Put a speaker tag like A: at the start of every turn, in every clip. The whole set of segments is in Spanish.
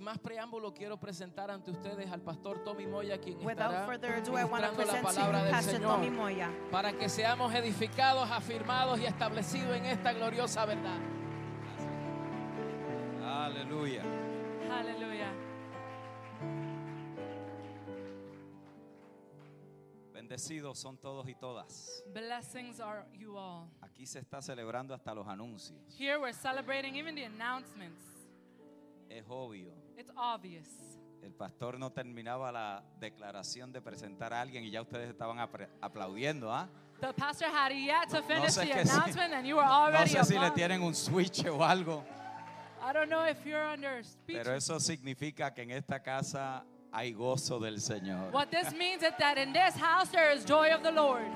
A: más preámbulo, quiero presentar ante ustedes al pastor Tommy Moya, quien
B: Without
A: estará
B: further ado, I want to
A: ministrando la
B: present to you
A: palabra del
B: Pastor Tommy
A: Señor
B: Moya.
A: para que seamos edificados, afirmados y establecidos en esta gloriosa verdad.
C: Aleluya.
D: Hallelujah.
C: Bendecidos son todos y todas.
D: Blessings are you all.
C: Aquí se está celebrando hasta los anuncios.
D: Here we're celebrating even the announcements.
C: Es obvio.
D: It's obvious.
C: El pastor no terminaba la declaración de presentar a alguien y ya ustedes estaban apre- aplaudiendo, ¿ah?
D: The pastor had yet to finish
C: sé
D: the
C: que si-
D: announcement, and you were
C: No
D: already
C: sé si le
D: above.
C: tienen un switch o algo,
D: I don't know if you're under speech.
C: pero eso significa que en esta casa hay gozo del Señor.
D: What this means is that in this house there is joy of the Lord.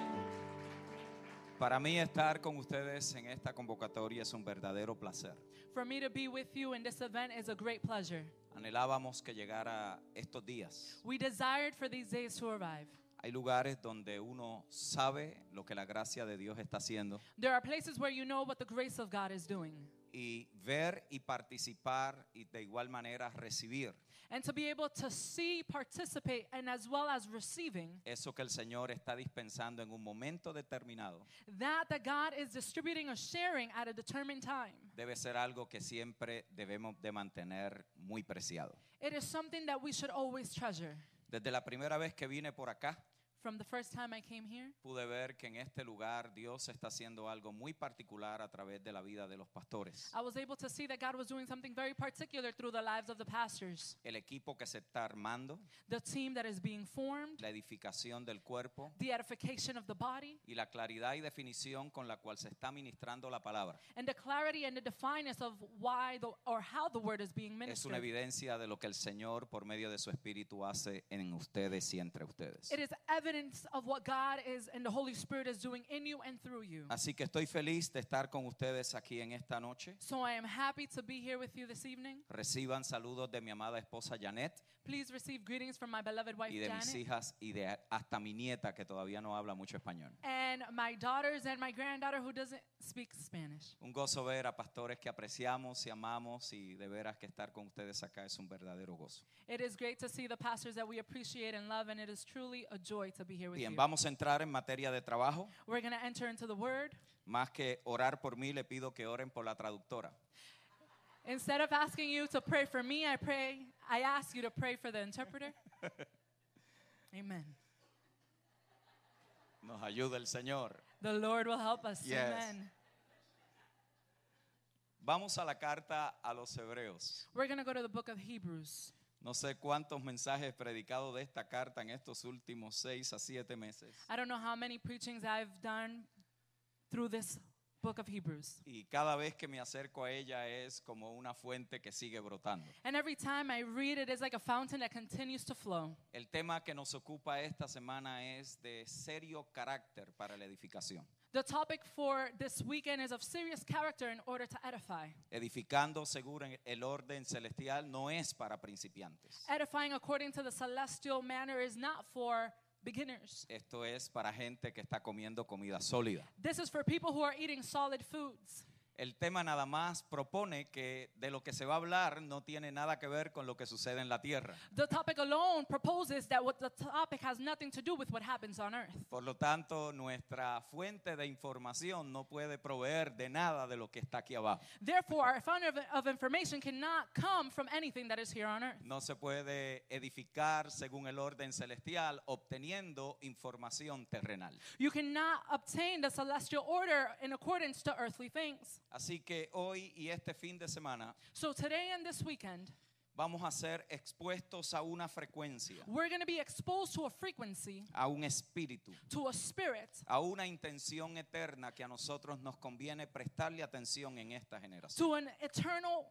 C: Para mí estar con ustedes en esta convocatoria es un verdadero placer.
D: For me to be with you in this event is a great pleasure.
C: Anhelábamos que llegara estos días.
D: We desired for these days to arrive.
C: Hay lugares donde uno sabe lo que la gracia de Dios está haciendo
D: There are places where you know what the grace of God is doing.
C: y ver y participar y de igual manera recibir
D: And to be able to see, participate, and as well as receiving
C: eso que el Señor está dispensando en un momento determinado
D: that that God is distributing or sharing at a determined time.
C: debe ser algo que siempre debemos de mantener muy preciado.
D: It is something that we should always treasure.
C: Desde la primera vez que vine por acá
D: From the first time I came here,
C: pude ver que en este lugar Dios está haciendo algo muy particular a través de la vida de los pastores.
D: I was able to see that God was doing something very particular through the lives of the pastors,
C: El equipo que se está armando,
D: the team that is being formed,
C: la edificación del cuerpo
D: the edification of the body,
C: y la claridad y definición con la cual se está ministrando la palabra.
D: and the clarity and the defineness of why the, or how the word is being
C: Es una
D: ministered.
C: evidencia de lo que el Señor por medio de su Espíritu hace en ustedes y entre ustedes.
D: It is evidence of what God is and the Holy Spirit is doing in you and through you.
C: Así que estoy feliz de estar con ustedes aquí en esta noche.
D: So I am happy to be here with you this evening.
C: Reciban saludos de mi amada esposa Janet
D: Please receive greetings from my beloved wife
C: y de mis
D: Janet.
C: hijas y de hasta mi nieta que todavía no habla mucho español.
D: and my daughters and my granddaughter who doesn't speak Spanish.
C: Un gozo ver a pastores que apreciamos y amamos y de veras que estar con ustedes acá es un verdadero gozo.
D: It is great to see the pastors that we appreciate and love, and it is truly a joy to be here with
C: Bien,
D: you.
C: vamos a entrar en materia de trabajo.
D: We're going to enter into the Word.
C: Más que orar por mí, le pido que oren por la traductora.
D: Instead of asking you to pray for me, I pray, I ask you to pray for the interpreter. Amen.
C: Nos ayuda el Señor.
D: The Lord will help us.
C: Yes.
D: Amen.
C: Vamos a la carta a los hebreos.
D: We're going to go to the book of Hebrews.
C: No sé cuántos mensajes predicados de esta carta en estos últimos seis a siete meses.
D: I don't know how many preachings I've done through this book of Hebrews.
C: Y cada vez que me acerco a ella es como una fuente que sigue brotando.
D: And every time I read it, it's like a fountain that continues to flow.
C: El tema que nos ocupa esta semana es de serio carácter para la edificación.
D: The topic for this weekend is of serious character in order to edify.
C: Edificando según el orden celestial no es para principiantes.
D: Edifying according to the celestial manner is not for beginners.
C: Esto es para gente que está comiendo comida sólida.
D: This is for people who are eating solid foods.
C: El tema nada más propone que de lo que se va a hablar no tiene nada que ver con lo que sucede en la tierra.
D: The topic alone proposes that what the topic has nothing to do with what happens on earth.
C: Por lo tanto, nuestra fuente de información no puede proveer de nada de lo que está aquí abajo.
D: Therefore, our founder of, of information cannot come from anything that is here on earth.
C: No se puede edificar según el orden celestial obteniendo información terrenal.
D: You cannot obtain the celestial order in accordance to earthly things.
C: Así que hoy y este fin de semana
D: So today and this weekend,
C: vamos a ser expuestos a una frecuencia,
D: we're going to be exposed to a frequency,
C: a un espíritu,
D: to a spirit
C: a una intención eterna que a nosotros nos conviene prestarle atención en esta generación.
D: to an eternal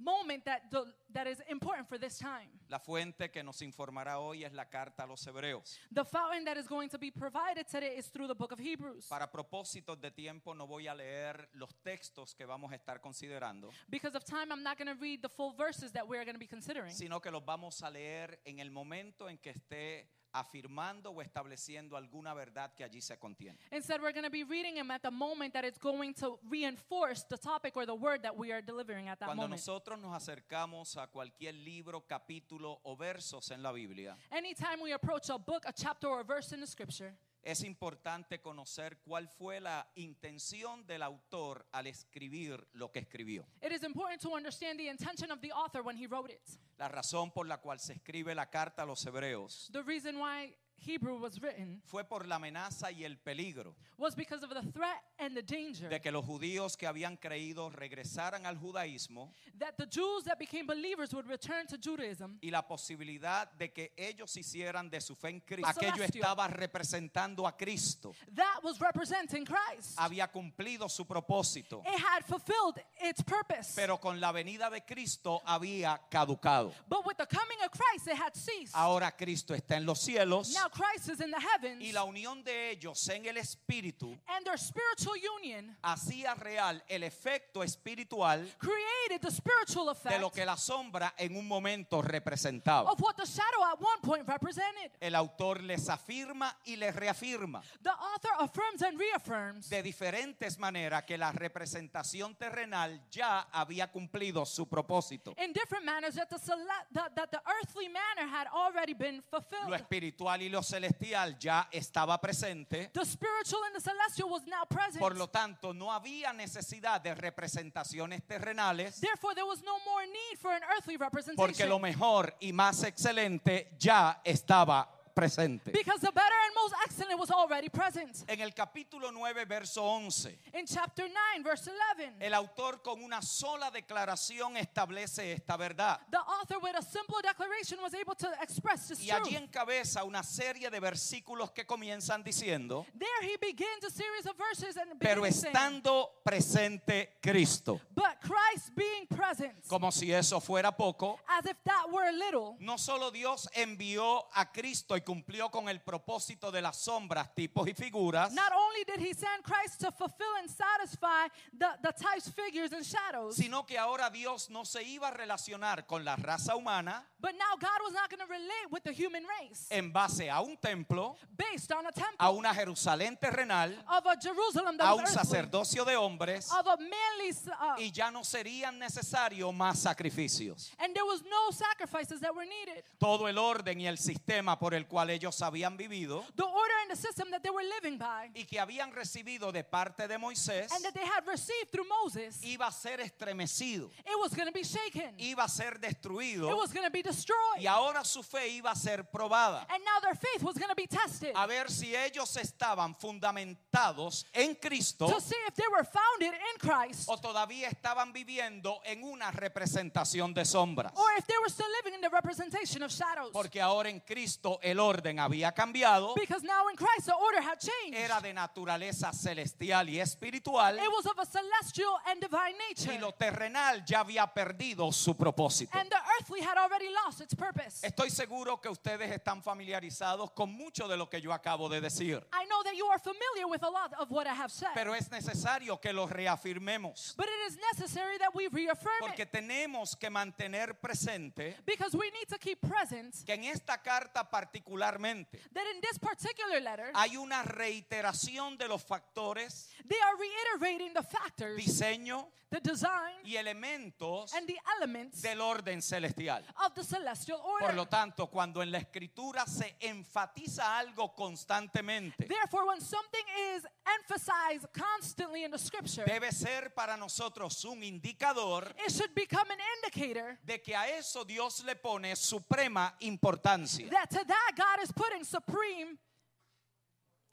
D: moment that, the, that is important for this time.
C: La fuente que nos informará hoy es la carta a los hebreos.
D: The fountain that is going to be provided today is through the book of Hebrews.
C: Para propósitos de tiempo no voy a leer los textos que vamos a estar considerando,
D: Because of time, I'm not going to read the full verses that we're going to be considering,
C: sino que los vamos a leer en el momento en que esté afirmando o estableciendo alguna verdad que allí se contiene.
D: Instead, we're going to be reading them at the moment that it's going to reinforce the topic or the word that we are delivering at that
C: Cuando
D: moment.
C: nosotros nos acercamos a cualquier libro, capítulo o versos en la Biblia,
D: Anytime we approach a book, a chapter, or a verse in the scripture,
C: es importante conocer cuál fue la intención del autor al escribir lo que escribió.
D: it is important to understand the intention of the author when he wrote it.
C: La razón por la cual se escribe la carta a los hebreos
D: The reason why Hebrew was written
C: fue por la amenaza y el peligro
D: was because of the threat and the danger
C: de que los judíos que habían creído regresaran al judaísmo
D: that the Jews that became believers would return to Judaism.
C: y la posibilidad de que ellos hicieran de su fe en Cristo. Aquello
D: Celestial.
C: estaba representando a Cristo.
D: That was representing Christ.
C: Había cumplido su propósito,
D: It had fulfilled its purpose.
C: pero con la venida de Cristo había caducado.
D: but with the coming of Christ, it had ceased.
C: Ahora Cristo está en los cielos
D: now Christ is in the heavens.
C: y la unión de ellos en el Espíritu
D: and their spiritual union
C: hacía real el efecto espiritual
D: created the spiritual
C: de
D: effect
C: lo que la sombra en un momento representaba.
D: of what the shadow at one point represented.
C: El autor les afirma y les reafirma
D: The author affirms and reaffirms
C: de diferentes maneras que la representación terrenal ya había cumplido su propósito.
D: in different manners that the, cele- that, that the earthly manner had already been
C: Lo
D: fulfilled.
C: espiritual y lo celestial ya estaba presente.
D: The spiritual and the celestial was now present.
C: Por lo tanto, no había necesidad de representaciones terrenales
D: Therefore, there was no more need for an earthly
C: porque
D: representation.
C: lo mejor y más excelente ya estaba presente.
D: Because the better and most excellent was already present.
C: En el capítulo 9, verso 11,
D: In chapter 9, verse 11,
C: el autor con una sola declaración establece esta verdad.
D: the author, with a simple declaration, was able to express this
C: Y allí
D: truth.
C: encabeza una serie de versículos que comienzan diciendo,
D: There he begins a series of verses and
C: pero
D: begins saying,
C: estando presente Cristo,
D: But Christ being present,
C: como si eso fuera poco,
D: as if that were little,
C: no solo Dios envió a Cristo y cumplió con el propósito de las sombras, tipos y figuras,
D: not only did he send Christ to fulfill and satisfy the, the types, figures, and shadows,
C: sino que ahora Dios no se iba a relacionar con la raza humana
D: but now God was not going to relate with the human race
C: en base a un templo,
D: based on a
C: a
D: temple
C: una Jerusalén terrenal,
D: of a Jerusalem that
C: a un
D: was earthly,
C: sacerdocio de hombres,
D: of a manly, s- uh,
C: y ya no serían necesarios más sacrificios.
D: and there was no sacrifices that were needed.
C: todo el orden y el sistema por el cual ellos habían vivido
D: The order and the system that they were living by,
C: y que habían recibido de parte de Moisés
D: and that they had received through Moses,
C: iba a ser estremecido,
D: it was going to be shaken. It
C: iba a ser destruido
D: was going to be destroyed.
C: y ahora su fe iba a ser probada.
D: And now their faith was going to be tested
C: A ver si ellos estaban fundamentados en Cristo
D: to see if they were founded in Christ
C: o todavía estaban viviendo en una representación de sombras.
D: or if they were still living in the representation of shadows.
C: Porque ahora en Cristo el orden había cambiado,
D: Because now in Christ the order had changed.
C: era de naturaleza celestial y espiritual.
D: It was of a celestial and divine nature.
C: y lo terrenal ya había perdido su propósito.
D: And the earthly had already lost its purpose.
C: Estoy seguro que ustedes están familiarizados con mucho de lo que yo acabo de decir,
D: I know that you are familiar with a lot of what I have said.
C: pero es necesario que lo reafirmemos
D: But it is necessary that we reaffirm
C: porque
D: it.
C: tenemos que mantener presente
D: Because we need to keep present
C: que en esta carta particularmente
D: that in this particular letter,
C: hay una reiteración de los factores,
D: they are reiterating the factors,
C: diseño
D: the design,
C: y elementos
D: and the elements
C: del orden celestial.
D: of the celestial
C: Por
D: order.
C: lo tanto, cuando en la escritura se enfatiza algo constantemente,
D: Therefore, when something is emphasized constantly in the scripture,
C: debe ser para nosotros un indicador
D: it should become an indicator
C: de que a eso Dios le pone suprema importancia.
D: that to that God is putting supreme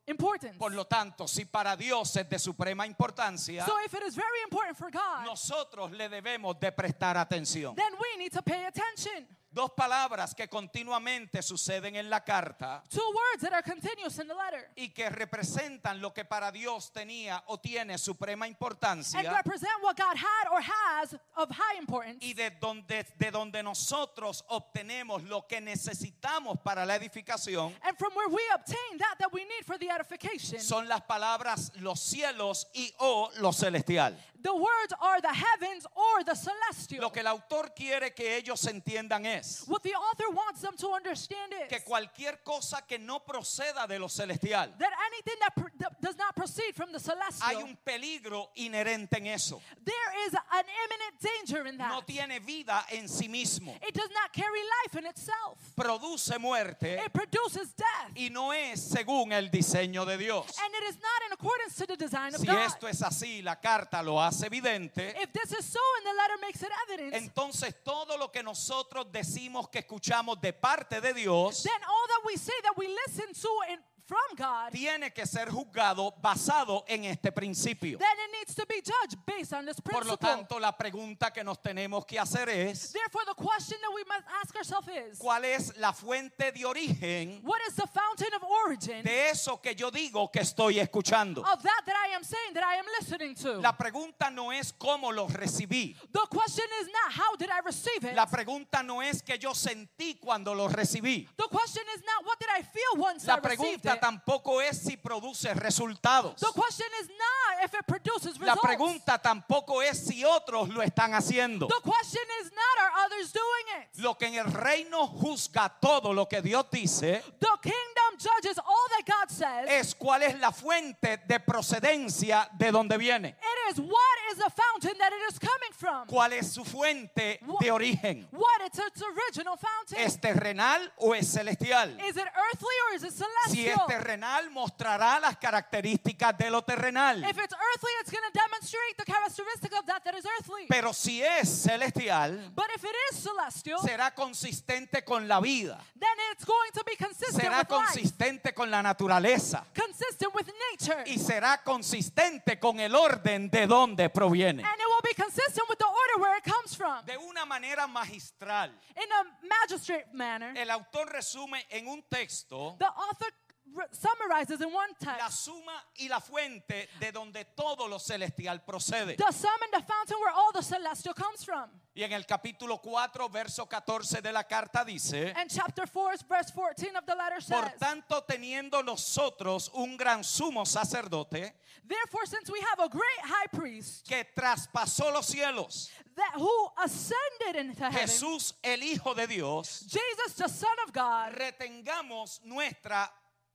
D: importance.
C: Por lo tanto, si para Dios es de suprema importancia,
D: So, if it is very important for God,
C: nosotros le debemos de prestar atención.
D: then we need to pay attention.
C: Dos palabras que continuamente suceden en la carta
D: Two words that are continuous in the letter
C: y que representan lo que para Dios tenía o tiene suprema
D: and
C: importancia
D: represent what God had or has of high importance,
C: y de donde, de donde nosotros obtenemos lo que necesitamos para la edificación
D: and from where we obtain that that we need for the edification.
C: son las palabras los cielos y o lo celestial.
D: The words are the heavens or the celestial.
C: Lo que el autor quiere que ellos entiendan es
D: What the author wants them to understand is
C: que cualquier cosa que no proceda de lo celestial,
D: that anything that, pr- that does not proceed from the
C: hay
D: celestial,
C: un peligro inherente en eso.
D: there is an imminent danger in that.
C: No tiene vida en sí mismo.
D: It does not carry life in itself.
C: Produce muerte
D: It produces death.
C: y no es según el diseño de Dios.
D: And it is not in accordance to the design of
C: Si
D: God.
C: esto es eh. así, la carta lo hace evidente.
D: If this is so and the letter makes it evidence,
C: Entonces todo lo que nosotros decimos que escuchamos de parte de Dios
D: then all that we say that we listen to and from God,
C: tiene que ser juzgado basado en este principio.
D: then it needs to be judged based on this
C: Por
D: principle.
C: lo tanto, la pregunta que nos tenemos que hacer es,
D: Therefore, the question that we must ask ourselves is
C: ¿cuál es la fuente de origen
D: what is the fountain of origin
C: de eso que yo digo que estoy escuchando?
D: of that that I am saying, that I am listening to?
C: La pregunta no es cómo lo recibí.
D: the question is not how did I receive it?
C: La pregunta no es que yo sentí cuando lo recibí.
D: the question is not what did I feel once
C: La
D: I received
C: pregunta
D: it?
C: tampoco es si produce resultados.
D: The question is not if it produces
C: La
D: results.
C: pregunta tampoco es si otros lo están haciendo.
D: the question is not are others doing it?
C: Lo que en el reino juzga todo lo que Dios dice
D: The kingdom judges all that God says.
C: es cuál es la fuente de procedencia de donde viene.
D: it is what is the fountain that it is coming from.
C: ¿Cuál es su fuente de origen?
D: What it's its original fountain.
C: ¿Es terrenal o es celestial?
D: is it earthly or is it
C: Si es
D: celestial?
C: terrenal, mostrará las características de lo terrenal.
D: if it's earthly, it's going to demonstrate the characteristic of that that is earthly.
C: Pero si es celestial,
D: but if it is celestial,
C: será consistente con la vida,
D: then it's going to be consistent
C: será
D: with life,
C: consistente con la naturaleza
D: consistent with nature,
C: y será consistente con el orden de donde proviene.
D: and it will be consistent with the order where it comes from.
C: De una manera magistral,
D: In a magistrate manner,
C: el autor resume en un texto
D: the author r- summarizes in one
C: la
D: text
C: suma y la fuente de donde todo lo celestial procede.
D: the sum and the fountain where all the celestial comes from.
C: Y en el capítulo 4, verso 14 de la carta dice,
D: And chapter 4, verse 14 of the letter
C: por
D: says,
C: tanto teniendo nosotros un gran sumo sacerdote
D: Therefore, since we have a great high priest
C: que traspasó los cielos,
D: that who ascended into heaven,
C: Jesús el Hijo de Dios,
D: Jesus, the Son of God,
C: retengamos nuestra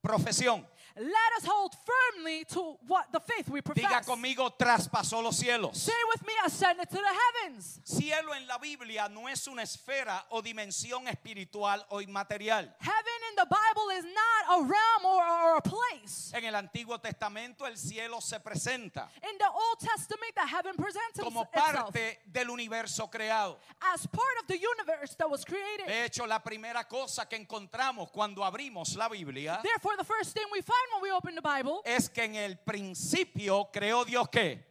C: profesión.
D: let us hold firmly to what the faith we
C: Diga
D: profess.
C: conmigo, traspasó los cielos.
D: Say with me, ascended to the heavens.
C: Cielo en la Biblia no es una esfera o dimensión espiritual o inmaterial.
D: Heaven in the Bible is not a realm or, or a place.
C: En el Antiguo Testamento el cielo se presenta
D: In the Old Testament, the heaven presents
C: como
D: its- itself
C: parte del universo creado.
D: as part of the universe that was created.
C: De hecho, la primera cosa que encontramos cuando abrimos la Biblia
D: Therefore, the first thing we find when we open the Bible
C: es que en el principio creó Dios que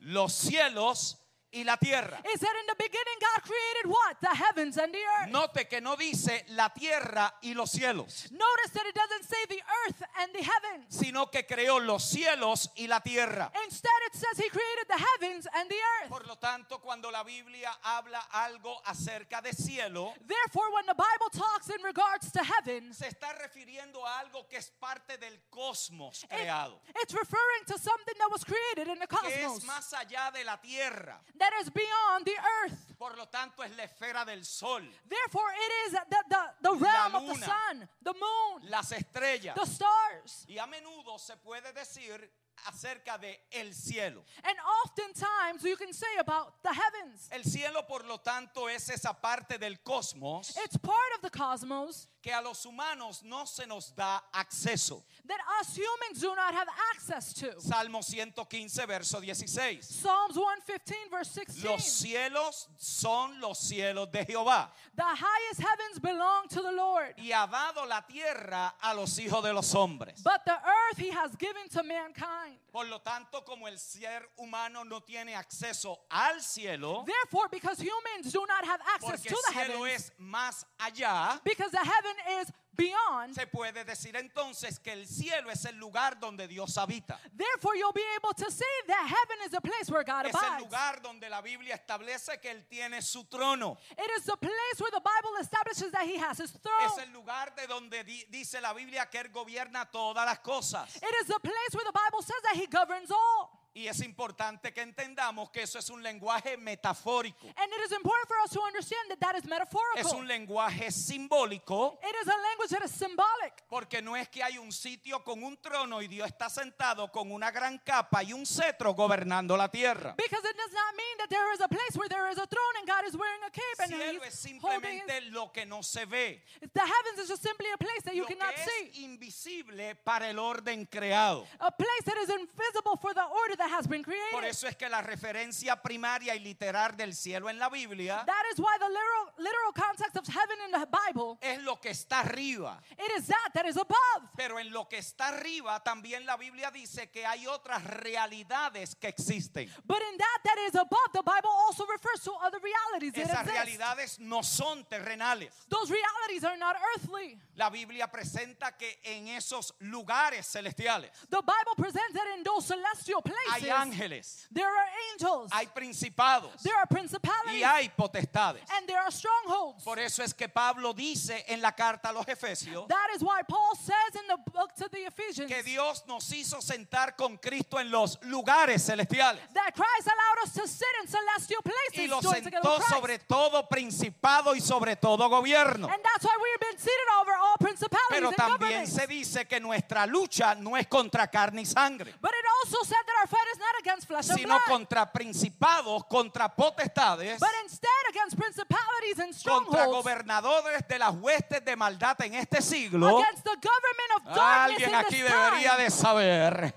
C: los cielos y la tierra.
D: is that in the beginning God created what? The heavens and the earth.
C: Note que no dice la tierra y los cielos,
D: Notice that it doesn't say the earth and the heavens.
C: sino que creó los cielos y la tierra.
D: Instead, it says he created the heavens and the earth.
C: Por lo tanto, cuando la Biblia habla algo acerca de cielo,
D: Therefore, when the Bible talks in regards to heaven,
C: se está refiriendo a algo que es parte del cosmos
D: it-
C: creado,
D: it's referring to something that was created in the
C: que es
D: cosmos
C: más allá de la tierra.
D: that is beyond the earth.
C: Por lo tanto, es la esfera del sol,
D: Therefore, it is the, the, the realm of the
C: luna.
D: sun, the moon,
C: las estrellas.
D: the stars.
C: Y a menudo se puede decir acerca de el cielo.
D: And oftentimes, you can say about the heavens.
C: El cielo, por lo tanto, es esa parte del cosmos
D: It's part of the cosmos
C: que a los humanos no se nos da acceso.
D: that us humans do not have access to.
C: Salmo 115, verso 16.
D: Psalms 115, verse 16.
C: Los cielos son los cielos de Jehová
D: The highest heavens belong to the Lord,
C: y ha dado la tierra a los hijos de los hombres.
D: but the earth he has given to mankind.
C: Por lo tanto, como el ser humano no tiene acceso al cielo,
D: Therefore, because humans do not have access
C: porque
D: to
C: el
D: the
C: cielo
D: heavens,
C: es más allá,
D: because the heaven is beyond,
C: se puede decir entonces que el cielo es el lugar donde Dios habita.
D: therefore you'll be able to see that heaven is a place where God
C: Es el
D: abides.
C: lugar donde la Biblia establece que Él tiene su trono.
D: It is the place where the Bible establishes that he has his
C: Es
D: throne.
C: el lugar de donde di- dice la Biblia que Él gobierna todas las cosas.
D: It is the place where the Bible says that he governs all.
C: Y es importante que entendamos que eso es un lenguaje metafórico.
D: And it is important for us to understand that that is
C: Es
D: metaphorical.
C: un lenguaje simbólico
D: It is a language that is symbolic.
C: Porque no es que hay un sitio con un trono y Dios está sentado con una gran capa y un cetro gobernando la tierra.
D: Because it does not mean that there is a place where there is a throne and God is wearing a cape and
C: Cielo es
D: he's holding his-
C: simplemente lo que no se ve,
D: The heavens is just simply a place that you
C: lo que
D: cannot
C: es
D: see.
C: invisible para el orden creado.
D: A place that is invisible for the order that has been
C: Por
D: created.
C: eso es que la referencia primaria y literal del cielo en la Biblia
D: That is why the literal, literal context of heaven in the Bible,
C: es lo que está arriba.
D: it is that that is above.
C: Pero en lo que está arriba también la Biblia dice que hay otras realidades que existen.
D: But in that that is above, the Bible also refers to other realities that
C: Esas
D: exist.
C: realidades no son terrenales.
D: Those realities are not earthly.
C: La Biblia presenta que en esos lugares celestiales
D: The Bible presents that in those celestial
C: hay
D: places,
C: ángeles,
D: there are angels,
C: hay principados
D: there are
C: y
D: principalities,
C: hay potestades.
D: and there are strongholds.
C: Por eso es que Pablo dice en la carta a los Efesios
D: That is why Paul says in the book to the Ephesians
C: que Dios nos hizo sentar con Cristo en los lugares celestiales
D: that Christ allowed us to sit in celestial
C: y
D: places
C: lo
D: joined together
C: sentó
D: with Christ.
C: sobre todo principado y sobre todo gobierno.
D: And that's why we have been seated over all principalities
C: Pero
D: and
C: también
D: governments.
C: se dice que nuestra lucha no es contra carne y sangre,
D: But it also said that our fight is not against flesh and
C: sino
D: blood,
C: contra principados, contra potestades.
D: but instead against principalities and
C: contra
D: strongholds,
C: gobernadores de las huestes de maldad en este siglo,
D: against the government of darkness in
C: alguien aquí
D: this
C: debería
D: time.
C: de saber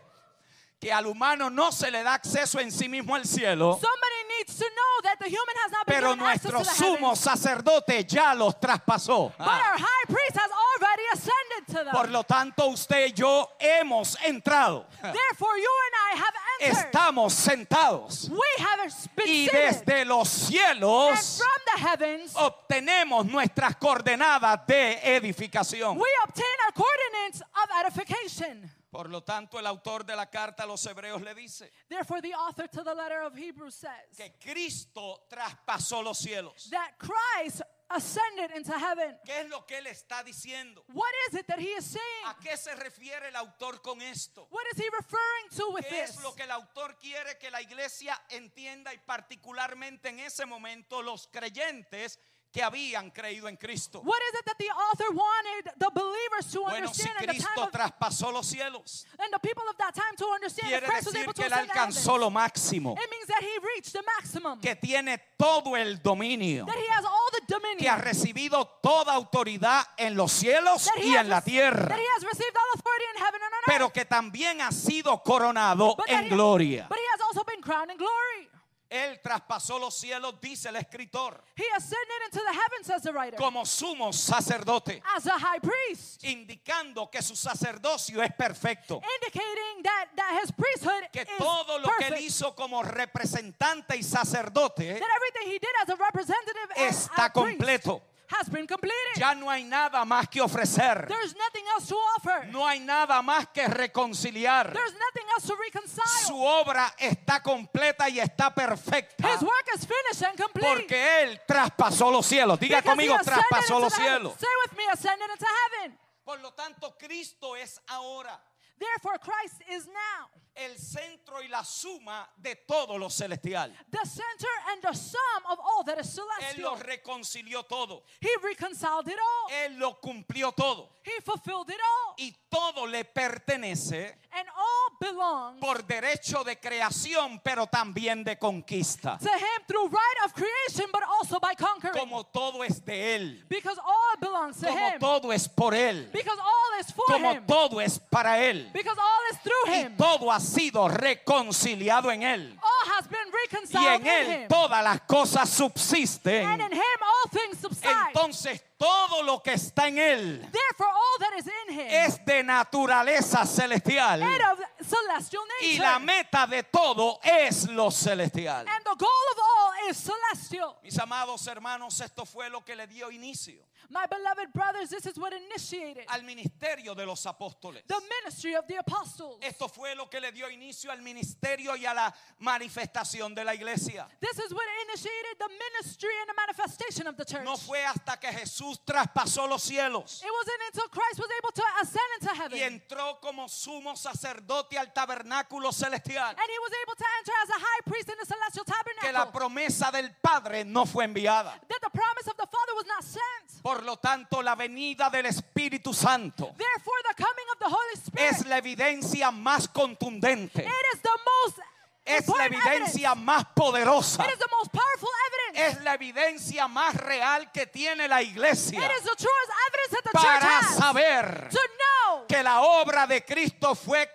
C: que al humano no se le da acceso en sí mismo al cielo,
D: Somebody needs to know that the human has not been
C: pero
D: given access to
C: nuestro
D: the
C: sumo
D: heavens,
C: sacerdote ya los traspasó.
D: but our high priest has already ascended to them.
C: Ah. Por lo tanto, usted y yo hemos entrado,
D: Therefore, you and I have entered.
C: estamos sentados
D: we have been
C: y
D: seated.
C: desde los
D: And
C: cielos
D: from the heavens,
C: Oh, obtenemos nuestras coordenadas de edificación.
D: we obtain our coordinates of edification.
C: Por lo tanto, el autor de la carta a los hebreos le dice,
D: Therefore, the author to the letter of Hebrews says
C: que Cristo traspasó los cielos.
D: that Christ ascended into heaven.
C: ¿Qué es lo que él está diciendo?
D: What is it that he is saying?
C: ¿A qué se refiere el autor con esto?
D: What is he referring to with
C: ¿Qué
D: this?
C: es lo que el autor quiere que la iglesia entienda y particularmente en ese momento los creyentes que habían creído en Cristo?
D: What is it that the author wanted the believers to
C: Bueno, si
D: understand in the time
C: Cristo
D: of,
C: traspasó los cielos,
D: and the people of that time to understand that
C: quiere
D: Christ was
C: decir
D: able to
C: que él
D: ascend to
C: alcanzó
D: heaven?
C: lo máximo,
D: It means that he reached the maximum,
C: que tiene todo el dominio,
D: that he has all the
C: que ha
D: dominion,
C: recibido toda autoridad en los cielos
D: that
C: y
D: he, has,
C: en la
D: rec-
C: tierra.
D: that he has received all authority in heaven and on earth.
C: pero que también ha sido coronado
D: But that
C: en
D: he-
C: gloria.
D: But he has also been crowned in glory.
C: Él traspasó los cielos, dice el escritor,
D: He ascended into the heavens, says the writer,
C: como sumo sacerdote,
D: as a high priest,
C: indicando que su sacerdocio es perfecto,
D: indicating that, that his priesthood
C: que
D: is
C: todo lo que él
D: perfect.
C: hizo como representante y sacerdote
D: that everything he did as a representative and as
C: está
D: a priest
C: completo.
D: has been completed.
C: Ya no hay nada más que ofrecer,
D: There's nothing else to offer.
C: no hay nada más que reconciliar.
D: There's nothing else to reconcile.
C: Su obra está completa y está perfecta.
D: his work is finished and complete.
C: Porque él traspasó los cielos. Diga
D: because he
C: conmigo,
D: ascended
C: traspasó
D: into
C: los
D: the heavens.
C: cielos.
D: Say with me, ascended into heaven.
C: Por lo tanto, Cristo es ahora
D: Therefore, Christ is now
C: el centro y la suma de todo lo celestial.
D: the center and the sum of all that is
C: Él lo
D: celestial.
C: reconcilió todo.
D: He reconciled it all.
C: Él lo cumplió todo.
D: He fulfilled it all.
C: Y todo le pertenece
D: And all belongs
C: por derecho de creación, pero también de conquista.
D: to him through right of creation, but also by conquering.
C: Como todo es de Él.
D: because all belongs to
C: Como
D: him.
C: todo es por Él.
D: because all is for
C: Como
D: him.
C: todo es para Él.
D: because all is through
C: Y
D: him.
C: todo ha sido reconciliado en Él.
D: all has been
C: Y
D: reconciled
C: en
D: in
C: Él
D: him.
C: todas las cosas
D: and
C: subsisten.
D: in him all things subside.
C: Entonces todo lo que está en él
D: Therefore, all that is in him
C: es de naturaleza celestial.
D: and of celestial
C: Y
D: nature.
C: la meta de todo es lo celestial.
D: and the goal of all is celestial.
C: Mis amados hermanos, esto fue lo que le dio inicio
D: My beloved brothers, this is what initiated
C: al ministerio de los apóstoles.
D: the ministry of the apostles.
C: Esto fue lo que le dio inicio al ministerio y a la manifestación de la iglesia.
D: This is what initiated the ministry and the manifestation of the church.
C: No fue hasta que Jesús traspasó los cielos
D: It wasn't until Christ was able to ascend into heaven
C: y entró como sumo sacerdote al tabernáculo celestial
D: and he was able to enter as a high priest in the celestial
C: que la
D: tabernacle
C: promesa del Padre no fue enviada.
D: that the promise of the Father was not sent.
C: Por lo tanto, la venida del Espíritu Santo
D: Therefore, the coming of the Holy Spirit
C: es la evidencia más contundente,
D: it is the most
C: es la
D: important evidence.
C: evidencia más poderosa,
D: It is the most powerful evidence.
C: es la evidencia más real que tiene la iglesia
D: It is the truest evidence that the church
C: para
D: has
C: saber
D: to know
C: que la obra de Cristo fue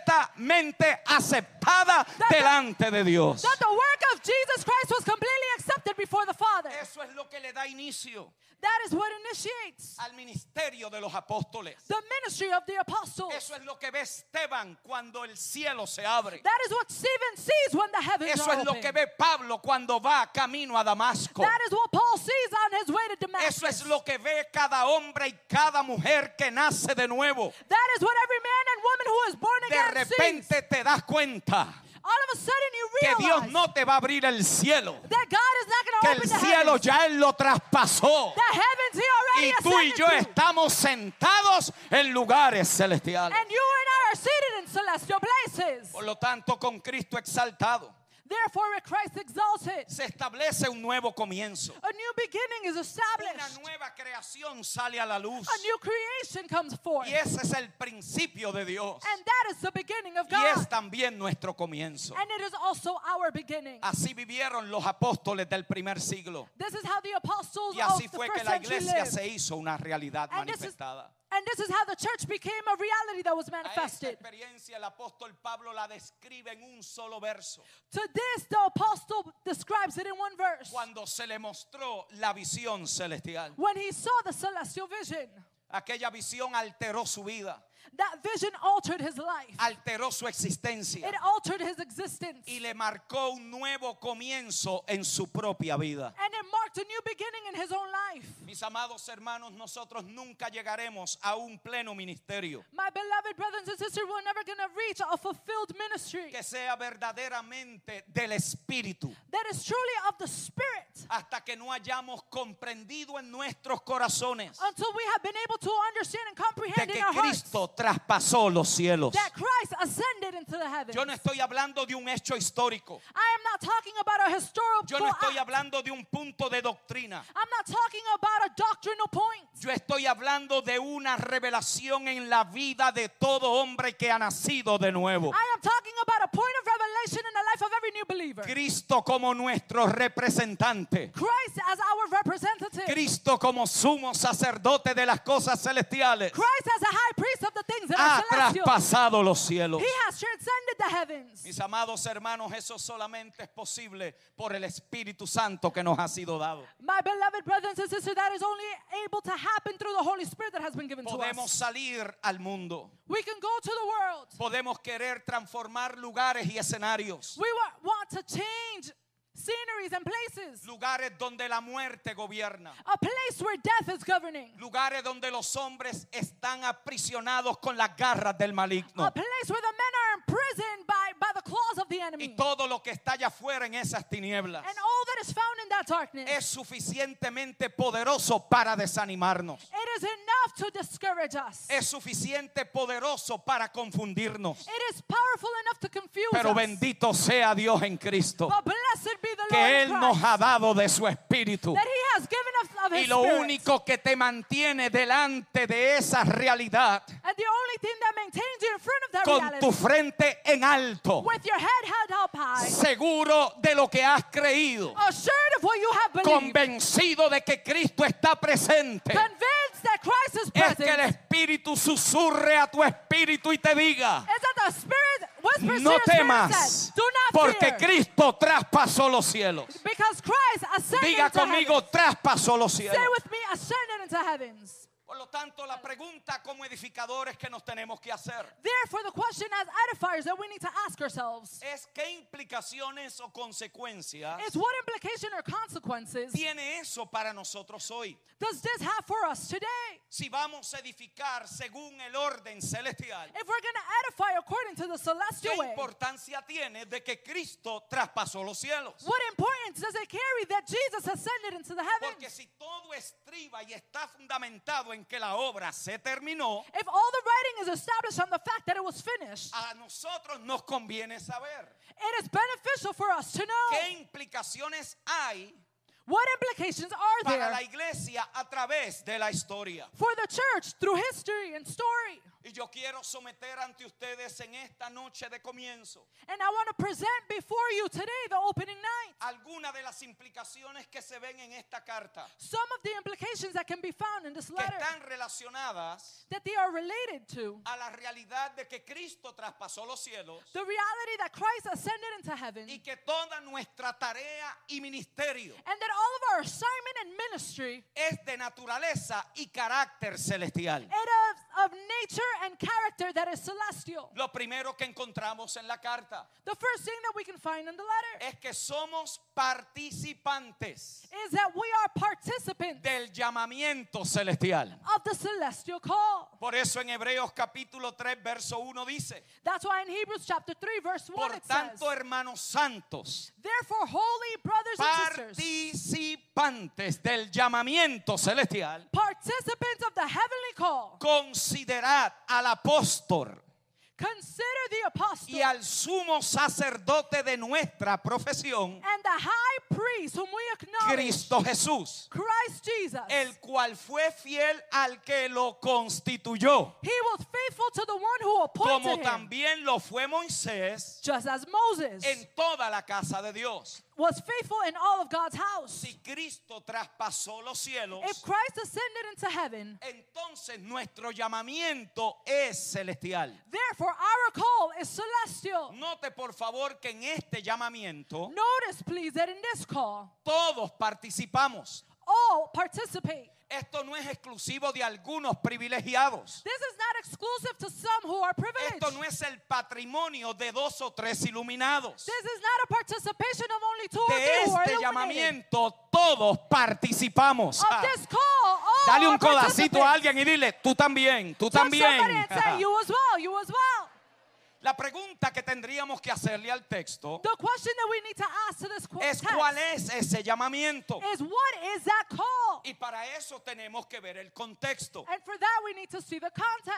C: completamente aceptada delante de Dios.
D: that the work of Jesus Christ was completely accepted before the Father.
C: Eso es lo que le da inicio
D: That is what initiates
C: al ministerio de los apóstoles.
D: the ministry of the apostles.
C: Eso es lo que ve Esteban cuando el cielo se abre.
D: That is what Stephen sees when the heavens
C: Eso
D: are
C: es lo
D: open.
C: que ve Pablo cuando va camino a Damasco.
D: That is what Paul sees on his way to Damascus.
C: Eso es lo que ve cada hombre y cada mujer que nace de nuevo.
D: That is what every man and woman who is born
C: De
D: again sees.
C: repente te das cuenta
D: All of a sudden you
C: que
D: realize
C: Dios no te va a abrir el cielo,
D: that God is not going to
C: que
D: open
C: el
D: the
C: cielo
D: heavens.
C: ya Él lo traspasó.
D: The heavens he already
C: y tú y
D: ascended
C: yo
D: to.
C: estamos sentados en lugares celestiales.
D: And you and I are seated in celestial places.
C: Por lo tanto, con Cristo exaltado
D: Therefore, with Christ exalted,
C: se establece un nuevo comienzo.
D: a new beginning is
C: Una
D: established.
C: nueva creación sale a la luz.
D: A new creation comes forth.
C: Y ese es el principio de Dios.
D: And that is the beginning of
C: Y es
D: God.
C: también nuestro comienzo.
D: And it is also our beginning.
C: Así vivieron los apóstoles del primer siglo.
D: This is how the apostles
C: Y así
D: of the
C: fue
D: first
C: que la
D: century
C: iglesia
D: lived.
C: se hizo una realidad
D: And this is-
C: manifestada.
D: And this is how the church became a reality that was
C: A esta
D: manifested.
C: experiencia el apóstol Pablo la describe en un solo verso.
D: To this, the apostle describes it in one verse.
C: Cuando se le mostró la visión celestial.
D: When he saw the celestial vision,
C: Aquella visión alteró su vida,
D: that vision altered his life,
C: alteró su existencia
D: it altered his existence,
C: y le marcó un nuevo comienzo en su propia vida.
D: and it marked a new beginning in his own life.
C: Mis amados hermanos, nosotros nunca llegaremos a un pleno ministerio
D: My beloved brothers and sisters, we're never going to reach a fulfilled ministry
C: que sea verdaderamente del Espíritu
D: that is truly of the Spirit
C: hasta que no hayamos comprendido en nuestros corazones
D: until we have been able to understand and
C: de
D: comprehend
C: que
D: in our hearts
C: Cristo traspasó los cielos.
D: that Christ ascended into the heavens.
C: Yo no estoy hablando de un hecho histórico.
D: I am not talking about a historical
C: Yo no estoy
D: act.
C: hablando de un punto de doctrina.
D: I'm not talking about a doctrinal point.
C: Yo estoy hablando de una revelación en la vida de todo hombre que ha nacido de nuevo.
D: I am talking about a point of revelation in the life of every new believer.
C: Cristo como nuestro representante.
D: Christ as our representative.
C: Cristo como sumo sacerdote de las cosas celestiales.
D: Christ as a high priest of the things that
C: Ha
D: are celestial.
C: traspasado los cielos.
D: He has transcended the heavens.
C: Mis amados hermanos, eso solamente es posible por el Espíritu Santo que nos ha sido dado.
D: My beloved brothers and sisters, that is only able to happen through the Holy Spirit that has been given to
C: Podemos
D: us.
C: salir al mundo.
D: We can go to the world.
C: Podemos querer transformar lugares y escenarios.
D: We wa- want to change sceneries and places.
C: Lugares donde la muerte gobierna.
D: A place where death is governing.
C: Lugares donde los hombres están aprisionados con las garras del maligno.
D: A place where the men are imprisoned by, by the claws of the
C: Y
D: enemy.
C: todo lo que está allá afuera en esas tinieblas
D: And all that is found in that darkness.
C: es suficientemente poderoso para desanimarnos.
D: It is enough to discourage us.
C: Es suficiente poderoso para confundirnos.
D: It is powerful enough to confuse
C: Pero
D: us.
C: bendito sea Dios en Cristo,
D: But blessed be the Lord
C: que Él
D: in
C: nos
D: Christ,
C: ha dado de su espíritu.
D: that He has given us of
C: Y
D: His
C: lo
D: Spirit.
C: único que te mantiene delante de esa realidad,
D: and the only thing that maintains you in front of that
C: con
D: reality,
C: tu frente en alto,
D: with your head held up high,
C: seguro de lo que has creído.
D: assured of what you have believed,
C: convencido de que Cristo está presente.
D: convinced that Christ is
C: Es
D: present,
C: que el Espíritu susurre a tu espíritu y te diga,
D: is that the Spirit whispers
C: no
D: to your
C: temas,
D: spirit, said, do not
C: porque
D: fear,
C: Cristo traspasó los cielos.
D: because Christ ascended
C: Diga
D: into
C: conmigo,
D: heavens.
C: traspasó los cielos.
D: Say with me, ascended into heavens.
C: Por lo tanto, la pregunta como edificadores que nos tenemos que hacer
D: Therefore, the question as edifiers that we need to ask ourselves
C: es qué implicaciones o consecuencias
D: is what implication or consequences
C: tiene eso para nosotros hoy.
D: does this have for us today?
C: Si vamos a edificar según el orden celestial,
D: If we're going to edify according to the
C: ¿qué
D: celestial way,
C: importancia tiene de que Cristo traspasó los cielos?
D: what importance does it carry that Jesus ascended into the
C: Porque
D: heavens?
C: si todo estriba y está fundamentado en que la obra se terminó,
D: If all the writing is established on the fact that it was finished,
C: a nosotros nos conviene saber
D: it is beneficial for us to know
C: qué implicaciones hay
D: what implications are
C: para
D: there
C: la iglesia a través de la historia.
D: for the church through history and story.
C: Y yo quiero someter ante ustedes en esta noche de comienzo
D: And I want to present before you today the opening night.
C: algunas de las implicaciones que se ven en esta carta,
D: Some of the implications that can be found in this
C: que
D: letter
C: están relacionadas
D: that they are related to
C: a la realidad de que Cristo traspasó los cielos
D: the reality that Christ ascended into heaven
C: y que toda nuestra tarea y ministerio
D: and that all of our assignment and ministry
C: es de naturaleza y carácter celestial.
D: it is of nature and character that is celestial.
C: Lo primero que encontramos en la carta
D: The first thing that we can find in the letter
C: es que somos participantes
D: is that we are participants
C: del llamamiento celestial.
D: of the celestial call.
C: Por eso en Hebreos capítulo 3, verso 1 dice,
D: That's why in Hebrews chapter 3 verse 1
C: por
D: it says,
C: tanto, hermanos santos,
D: Therefore holy brothers and sisters,
C: participantes del llamamiento celestial,
D: participants of the heavenly call,
C: considerad al apóstol
D: consider the apostle
C: y al sumo sacerdote de nuestra profesión,
D: and the high priest whom we acknowledge
C: Cristo Jesús,
D: Christ Jesus.
C: el cual fue fiel al que lo constituyó,
D: he was faithful to the one who
C: como
D: appointed him,
C: también lo fue Moisés
D: just as Moses
C: en toda la casa de Dios.
D: was faithful in all of God's house.
C: Si Cristo traspasó los cielos,
D: If Christ ascended into heaven,
C: entonces nuestro llamamiento es celestial.
D: therefore our call is celestial.
C: Note por favor que en este llamamiento
D: Notice, please, that in this call,
C: todos participamos.
D: all participate.
C: Esto no es exclusivo de algunos privilegiados.
D: This is not exclusive to some who are privileged.
C: Esto no es el patrimonio de dos o tres iluminados.
D: this is not a participation of only two or
C: De
D: three who are
C: este
D: illuminated.
C: llamamiento todos participamos.
D: Of
C: Ah,
D: this call, all
C: Dale un
D: are
C: codacito a
D: participants.
C: alguien y dile, tú también, tú
D: Touch somebody
C: también.
D: and say, you as well, you as well.
C: La pregunta que tendríamos que hacerle al texto
D: The question that we need to ask to this qu-
C: es
D: text
C: cuál es ese llamamiento.
D: is what is that call?
C: Y para eso tenemos que ver el contexto.
D: And for that we need to see the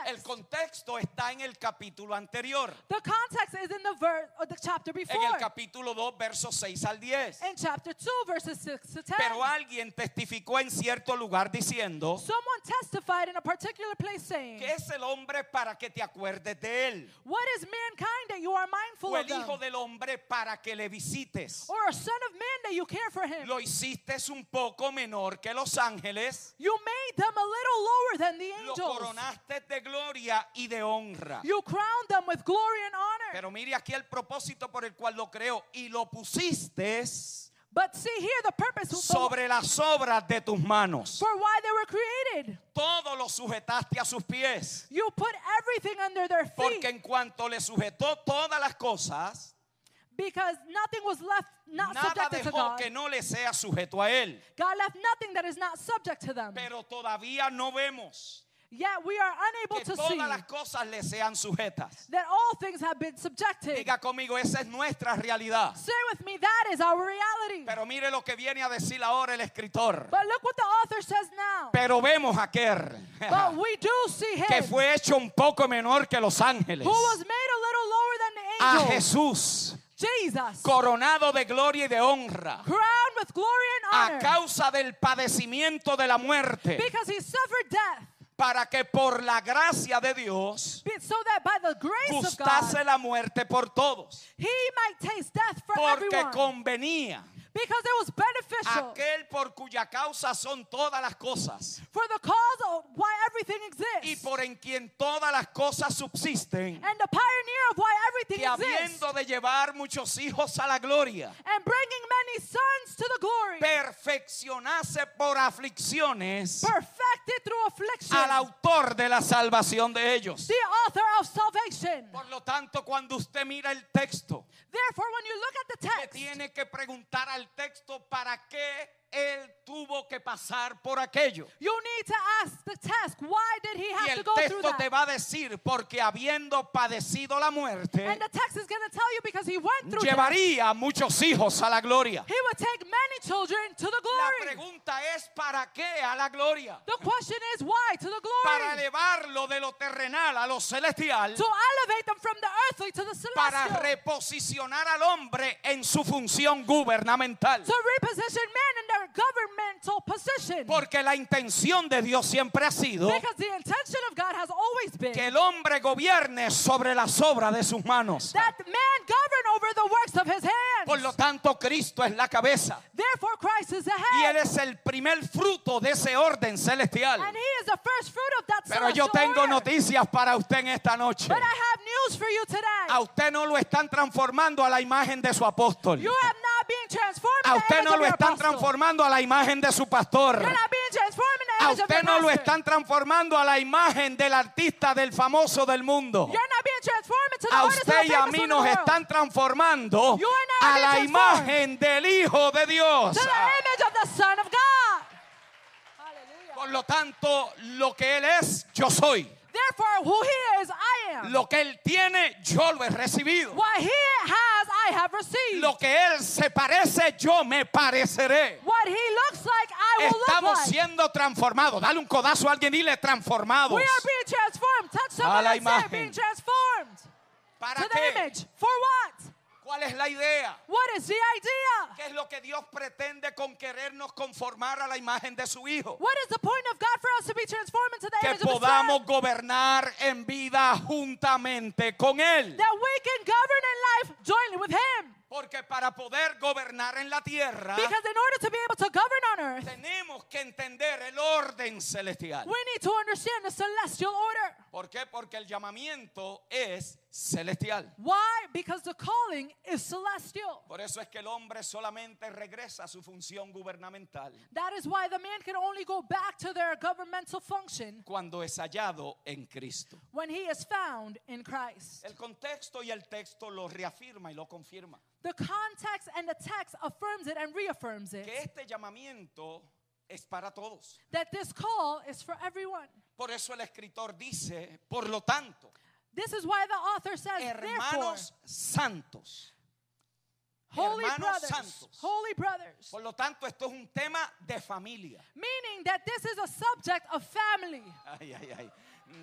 C: El
D: context.
C: contexto está en el capítulo anterior,
D: the context is in the verse or the chapter
C: en el
D: before.
C: capítulo 2, versos 6 al 10.
D: in chapter 2 verses 6 to 10.
C: Pero alguien testificó en cierto lugar diciendo,
D: Someone testified in a particular place saying,
C: que es el hombre para que te acuerdes de él?
D: "What is mankind that you are mindful
C: O
D: of
C: el
D: them?
C: hijo del hombre para que le visites.
D: Or a son of man that you care for him?
C: Lo hiciste un poco menor que los ángeles.
D: You made them a little lower than the
C: Lo
D: angels.
C: coronaste de gloria y de honra.
D: You crowned them with glory and honor."
C: Pero mire aquí el propósito por el cual lo creó. Y lo pusiste
D: But see here the purpose of the-
C: sobre las obras de tus manos.
D: for why they were created.
C: Todo lo sujetaste a sus pies.
D: You put everything under their feet
C: Porque en cuanto le sujetó todas las cosas,
D: because nothing was left not
C: nada
D: subjected to
C: dejó
D: God.
C: que no le sea sujeto a él.
D: God left nothing that is not subject to them.
C: Pero todavía no vemos
D: Yet we are unable
C: que
D: to
C: todas
D: see
C: las cosas le sean sujetas.
D: that all things have been subjected.
C: Diga conmigo, esa es nuestra realidad.
D: Say with me, that is our reality.
C: Pero mire lo que viene a decir ahora el escritor.
D: But look what the author says now.
C: Pero vemos a aquel
D: But we do see
C: que
D: him
C: fue hecho un poco menor que los ángeles.
D: who was
C: A
D: made a little lower than the angels.
C: Jesús,
D: Jesus,
C: coronado de gloria y de honra.
D: crowned with glory
C: A
D: and honor
C: causa del padecimiento de la muerte.
D: because he suffered death
C: Para que por la gracia de Dios
D: be- so that by the grace of God
C: gustase la muerte por todos.
D: He might taste death for
C: Porque
D: everyone
C: convenía
D: because it was beneficial
C: aquel por cuya causa son todas las cosas
D: for the cause of why everything
C: y
D: exists
C: por en quien todas las cosas subsisten.
D: and the pioneer of why everything
C: que
D: exists
C: habiendo de llevar muchos hijos a la gloria,
D: and bringing many sons to the glory
C: perfeccionase por aflicciones
D: perfected through affliction,
C: al autor de la salvación de ellos.
D: the author of salvation.
C: Por lo tanto, cuando usted mira el texto,
D: Therefore, when you look at the
C: le
D: text,
C: tiene que preguntar al texto para qué él tuvo que pasar por aquello.
D: you need to ask the task, why did he
C: Y
D: have to
C: el
D: go through
C: texto
D: that?
C: te va a decir, porque habiendo padecido la muerte,
D: And the text is going to tell you because he went through death.
C: llevaría a muchos hijos a la gloria.
D: He would take many children to the
C: La
D: glory.
C: pregunta es, ¿para qué a la gloria?
D: The question is why to the
C: Para
D: glory?
C: elevarlo de lo terrenal a lo celestial,
D: To elevate them from the earthly to the
C: para
D: celestial.
C: reposicionar al hombre en su función gubernamental.
D: To reposition men in their governmental position.
C: Porque la intención de Dios siempre ha sido
D: Because the intention of God has always been
C: que el hombre gobierne sobre las obras de sus manos.
D: that man govern over the works of his
C: Por lo
D: hands.
C: tanto, Cristo es la cabeza
D: Therefore, Christ is the
C: y Él
D: head.
C: es el primer fruto de ese orden celestial.
D: And he is the first fruit of that
C: Pero yo
D: celestial
C: tengo
D: order.
C: noticias para usted en esta noche.
D: But I have news for you today.
C: A usted no lo están transformando a la imagen de su apóstol.
D: You have not been transformed
C: A
D: in the
C: usted
D: image
C: no
D: of
C: lo
D: your
C: están
D: apostle.
C: transformando a la imagen de su pastor.
D: You're not being transformed in the
C: A
D: image of
C: usted
D: your
C: no lo
D: master.
C: están transformando a la imagen del artista del famoso del mundo.
D: You're not being transformed into the
C: A
D: artist of the
C: usted y a
D: famous
C: mí
D: in the
C: nos
D: world.
C: están transformando
D: You are not
C: a
D: being
C: la
D: transformed.
C: imagen del Hijo de Dios.
D: to the image of the Son of God. Hallelujah.
C: Por lo tanto, lo que Él es, yo soy.
D: Therefore, who he is, I am.
C: Lo que Él tiene, yo lo he recibido.
D: What he has, I have received.
C: Lo que Él se parece, yo me pareceré.
D: What he looks like, I will look
C: Estamos
D: like.
C: siendo transformados. Dale un codazo a alguien y le transformados.
D: We are being transformed. Touch someone
C: la
D: and say,
C: imagen.
D: being transformed.
C: ¿Para
D: To the
C: qué?
D: image. For what?
C: ¿Cuál es la idea?
D: What is the idea?
C: ¿Qué es lo que Dios pretende con querernos conformar a la imagen de su Hijo?
D: What is the point of God for us to be transformed into the
C: Que
D: image of his
C: podamos
D: Son?
C: gobernar en vida juntamente con Él.
D: That we can govern in life jointly with him.
C: Porque para poder gobernar en la tierra,
D: Because in order to be able to govern on earth,
C: tenemos que entender el orden celestial.
D: We need to understand the celestial order.
C: ¿Por qué? Porque el llamamiento es celestial.
D: Why? Because the calling is celestial.
C: Por eso es que el hombre solamente regresa a su función gubernamental
D: That is why the man can only go back to their governmental function
C: cuando es hallado en Cristo.
D: when he is found in Christ.
C: El contexto y el texto lo reafirma y lo confirma.
D: The context and the text affirms it and reaffirms it
C: Que este llamamiento es para todos.
D: that this call is for everyone.
C: Por eso el escritor dice, por lo tanto,
D: This is why the author says, therefore,
C: hermanos santos.
D: holy
C: hermanos
D: brothers,
C: santos.
D: holy brothers,
C: Por lo tanto, esto es un tema de familia.
D: meaning that this is a subject of family.
C: Ay, ay, ay.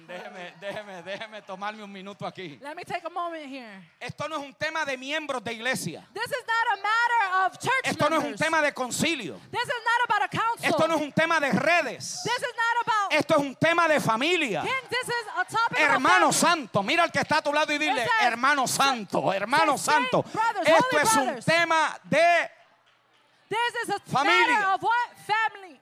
C: Déjeme, déjeme, déjeme tomarme un minuto aquí.
D: Let me take a moment here.
C: Esto no es un tema de miembros de iglesia.
D: This is not a matter of church
C: Esto no es un
D: members.
C: tema de concilio.
D: This is not about a council.
C: Esto no es un tema de redes.
D: This is not about
C: Esto es un tema de familia.
D: king. This is a topic
C: Hermano
D: about family.
C: santo, mira al que está a tu lado y dile,
D: Ese es-
C: hermano santo, hermano
D: Sixteen
C: santo.
D: brothers,
C: Esto
D: holy
C: es un
D: brothers.
C: tema de...
D: This is a matter
C: Familia.
D: of what? Family.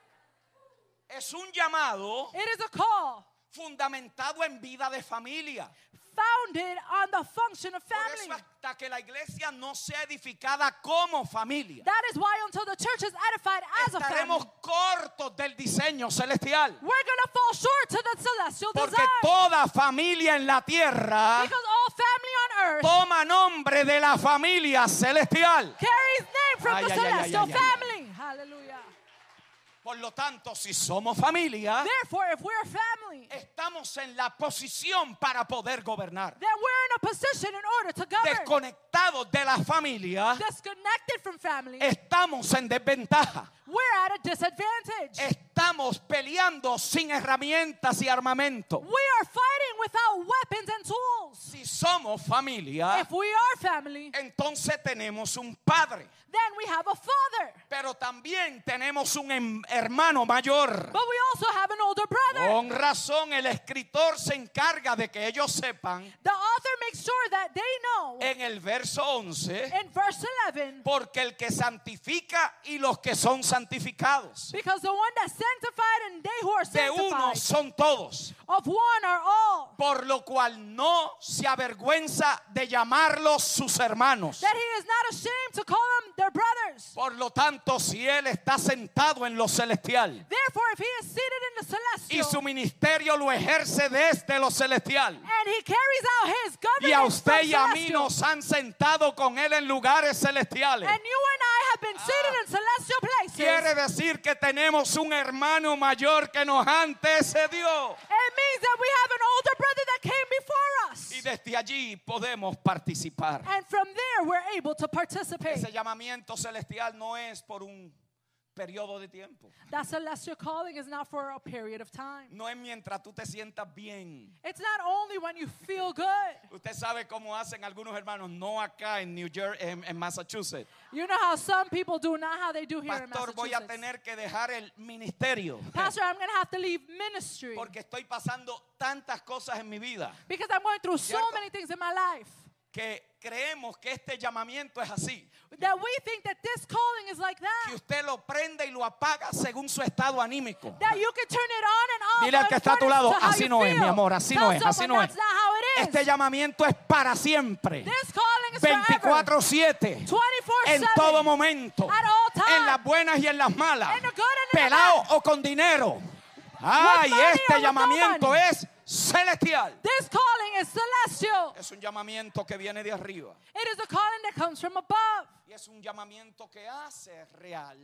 C: Es un llamado
D: It is a call
C: fundamentado en vida de familia.
D: founded on the function of
C: Por eso
D: family.
C: hasta que la iglesia no sea edificada como familia,
D: That is why until the church is edified as a family,
C: estaremos cortos del diseño celestial.
D: we're going to fall short to the celestial
C: Porque
D: design.
C: toda familia en la tierra
D: Because all family on earth
C: toma nombre de la familia celestial.
D: carries name from
C: Ay,
D: the
C: ay, ay, ay,
D: celestial
C: ay, ay.
D: family. Hallelujah.
C: Por lo tanto, si somos familia,
D: Therefore, if we're family,
C: estamos en la posición para poder gobernar.
D: then we're in a position in order to govern.
C: Desconectados de la familia,
D: Disconnected from family,
C: Eh. estamos en desventaja.
D: we're at a disadvantage.
C: Eh. Estamos peleando sin herramientas y armamento.
D: We are fighting without weapons and tools.
C: Si somos familia,
D: If we are family,
C: entonces tenemos un padre,
D: then we have a father.
C: pero también tenemos un em- hermano mayor.
D: But we also have an older brother.
C: Con razón el escritor se encarga de que ellos sepan
D: The author makes sure that they know
C: en el verso 11,
D: in verse 11
C: porque el que santifica y los que son santificados,
D: because the one that's sanctified and they who are
C: de uno
D: sanctified
C: son todos,
D: of one are all
C: por lo cual no se avergüenza de llamarlos sus hermanos.
D: that he is not ashamed to call them their brothers
C: Por lo tanto, si Él está sentado en lo celestial
D: therefore if he is seated in the
C: y su
D: celestial
C: ministerio lo ejerce desde lo celestial,
D: and he carries out his
C: y a
D: government
C: usted
D: from
C: y a mí
D: celestial,
C: nos han sentado con Él en lugares celestiales,
D: and you and I have been seated in celestial
C: quiere
D: places
C: decir que tenemos un hermano mayor que nos antecedió.
D: it means that we have an older brother that came before
C: Y
D: us
C: desde allí podemos participar.
D: and from there we're able to participate
C: Ese llamamiento celestial no es por un periodo de tiempo.
D: that celestial calling is not for a period of time
C: No es mientras tú te sientas bien.
D: it's not only when you feel good
C: Usted sabe cómo hacen algunos hermanos, no acá en New Jersey, en, en Massachusetts.
D: You know how some people do, not how they do here
C: Pastor,
D: in
C: voy a
D: Massachusetts.
C: tener que dejar el ministerio
D: Pastor, I'm going to have to leave ministry
C: porque estoy pasando tantas cosas en mi vida.
D: because I'm going through so
C: ¿Cierto?
D: many things in my life
C: que creemos que este llamamiento es así.
D: that we think that this calling is like
C: Que
D: that.
C: usted lo prende y lo apaga según su estado anímico.
D: That you can turn it on and off.
C: Dile al que está a tu
D: according
C: lado,
D: to how
C: así
D: you
C: no es,
D: feel.
C: mi amor, así
D: Tell
C: no es, así
D: someone
C: no es.
D: That's not how it is.
C: Este llamamiento es para siempre.
D: This calling is forever.
C: 24-7.
D: 24
C: En todo momento.
D: At all times.
C: En las buenas y en las malas.
D: In the good and in the
C: Pelado
D: bad.
C: o con dinero. Ay,
D: money or
C: este
D: with no
C: llamamiento
D: money.
C: es celestial.
D: This calling is celestial.
C: Es un llamamiento que viene de arriba.
D: It is a calling that comes from above.
C: Y es un llamamiento que hace real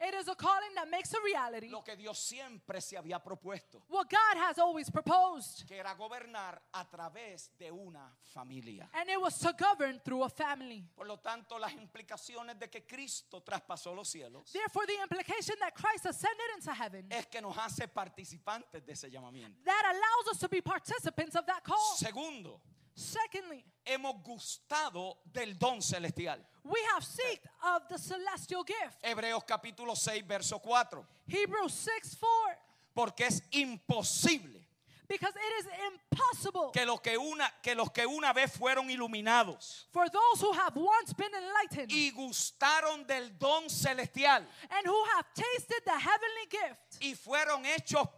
D: It is a calling that makes a reality
C: lo que Dios siempre se había propuesto.
D: what God has always proposed.
C: que era gobernar a través de una familia.
D: And it was to govern through a family.
C: Por lo tanto, las implicaciones de que Cristo traspasó los cielos
D: Therefore, the implication that Christ ascended into heaven
C: es que nos hace participantes de ese llamamiento.
D: that allows us to be participants of that call.
C: Segundo,
D: Secondly,
C: hemos gustado del don celestial.
D: we have seeked of the celestial gift.
C: Hebreos capítulo 6, verso 4.
D: Hebrews 6 4.
C: Porque es imposible
D: Because it is impossible
C: que los que una, que los que una vez fueron iluminados
D: for those who have once been enlightened
C: y gustaron del don celestial
D: and who have tasted the heavenly gift
C: y fueron hechos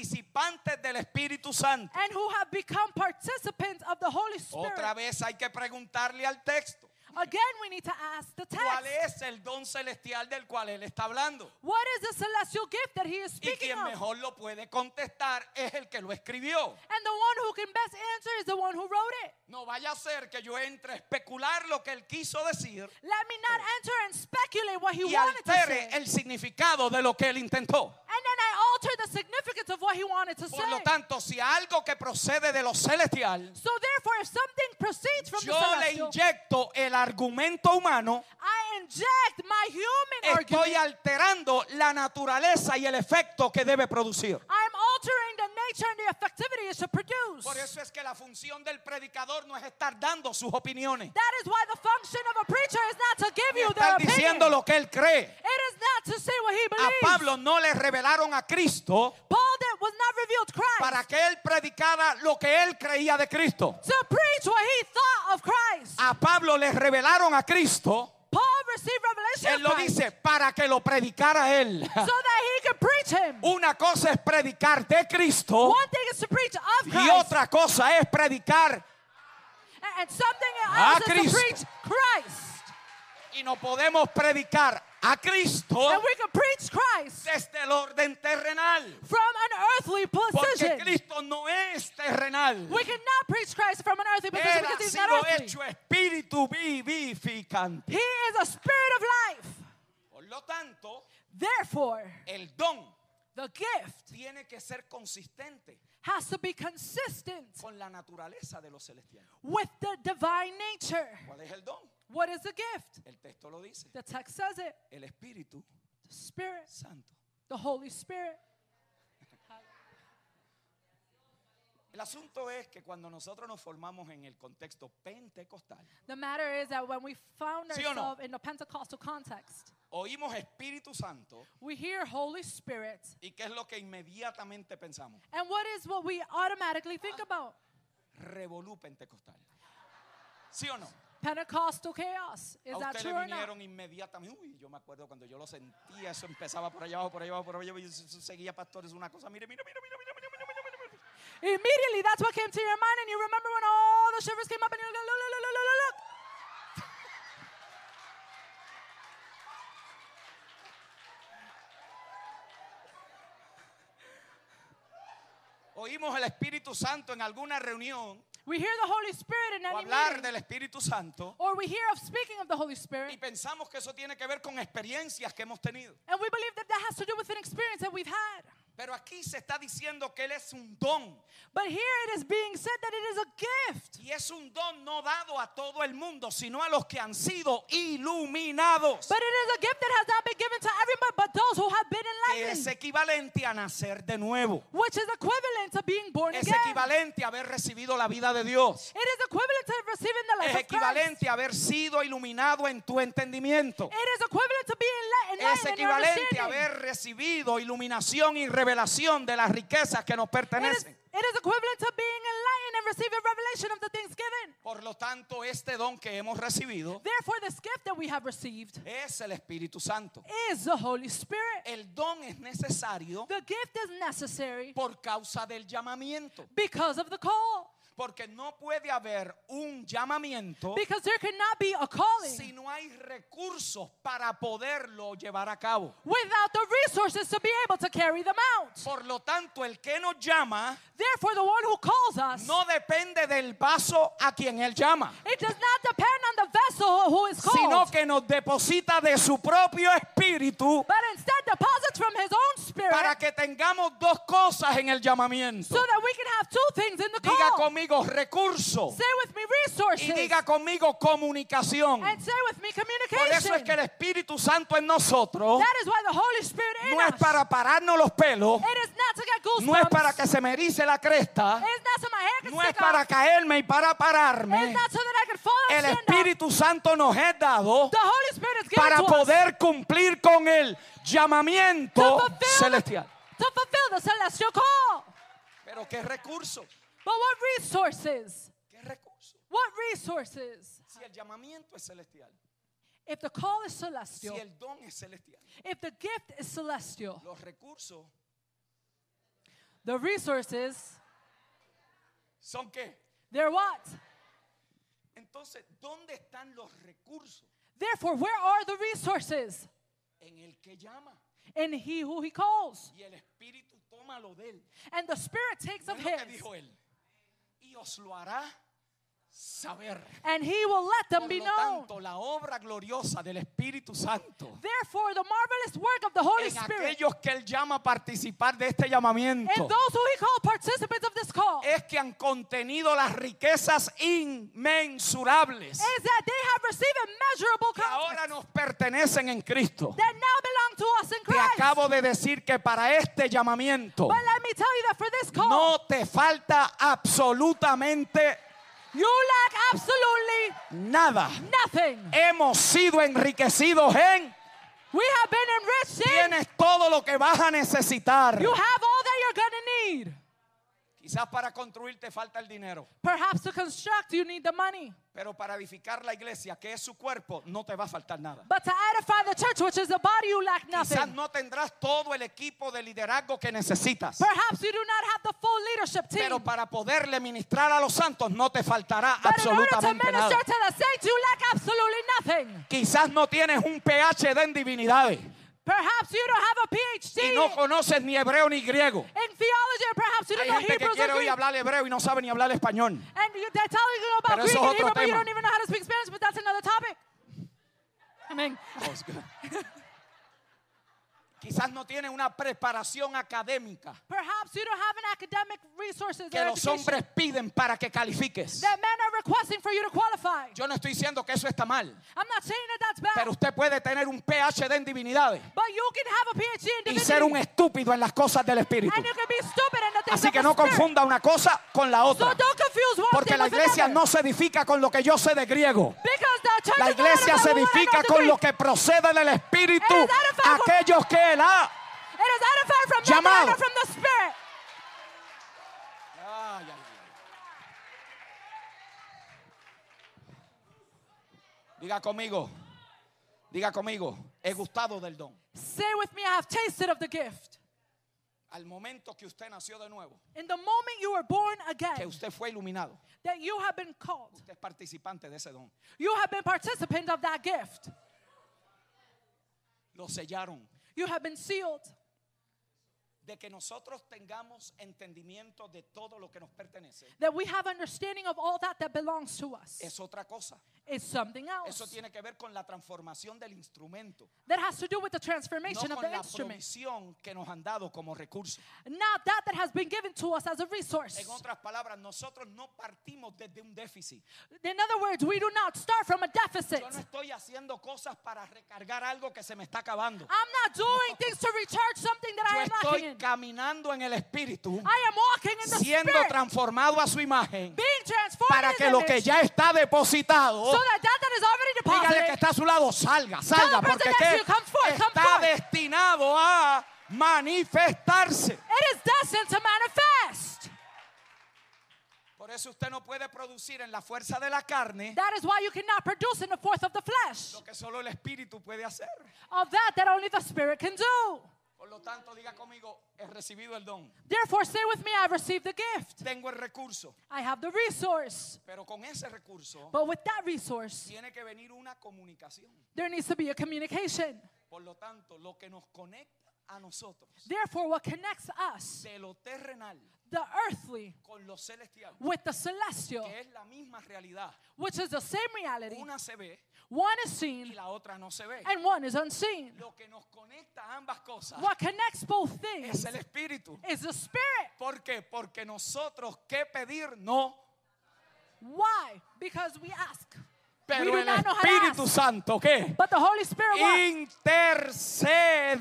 C: participantes del Espíritu Santo.
D: and who have become participants of the Holy Spirit.
C: Otra vez hay que preguntarle al texto.
D: Again, we need to ask the
C: ¿Cuál es
D: text
C: el don celestial del cual él está hablando?
D: what is the celestial gift that he is
C: Y
D: speaking
C: quien
D: of?
C: mejor lo puede contestar es el que lo escribió.
D: And the one who can best answer is the one who wrote it.
C: No vaya a ser que yo entre a especular lo que él quiso decir
D: Let me not enter and speculate what he
C: y
D: wanted to say.
C: altere el significado de lo que él intentó.
D: and then I alter the significance of what he wanted to
C: Por
D: say.
C: lo tanto, si algo que procede de lo celestial,
D: so therefore, if something proceeds from
C: yo
D: the
C: le
D: celestial,
C: inyecto el argumento humano,
D: I inject my human
C: estoy
D: argument.
C: alterando la naturaleza y el efecto que debe producir.
D: I'm altering the nature and the effectivity it should produce.
C: Por eso es que la función del predicador no es estar dando sus opiniones.
D: that is why the function of a preacher is not to give you their
C: Estar diciendo
D: opinion.
C: lo que él cree.
D: It is not to say what he
C: A
D: believes.
C: Pablo no le revelaron a Cristo
D: Paul did, was not revealed Christ
C: para que él predicara lo que él creía de Cristo.
D: to preach what he thought of Christ.
C: A Pablo le revelaron a Cristo,
D: Paul received revelation
C: él
D: of
C: lo
D: Christ.
C: dice, para que lo predicara él.
D: so that he could preach him.
C: Una cosa es predicar de Cristo
D: One thing is to preach of
C: y
D: Christ,
C: otra cosa es predicar.
D: a- and something
C: A
D: else
C: Ah,
D: is
C: Cristo.
D: to preach Christ.
C: Y no podemos predicar a Cristo
D: And we can preach Christ
C: desde el orden terrenal.
D: from an earthly
C: Eh. Porque
D: position.
C: Cristo no es terrenal.
D: We cannot preach Christ from an earthly position
C: Él
D: because
C: ha
D: he's not
C: sido
D: earthly.
C: hecho espíritu vivificante.
D: He is a spirit of life.
C: Por lo tanto,
D: Therefore,
C: el don
D: the gift
C: tiene que ser consistente
D: has to be consistent
C: con la naturaleza de los celestiales.
D: with the divine nature.
C: ¿Cuál es el don?
D: What is the gift?
C: El texto lo dice.
D: The text says it.
C: El Espíritu
D: The Spirit,
C: Santo.
D: the Holy Spirit.
C: El asunto es que cuando nosotros nos formamos en el contexto pentecostal,
D: The matter is that when we found
C: ¿Sí o no?
D: ourselves in the Pentecostal context,
C: oímos Espíritu Santo
D: we hear Holy Spirit,
C: y qué es lo que inmediatamente pensamos.
D: and what is what we automatically think about?
C: Revolú pentecostal. ¿Sí o no?
D: Pentecostal chaos. Is
C: a
D: that
C: usted
D: true
C: le
D: or not?
C: vinieron inmediatamente. Uy, yo me acuerdo cuando yo lo sentía, eso empezaba por allá abajo, por allá abajo, por allá abajo, y eso- eso seguía pastores una cosa. Mire, mira, mira, mira, mira, mira, mira, mira, mira, mira.
D: Immediately, that's what came to your mind, and you remember when all the shivers came up, and you go, look, look, look, look, look, look.
C: Oímos el Espíritu Santo en alguna reunión
D: We hear the Holy Spirit in
C: o
D: any
C: hablar
D: meeting,
C: del Espíritu Santo
D: or we hear of speaking of the Holy Spirit,
C: y pensamos que eso tiene que ver con experiencias que hemos tenido.
D: and we believe that that has to do with an experience that we've had.
C: Pero aquí se está diciendo que Él es un don.
D: But here it is being said that it is a gift,
C: Y es un don no dado a todo el mundo, sino a los que han sido iluminados.
D: but it is a gift that has not been given to everyone but those who have been
C: Que es
D: enlightened,
C: equivalente a nacer de nuevo.
D: which is equivalent to being born
C: Es
D: again.
C: equivalente a haber recibido la vida de Dios.
D: It is equivalent to receiving the
C: Es
D: life of Christ.
C: equivalente a haber sido iluminado en tu entendimiento.
D: It is equivalent to being enli-
C: Es
D: enlightened in your
C: equivalente a
D: understanding.
C: haber recibido iluminación y revelación de las riquezas que nos
D: It is,
C: pertenecen.
D: it is equivalent to being enlightened and receiving revelation of the things given.
C: Por lo tanto, este don que hemos recibido
D: Therefore, this gift that we have received
C: es el Espíritu Santo.
D: is the Holy Spirit.
C: El don es necesario
D: The gift is necessary
C: por causa del llamamiento.
D: because of the call.
C: Porque no puede haber un llamamiento
D: Because there cannot be a calling
C: si no hay recursos para poderlo llevar a cabo.
D: without the resources to be able to carry them out.
C: Por lo tanto, el que nos llama
D: Therefore, the one who calls us,
C: no depende del vaso a quien él llama,
D: it does not depend on the vessel who is
C: sino
D: called,
C: que nos deposita de su propio espíritu
D: but instead deposits from his own
C: para
D: spirit
C: que tengamos dos cosas en el llamamiento.
D: so that we can have two things in the
C: Diga
D: call.
C: conmigo recurso
D: Say with me,
C: y
D: resources.
C: diga conmigo comunicación.
D: And say with me,
C: Por eso es
D: communication.
C: que el Espíritu Santo en nosotros
D: That is why the Holy Spirit in
C: no es
D: us.
C: para pararnos los pelos,
D: It is not to get goosebumps.
C: no es para que se me erice la cresta,
D: It is not so my hair can
C: no es
D: stick
C: para
D: up.
C: caerme y para
D: It is
C: pararme.
D: not so that I can fall and
C: El
D: stand up.
C: Espíritu Santo nos es dado
D: The Holy Spirit is given
C: para
D: to us
C: poder cumplir con el llamamiento
D: To fulfill-
C: celestial.
D: to fulfill the celestial call.
C: Pero qué recurso,
D: But what resources?
C: qué recurso.
D: What resources?
C: Si el llamamiento es celestial,
D: If the call is
C: si
D: celestial,
C: el don es celestial,
D: if the gift is celestial,
C: los recursos
D: the resources,
C: son qué?
D: they're what?
C: Entonces, ¿dónde están los recursos
D: Therefore, where are the resources?
C: en el que llama?
D: In he who he calls.
C: Y el Espíritu toma lo de él.
D: And the Spirit takes
C: No
D: of
C: es lo que
D: his.
C: dijo él. Y os lo hará saber.
D: And he will let them
C: Por
D: be
C: lo
D: known.
C: tanto, la obra gloriosa del Espíritu Santo
D: Therefore, the marvelous work of the Holy
C: en
D: Spirit
C: aquellos que él llama a participar de este
D: and
C: llamamiento
D: those who He called participants of this call
C: es que han contenido las riquezas inmensurables
D: is that they have received immeasurable
C: que ahora
D: comfort
C: nos pertenecen en Cristo.
D: that now belong to us in
C: Te
D: Christ.
C: acabo de decir que para este llamamiento
D: But let me tell you that for this call,
C: no te falta absolutamente
D: you lack absolutely
C: nada.
D: nothing.
C: Hemos sido enriquecidos en
D: We have been enriched in.
C: tienes todo lo que vas a necesitar.
D: You have all that you're going to need.
C: Quizás para construir te falta el dinero,
D: Perhaps to construct, you need the money.
C: pero para edificar la iglesia, que es su cuerpo, no te va a faltar nada.
D: But to edify the church, which is the body, you lack
C: Quizás
D: nothing.
C: no tendrás todo el equipo de liderazgo que necesitas.
D: Perhaps you do not have the full leadership team.
C: Pero para poderle ministrar a los santos no te faltará
D: But in order to
C: absolutamente nada.
D: minister to the saints, you lack absolutely nothing.
C: Quizás no tienes un PhD en divinidades
D: Perhaps you don't have a PhD
C: y no conoces ni hebreo ni griego.
D: in theology, and perhaps you don't
C: Hay
D: know
C: gente que
D: Hebrews or
C: quiere hoy
D: Greek.
C: hablar hebreo y no sabe ni hablar español.
D: And you, they're telling you about
C: Pero eso es
D: Greek and
C: otro
D: Hebrew, but you
C: tema.
D: don't even know how to speak Spanish, but that's another topic. I mean,
C: Quizás no tienes una preparación académica
D: perhaps you don't have an academic resources
C: que
D: or
C: los
D: education
C: hombres piden para que califiques.
D: that men are requesting for you to qualify.
C: Yo no estoy diciendo que eso está mal,
D: I'm not saying that that's bad,
C: pero usted puede tener un PhD en divinidades
D: but you can have a PhD in
C: y
D: divinity,
C: ser un estúpido en las cosas del Espíritu.
D: and you can be stupid and the things
C: Así
D: of
C: que
D: the
C: no
D: Spirit.
C: confunda una cosa con la
D: So
C: otra.
D: don't confuse one
C: Porque
D: thing
C: la
D: with
C: iglesia
D: another.
C: no se edifica con lo que yo sé de griego.
D: Because the church
C: La
D: is not
C: iglesia
D: edified
C: se
D: with what I
C: edifica
D: know to
C: con
D: be.
C: lo que procede del Espíritu.
D: It is edified with-
C: Aquellos que él ha.
D: It is edified from men,
C: Llamado.
D: and not from the Spirit.
C: Ay, ay, ay. Diga conmigo. Diga conmigo. He gustado del don.
D: Say with me, I have tasted of the gift.
C: Al momento que usted nació de nuevo,
D: In the moment you were born
C: que
D: again,
C: usted fue iluminado,
D: that you have been called,
C: usted es participante de ese don.
D: you have been participant of that gift,
C: Lo sellaron.
D: you have been sealed.
C: De que nosotros tengamos entendimiento de todo lo que nos pertenece
D: That we have understanding of all that that belongs to us.
C: es otra cosa.
D: It's something
C: Eso
D: else
C: tiene que ver con la transformación del instrumento,
D: that has to do with the
C: no
D: transformation of
C: con
D: the
C: la
D: instrument,
C: provisión que nos han dado como recurso.
D: not that that has been given to us as a resource.
C: En otras palabras, nosotros no partimos desde un déficit.
D: In other words, we do not start from a deficit.
C: Yo no estoy haciendo cosas para recargar algo que se me está acabando.
D: I'm not doing things to recharge something that
C: Yo
D: I am lacking
C: estoy
D: in.
C: caminando en el espíritu,
D: I am walking in the
C: siendo
D: spirit,
C: transformado a su imagen,
D: being transformed
C: para
D: in
C: que
D: His
C: lo que
D: image,
C: ya está depositado,
D: so that that that is already
C: dígale que
D: deposited,
C: está a su lado, salga, salga,
D: the person
C: porque
D: next
C: que
D: to you, come forth, come
C: está
D: forth.
C: destinado a manifestarse.
D: it is destined to manifest.
C: Por eso usted no puede producir en la fuerza de la carne
D: That is why you cannot produce in the force of the flesh
C: lo que solo el espíritu puede hacer.
D: of that that only the spirit can do.
C: Por lo tanto, diga conmigo, he recibido el don,
D: Therefore, say with me, I received the gift.
C: tengo el recurso,
D: I have the resource.
C: pero con ese recurso
D: But with that resource,
C: tiene que venir una comunicación.
D: there needs to be a communication.
C: Por lo tanto, lo que nos conecta a nosotros
D: Therefore, what connects us,
C: de lo terrenal
D: the earthly,
C: con lo celestial,
D: with the celestial,
C: que es la misma realidad.
D: which is the same reality,
C: Una se ve
D: one is
C: y
D: seen
C: la otra no se ve.
D: and one is unseen.
C: Lo que nos conecta a ambas cosas
D: What connects both
C: es
D: things
C: el espíritu.
D: is the spirit.
C: ¿Por qué? Porque nosotros qué pedir no,
D: Why? Because we ask. We
C: pero
D: do
C: el
D: not know how to
C: Espíritu
D: ask.
C: Santo qué?
D: But the Holy Spirit what?
C: Intercede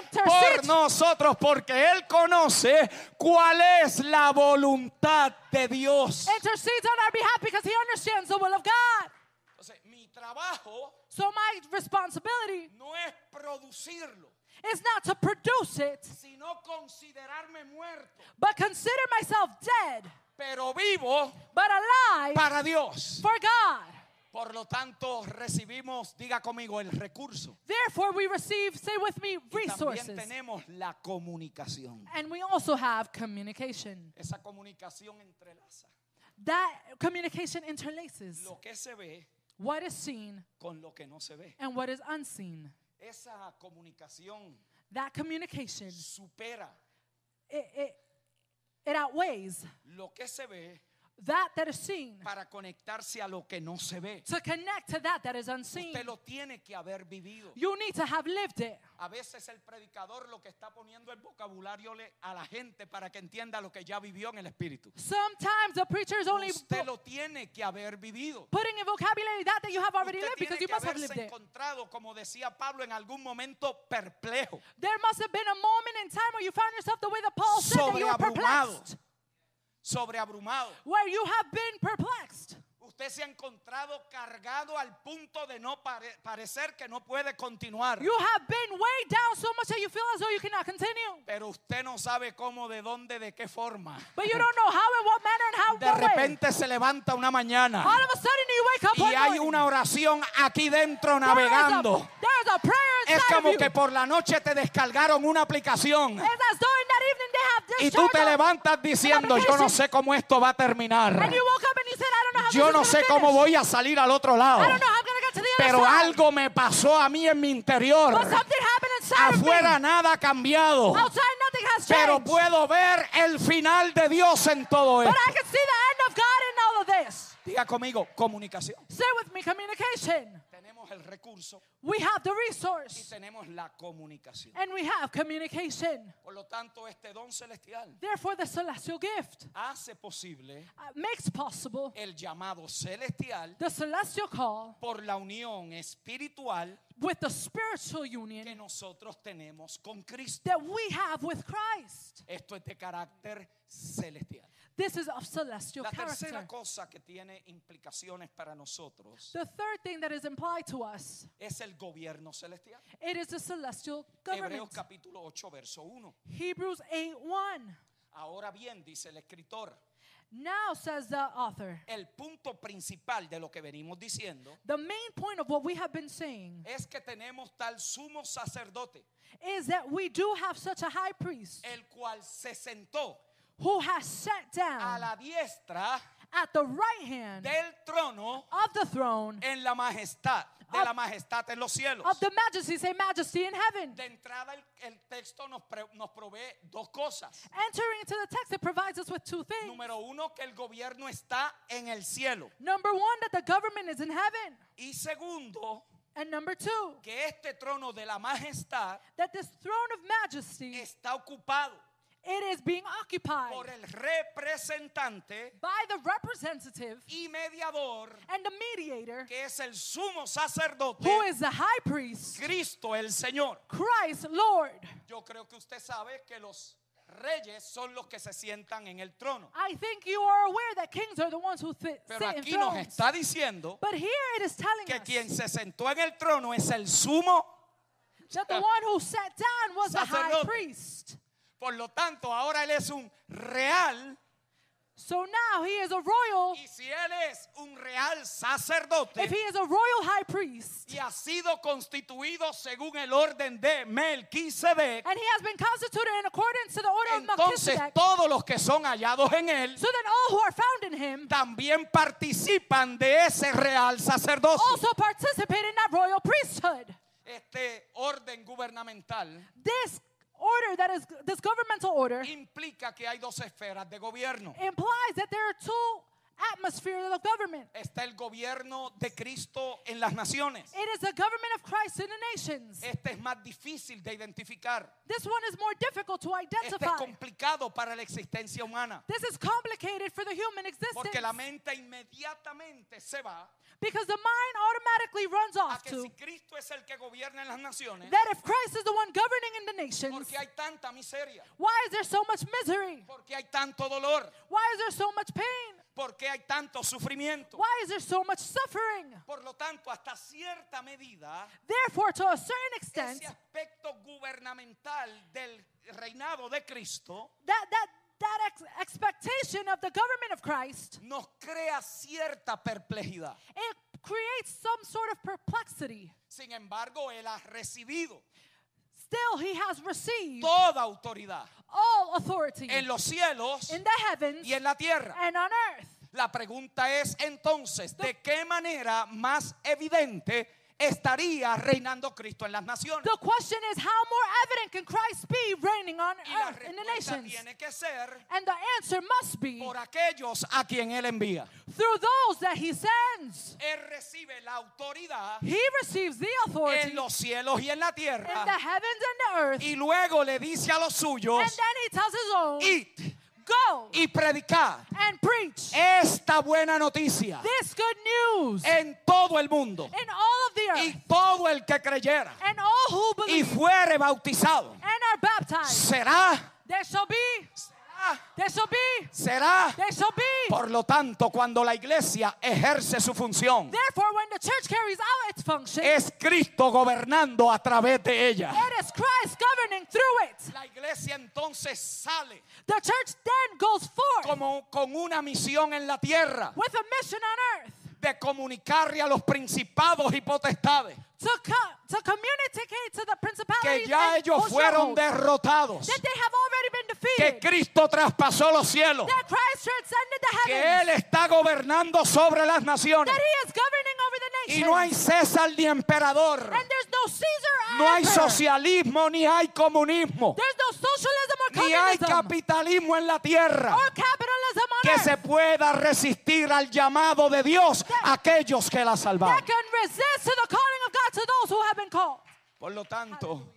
D: Intercede.
C: por nosotros porque Él conoce cuál es la voluntad de Dios.
D: intercedes on our behalf because he understands the will of God.
C: Entonces, mi trabajo
D: So my responsibility
C: no es producirlo,
D: is not to produce it,
C: sino considerarme muerto,
D: but consider myself dead,
C: pero vivo
D: but alive
C: para Dios.
D: for God.
C: Por lo tanto, recibimos, diga conmigo, el recurso.
D: Therefore, we receive, say with me,
C: Y también
D: resources.
C: tenemos la comunicación.
D: And we also have communication.
C: Esa comunicación entrelaza
D: That communication interlaces
C: lo que se ve
D: what is seen
C: con lo que no se ve.
D: and what is unseen.
C: Esa comunicación
D: That communication,
C: supera
D: it, it, it outweighs
C: lo que se ve
D: that that is seen
C: para conectarse a lo que no se ve.
D: to connect to that that is unseen.
C: Usted lo tiene que haber vivido.
D: You need to have lived it.
C: A veces el predicador lo que está poniendo el vocabulario le- a la gente para que entienda lo que ya vivió en el espíritu.
D: Sometimes the preacher is only
C: Usted
D: vo-
C: lo tiene que haber vivido.
D: putting in vocabulary that that you have already
C: Usted
D: lived
C: tiene
D: because you
C: que
D: must have lived
C: haberse
D: it.
C: encontrado, como decía Pablo, en algún momento perplejo,
D: There must have been a moment in time where you found yourself the way that Paul said that you were
C: Sobreabrumado.
D: perplexed.
C: sobreabrumado.
D: Where you have been perplexed.
C: Usted se ha encontrado cargado al punto de no pare- parecer que no puede continuar.
D: You have been weighed down so much that you feel as though you cannot continue.
C: Pero usted no sabe cómo, de dónde, de qué forma.
D: But you don't know how, in what manner, and how,
C: De
D: what way.
C: repente se levanta una
D: All
C: mañana
D: of a sudden you wake up
C: y
D: one
C: hay
D: morning.
C: una oración aquí dentro
D: There is a-
C: navegando.
D: There is a prayer
C: Es
D: inside
C: como
D: of
C: que
D: you.
C: por la noche te descargaron una aplicación
D: It's as though in that evening they have
C: y tú te
D: discharged us.
C: levantas diciendo, yo no sé cómo esto va a terminar.
D: And you woke up and you said, I don't know how
C: Yo
D: this
C: no
D: is
C: sé
D: gonna
C: cómo
D: finish.
C: voy a salir al otro lado.
D: I don't know how I'm going to get to the other
C: Pero
D: side.
C: algo me pasó a mí en mi interior.
D: But something happened inside
C: Afuera
D: of me.
C: nada ha cambiado.
D: Outside nothing has
C: Pero
D: changed.
C: puedo ver el final de Dios en todo
D: but
C: esto.
D: I can see the end of God in all of this.
C: Diga conmigo, comunicación.
D: Say with me, communication.
C: Tenemos el recurso
D: We have the
C: y
D: resource
C: tenemos la comunicación.
D: and we have communication.
C: Por lo tanto, este don celestial
D: Therefore, the celestial gift
C: hace posible
D: uh, makes possible
C: el llamado celestial
D: the celestial call
C: por la unión espiritual
D: with the spiritual
C: que
D: union
C: nosotros tenemos con Cristo.
D: that we have with Christ.
C: Esto es de carácter celestial.
D: This is of celestial
C: La
D: character.
C: tercera cosa que tiene implicaciones para nosotros
D: The third thing that is implied to us,
C: es el gobierno celestial.
D: it is the celestial
C: Hebreos
D: government.
C: capítulo 8, verso 1.
D: Hebrews 8 1.
C: Ahora bien, dice el escritor,
D: Now, says the author,
C: el punto principal de lo que venimos diciendo
D: the main point of what we have been saying
C: es que tenemos tal sumo sacerdote,
D: is that we do have such a high priest
C: el cual se sentó
D: who has sat
C: a
D: down
C: la diestra
D: at the right hand
C: del trono
D: of the throne
C: en la majestad, de
D: Of-
C: la majestad en los cielos.
D: of the majesty, say majesty in heaven.
C: De entrada el, el texto nos, pre- nos provee dos cosas.
D: Entering into the text, it provides us with two things.
C: Número uno, que el gobierno está en el cielo.
D: Number one, that the government is in heaven.
C: Y segundo,
D: And number two,
C: que este trono de la majestad
D: that this throne of majesty,
C: está ocupado
D: it is being
C: por
D: occupied
C: el representante
D: by the representative
C: y mediador
D: and the mediator,
C: que es el sumo sacerdote
D: who is the high priest,
C: Cristo el Señor.
D: Christ, Lord.
C: Yo creo que usted sabe que los reyes son los que se sientan en el trono.
D: I think you are aware that kings are the ones who thi-
C: Pero
D: sit in
C: aquí nos
D: thrones.
C: está diciendo
D: But here it is telling
C: que quien
D: us
C: se sentó en el trono es el sumo.
D: that the one who sat down was the high
C: Sacerdote.
D: priest.
C: Por lo tanto, ahora él es un real.
D: So now he is a royal,
C: Y si él es un real
D: if he
C: sacerdote
D: is a royal high priest,
C: y ha sido constituido según el orden de Melquisedec,
D: and he has been constituted in accordance to the order of
C: entonces
D: Melchizedek,
C: todos los que son hallados en él
D: so that all who are found in him
C: también participan de ese real sacerdocio.
D: also participate in that royal priesthood.
C: Este orden gubernamental
D: This order that is this governmental order
C: implica que hay dos esferas de gobierno.
D: Eh, implies that there are two atmospheres of government.
C: Está el gobierno de Cristo en las naciones.
D: It is the government of Christ in the nations.
C: Este es más difícil de identificar.
D: This one is more difficult to
C: Este es
D: identify.
C: complicado para la existencia humana.
D: This is complicated for the human
C: Porque la
D: existence
C: mente inmediatamente se va
D: because the mind automatically runs
C: a
D: off
C: Ah, que
D: to
C: si Cristo es el que gobierna en las naciones,
D: that if Christ is the one governing in the nations,
C: porque hay tanta miseria,
D: why is there so much misery?
C: porque hay tanto dolor,
D: Why is there so much pain?
C: porque hay tanto sufrimiento.
D: Why is there so much suffering?
C: Por lo tanto, hasta cierta medida,
D: Therefore, to a certain extent,
C: ese aspecto gubernamental del reinado de Cristo
D: that that that ex- expectation of the government of Christ
C: nos crea cierta perplejidad.
D: it creates some sort of perplexity.
C: Sin embargo, él ha recibido
D: Still, he has received
C: toda autoridad
D: all authority
C: en los cielos
D: in the heavens
C: y en la tierra.
D: and on earth.
C: La pregunta es entonces, ¿de qué manera más evidente estaría reinando Cristo en las naciones?
D: The question is, how more evident can Christ be reigning on
C: Y la
D: earth in the
C: respuesta
D: nations?
C: tiene que ser
D: And the answer must be
C: por aquellos a quien Él envía.
D: through those that he sends.
C: Él recibe la autoridad
D: He receives the authority
C: en
D: in
C: los cielos y en la
D: the
C: tierra
D: heavens and the earth,
C: y luego le dice a los suyos,
D: and then he tells his own,
C: id
D: go
C: y Eh. predicad
D: and preach
C: esta buena noticia
D: this good news
C: en todo el mundo
D: in all of the
C: Eh. y
D: earth,
C: todo el que creyera
D: and all who
C: y
D: believe
C: fuere bautizado
D: and are baptized,
C: será
D: there shall be, there shall be,
C: será
D: there shall be.
C: Por lo tanto, cuando la iglesia ejerce su función,
D: Therefore, when the church carries out its function, it
C: es Cristo gobernando a través de ella.
D: is Christ governing through it.
C: La iglesia entonces sale
D: The church then goes forth
C: como con una misión en la tierra
D: with a mission on earth
C: de comunicarle a los principados y potestades
D: to, co- to communicate to the
C: que
D: principalities
C: ya
D: and
C: ellos fueron
D: that
C: derrotados,
D: they have already been
C: que
D: defeated,
C: Cristo traspasó los cielos,
D: that Christ transcended the
C: que Él
D: heavens,
C: está gobernando sobre las naciones
D: that he is governing over the
C: y no hay
D: nations,
C: César ni emperador,
D: and there's no Caesar or
C: no hay
D: emperor.
C: socialismo ni hay comunismo.
D: There's no socialism or
C: ni hay
D: communism
C: capitalismo en la tierra
D: or capitalism on
C: que
D: earth
C: se pueda resistir al llamado de Dios a aquellos que la
D: that
C: salvaron.
D: can resist to the calling of God to those who have been called.
C: Por lo tanto,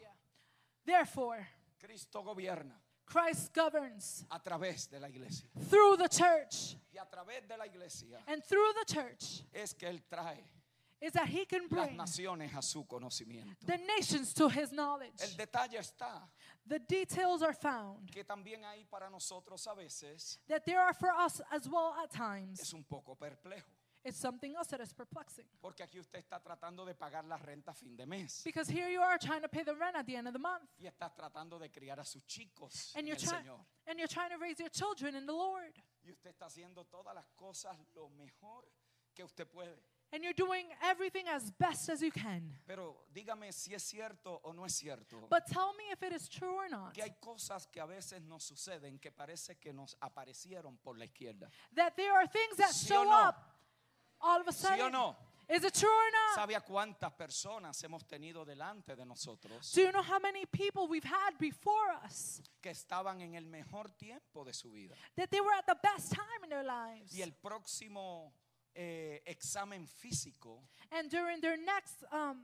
D: Therefore,
C: Cristo gobierna
D: Christ governs
C: a través de la iglesia.
D: through the church,
C: Y a través de la iglesia
D: and through the church
C: es que Él trae
D: is that he can
C: las
D: bring
C: naciones a su conocimiento.
D: the nations to his knowledge.
C: El detalle está
D: The details are found
C: que también ahí para nosotros a veces
D: that there are for us as well at times.
C: es un poco perplejo.
D: It's something else that is perplexing.
C: Porque aquí usted está tratando de pagar la renta a fin de mes.
D: Because here you are trying to pay the rent at the end of the month.
C: Y está tratando de criar a sus chicos en
D: And you're,
C: el
D: trying,
C: Señor.
D: and you're trying to raise your children in the Lord.
C: Y usted está haciendo todas las cosas lo mejor que usted puede.
D: And you're doing everything as best as you can.
C: Pero dígame si es cierto o no es cierto.
D: But tell me if it is true or not
C: Que hay cosas que a veces nos suceden que parece que nos aparecieron por la izquierda.
D: that there are things that
C: Sí o
D: show
C: no?
D: up all of a
C: ¿Sí o
D: sudden.
C: no?
D: Is it true or not?
C: ¿Sabe a cuántas personas hemos tenido delante de nosotros
D: Do you know how many people we've had before us
C: que estaban en el mejor tiempo de su vida?
D: that they were at the best time in their lives?
C: Y el próximo eh, examen físico
D: And during their next um,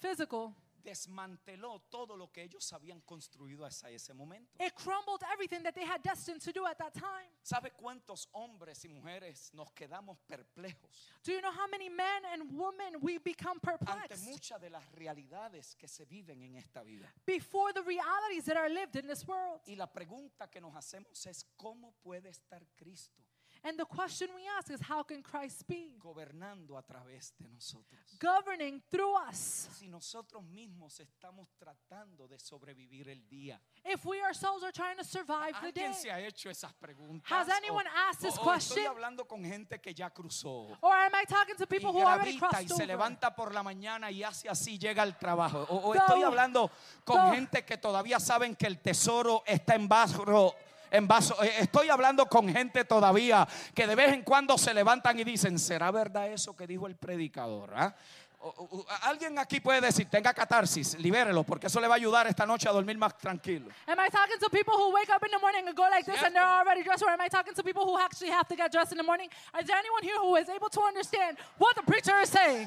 D: physical,
C: desmanteló todo lo que ellos habían construido hasta ese momento.
D: it crumbled everything that they had destined to do at that time.
C: ¿Sabe cuántos hombres y mujeres nos quedamos perplejos
D: Do you know how many men and women we become
C: ante
D: perplexed
C: muchas de las realidades que se viven en esta vida?
D: before the realities that are lived in this world?
C: Y la pregunta que nos hacemos es, ¿cómo puede estar Cristo
D: And the question we ask is how can Christ be
C: gobernando a través de nosotros?
D: governing through us
C: Si nosotros mismos estamos tratando de sobrevivir el día.
D: if we ourselves are trying to survive the day?
C: ¿Alguien se ha hecho esas preguntas?
D: Has
C: ¿O-
D: anyone asked this
C: o- o oh, Estoy
D: question?
C: hablando con gente que ya cruzó.
D: Or am I talking to people
C: y
D: who
C: gravita,
D: already
C: y
D: crossed
C: se
D: over?
C: levanta por la mañana y hace así llega al trabajo. O, o
D: Go-
C: estoy hablando con
D: go-
C: gente que todavía saben que el tesoro está en barro. En vaso, Eh, estoy hablando con gente todavía que de vez en cuando se levantan y dicen, ¿será verdad eso que dijo el predicador? ah? O- o- o- alguien aquí puede decir, tenga catarsis, libérelo, porque eso le va a ayudar esta noche a dormir más tranquilo.
D: Am I talking to people who wake up in the morning and go like this and they're
C: Cierto.
D: already dressed? Or am I talking to people who actually have to get dressed in the morning? Is there anyone here who is able to understand what the preacher is saying?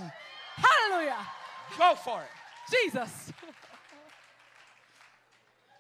D: Hallelujah.
C: Go for it.
D: Jesus.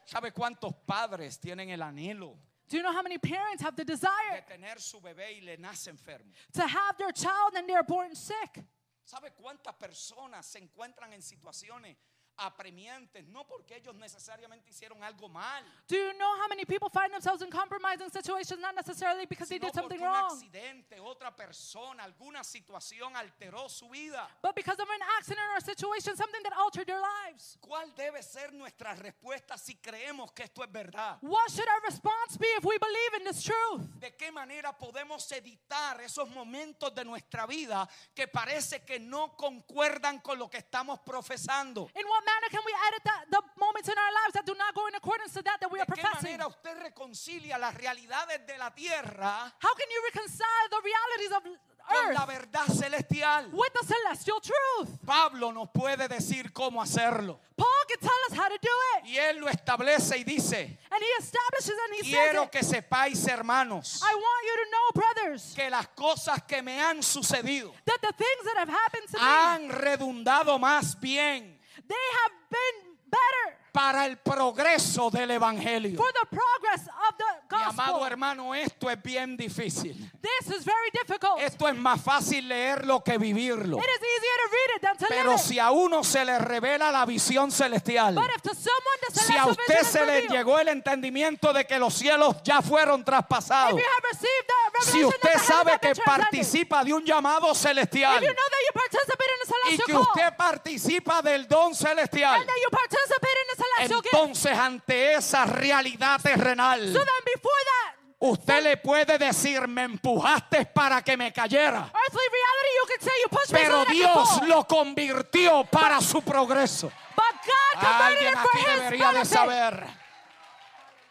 C: ¿Sabe cuántos padres tienen el anhelo
D: Do you know how many parents have the
C: de
D: desire
C: tener su bebé y le nace enfermo?
D: to have their child and they're born sick?
C: ¿Sabe cuántas personas se encuentran en situaciones apremiantes? No porque ellos necesariamente hicieron algo mal,
D: Do you know how many people find themselves in compromising situations not necessarily because they
C: sino
D: did
C: porque un
D: something wrong,
C: accidente, otra persona, alguna situación alteró su vida.
D: but because of an accident or a situation, something that altered their lives?
C: ¿Cuál debe ser nuestra respuesta si creemos que esto es verdad?
D: What should our response be if we believe in this truth?
C: ¿De qué manera podemos editar esos momentos de nuestra vida que parece que no concuerdan con lo que estamos profesando?
D: In what manner can we edit that, the moments in our lives that do not go in accordance to that that we
C: ¿De
D: are
C: qué
D: professing?
C: manera usted reconcilia las realidades de la tierra
D: How can you reconcile the realities of
C: con la
D: earth
C: verdad celestial?
D: with the celestial truth?
C: Pablo nos puede decir cómo hacerlo.
D: Paul can tell us how to do it,
C: Y él lo establece y dice,
D: and he establishes and he says,
C: quiero
D: it.
C: que sepáis, hermanos,
D: "I want you to know, brothers,
C: que las cosas que me han sucedido
D: that the things that have happened to me,
C: han redundado más bien
D: they have been better
C: para el progreso del Evangelio.
D: for the progress of the
C: Mi amado
D: gospel."
C: hermano, esto es bien difícil.
D: This is very difficult. It
C: Esto es más fácil leerlo que vivirlo.
D: Oh. is easier to read it than to
C: Pero
D: live it.
C: si a uno se le revela la visión celestial,
D: But if to someone the
C: si a
D: celestial
C: usted
D: vision is
C: se le
D: revealed,
C: llegó el entendimiento de que los cielos ya fueron
D: If
C: traspasados,
D: you have received the
C: si
D: revelation that
C: usted
D: the heavens
C: sabe
D: have
C: que
D: been transcended,
C: participa de un llamado
D: if
C: celestial
D: you know that you participate in the
C: y
D: celestial
C: que
D: call,
C: usted participa del don celestial,
D: and that you participate in the celestial gift,
C: entonces ante esa realidad terrenal,
D: so then before that
C: usted le puede decir, me empujaste para que me cayera,
D: earthly reality, you can say you pushed me so
C: pero
D: that I could
C: Dios
D: fall.
C: lo convirtió para su progreso.
D: But God converted
C: Alguien
D: it for
C: aquí
D: His
C: debería de
D: benefit.
C: saber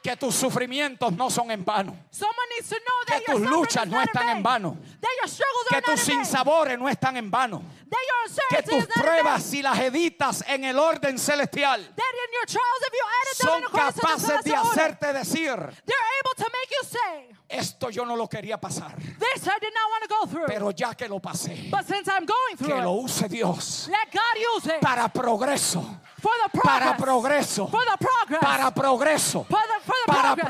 C: que tus sufrimientos no son en vano.
D: Someone needs to know that
C: que
D: your
C: tus
D: suffering
C: luchas
D: is
C: no
D: not
C: están en
D: vain,
C: vano,
D: That your struggles
C: que
D: are not
C: tus
D: in vain.
C: sinsabores no están en vano,
D: That your
C: que
D: uncertainty
C: tus
D: is not in vain.
C: pruebas si las editas en el orden celestial
D: That in your trials, if you edit them
C: son
D: in accordance to the
C: capaces de
D: celestial order,
C: hacerte decir,
D: they're able to make you say,
C: esto yo no lo quería pasar,
D: this I did not want to go through.
C: pero ya que lo pasé,
D: but since I'm going through
C: que
D: it,
C: lo use Dios
D: Let God use it
C: para progreso,
D: for the
C: para
D: progress.
C: progreso,
D: For the progress.
C: para progreso,
D: for the, for the
C: para
D: progress.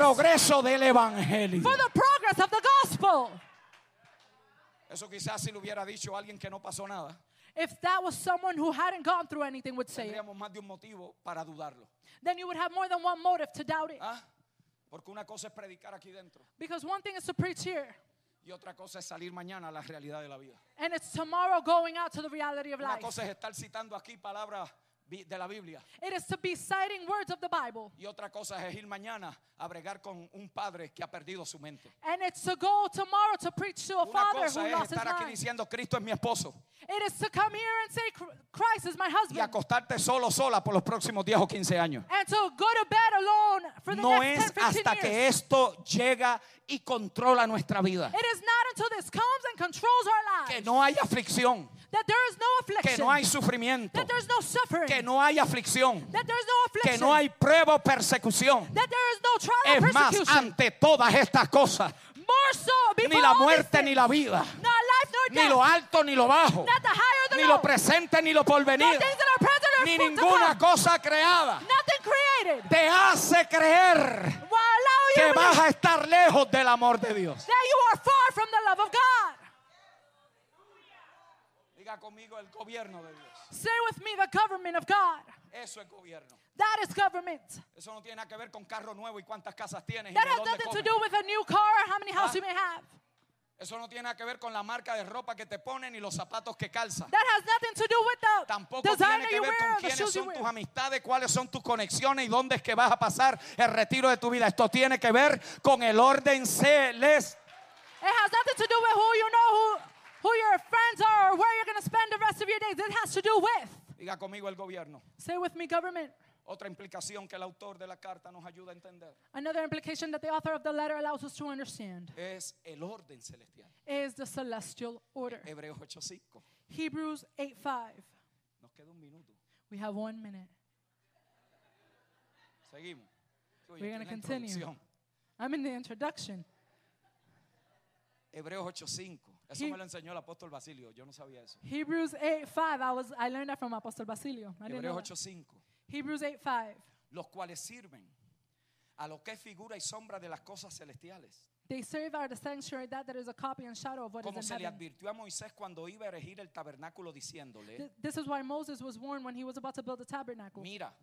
C: progreso del Evangelio.
D: For the progress of the gospel.
C: Eso quizás si lo hubiera dicho alguien que no pasó nada,
D: If that was someone who hadn't gone through anything would say it,
C: tendríamos más de un motivo para dudarlo.
D: then you would have more than one motive to doubt it.
C: ¿ah? Porque una cosa es predicar aquí dentro.
D: Because one thing is to preach here,
C: Y otra cosa es salir mañana a la realidad de la vida.
D: And it's tomorrow going out to the reality of
C: Una
D: life.
C: cosa es estar citando aquí palabras bi- de la Biblia.
D: It is to be citing words of the Bible.
C: Y otra cosa es ir mañana a bregar con un padre que ha perdido su mente.
D: And it's to go tomorrow to preach to a
C: Una
D: Oh, father
C: cosa
D: who
C: es
D: lost his
C: estar aquí
D: mind.
C: diciendo Cristo es mi esposo
D: It is to come here and say, "Cr- Christ is my
C: y
D: husband.
C: acostarte solo sola por los próximos 10 o 15 años.
D: And to go to bed alone for the
C: No es
D: next 10, 15
C: hasta
D: years.
C: que esto llega y controla nuestra vida.
D: It is not until this comes and controls our
C: Que
D: lives
C: no hay aflicción,
D: that there is no
C: que
D: affliction,
C: no hay sufrimiento,
D: that there's no suffering,
C: que no hay aflicción,
D: that there's no
C: que
D: affliction,
C: no hay prueba o persecución.
D: that there is no trial
C: Es
D: or
C: más,
D: persecution.
C: ante todas estas cosas,
D: More so, before
C: ni la
D: all these
C: muerte ni
D: things,
C: la vida,
D: not life nor
C: ni
D: death,
C: lo alto ni lo bajo,
D: not the high or the
C: ni
D: low,
C: lo presente ni lo
D: no
C: porvenir,
D: things that are present or
C: ni
D: full to
C: ninguna
D: come,
C: cosa creada
D: nothing created,
C: te hace creer
D: will allow you
C: que
D: to
C: vas a estar lejos del amor de Dios.
D: that you are far from the love of God.
C: Diga conmigo el gobierno de Dios.
D: Say with me, the government of God.
C: Eso es gobierno.
D: That is government.
C: Eso no tiene nada que ver con carro nuevo y cuántas casas tienes. Y
D: That
C: de
D: has
C: dónde Ah.
D: nothing to
C: comes.
D: do with a new car or how many houses you may have.
C: Eso no tiene nada que ver con la marca de ropa que te ponen y los zapatos que calzas.
D: That has nothing to do with the
C: Tampoco tiene
D: designer
C: que
D: you
C: ver
D: wear
C: con
D: or the
C: quiénes
D: shoes you
C: son tus
D: wear.
C: amistades, cuáles son tus conexiones y dónde es que vas a pasar el retiro de tu vida. Esto tiene que ver con el orden celestial.
D: It has nothing to do with who you know, who, who your friends are, or where you're going to spend the rest of your days. It has to do with.
C: Diga conmigo el gobierno.
D: Say with me, government.
C: Otra implicación que el autor de la carta nos ayuda a entender
D: Another implication that the author of the letter allows us to understand
C: es el orden celestial.
D: is the celestial order.
C: Hebreos 8:5.
D: Hebrews 8 5.
C: Nos queda un minuto.
D: We have one minute.
C: Seguimos. Sí, oye, esto
D: We're gonna
C: es la
D: continue.
C: introducción.
D: I'm in the introduction.
C: Hebreos 8:5. Eso
D: He-
C: me lo enseñó el apóstol Basilio. Yo no sabía eso.
D: Hebrews 8 5. I, was, I learned that from Apostle Basilio. I didn't know
C: Hebreos
D: that.
C: 8:5.
D: Hebrews 8 5.
C: Los cuales sirven a lo que es figura y sombra de las cosas celestiales.
D: They serve are the sanctuary that that is a copy and shadow of what
C: Como
D: is
C: se
D: in
C: le
D: heaven.
C: advirtió a Moisés cuando iba a erigir el tabernáculo diciéndole,
D: Th- This is why Moses was warned when he was about to build the tabernacle.
C: mira,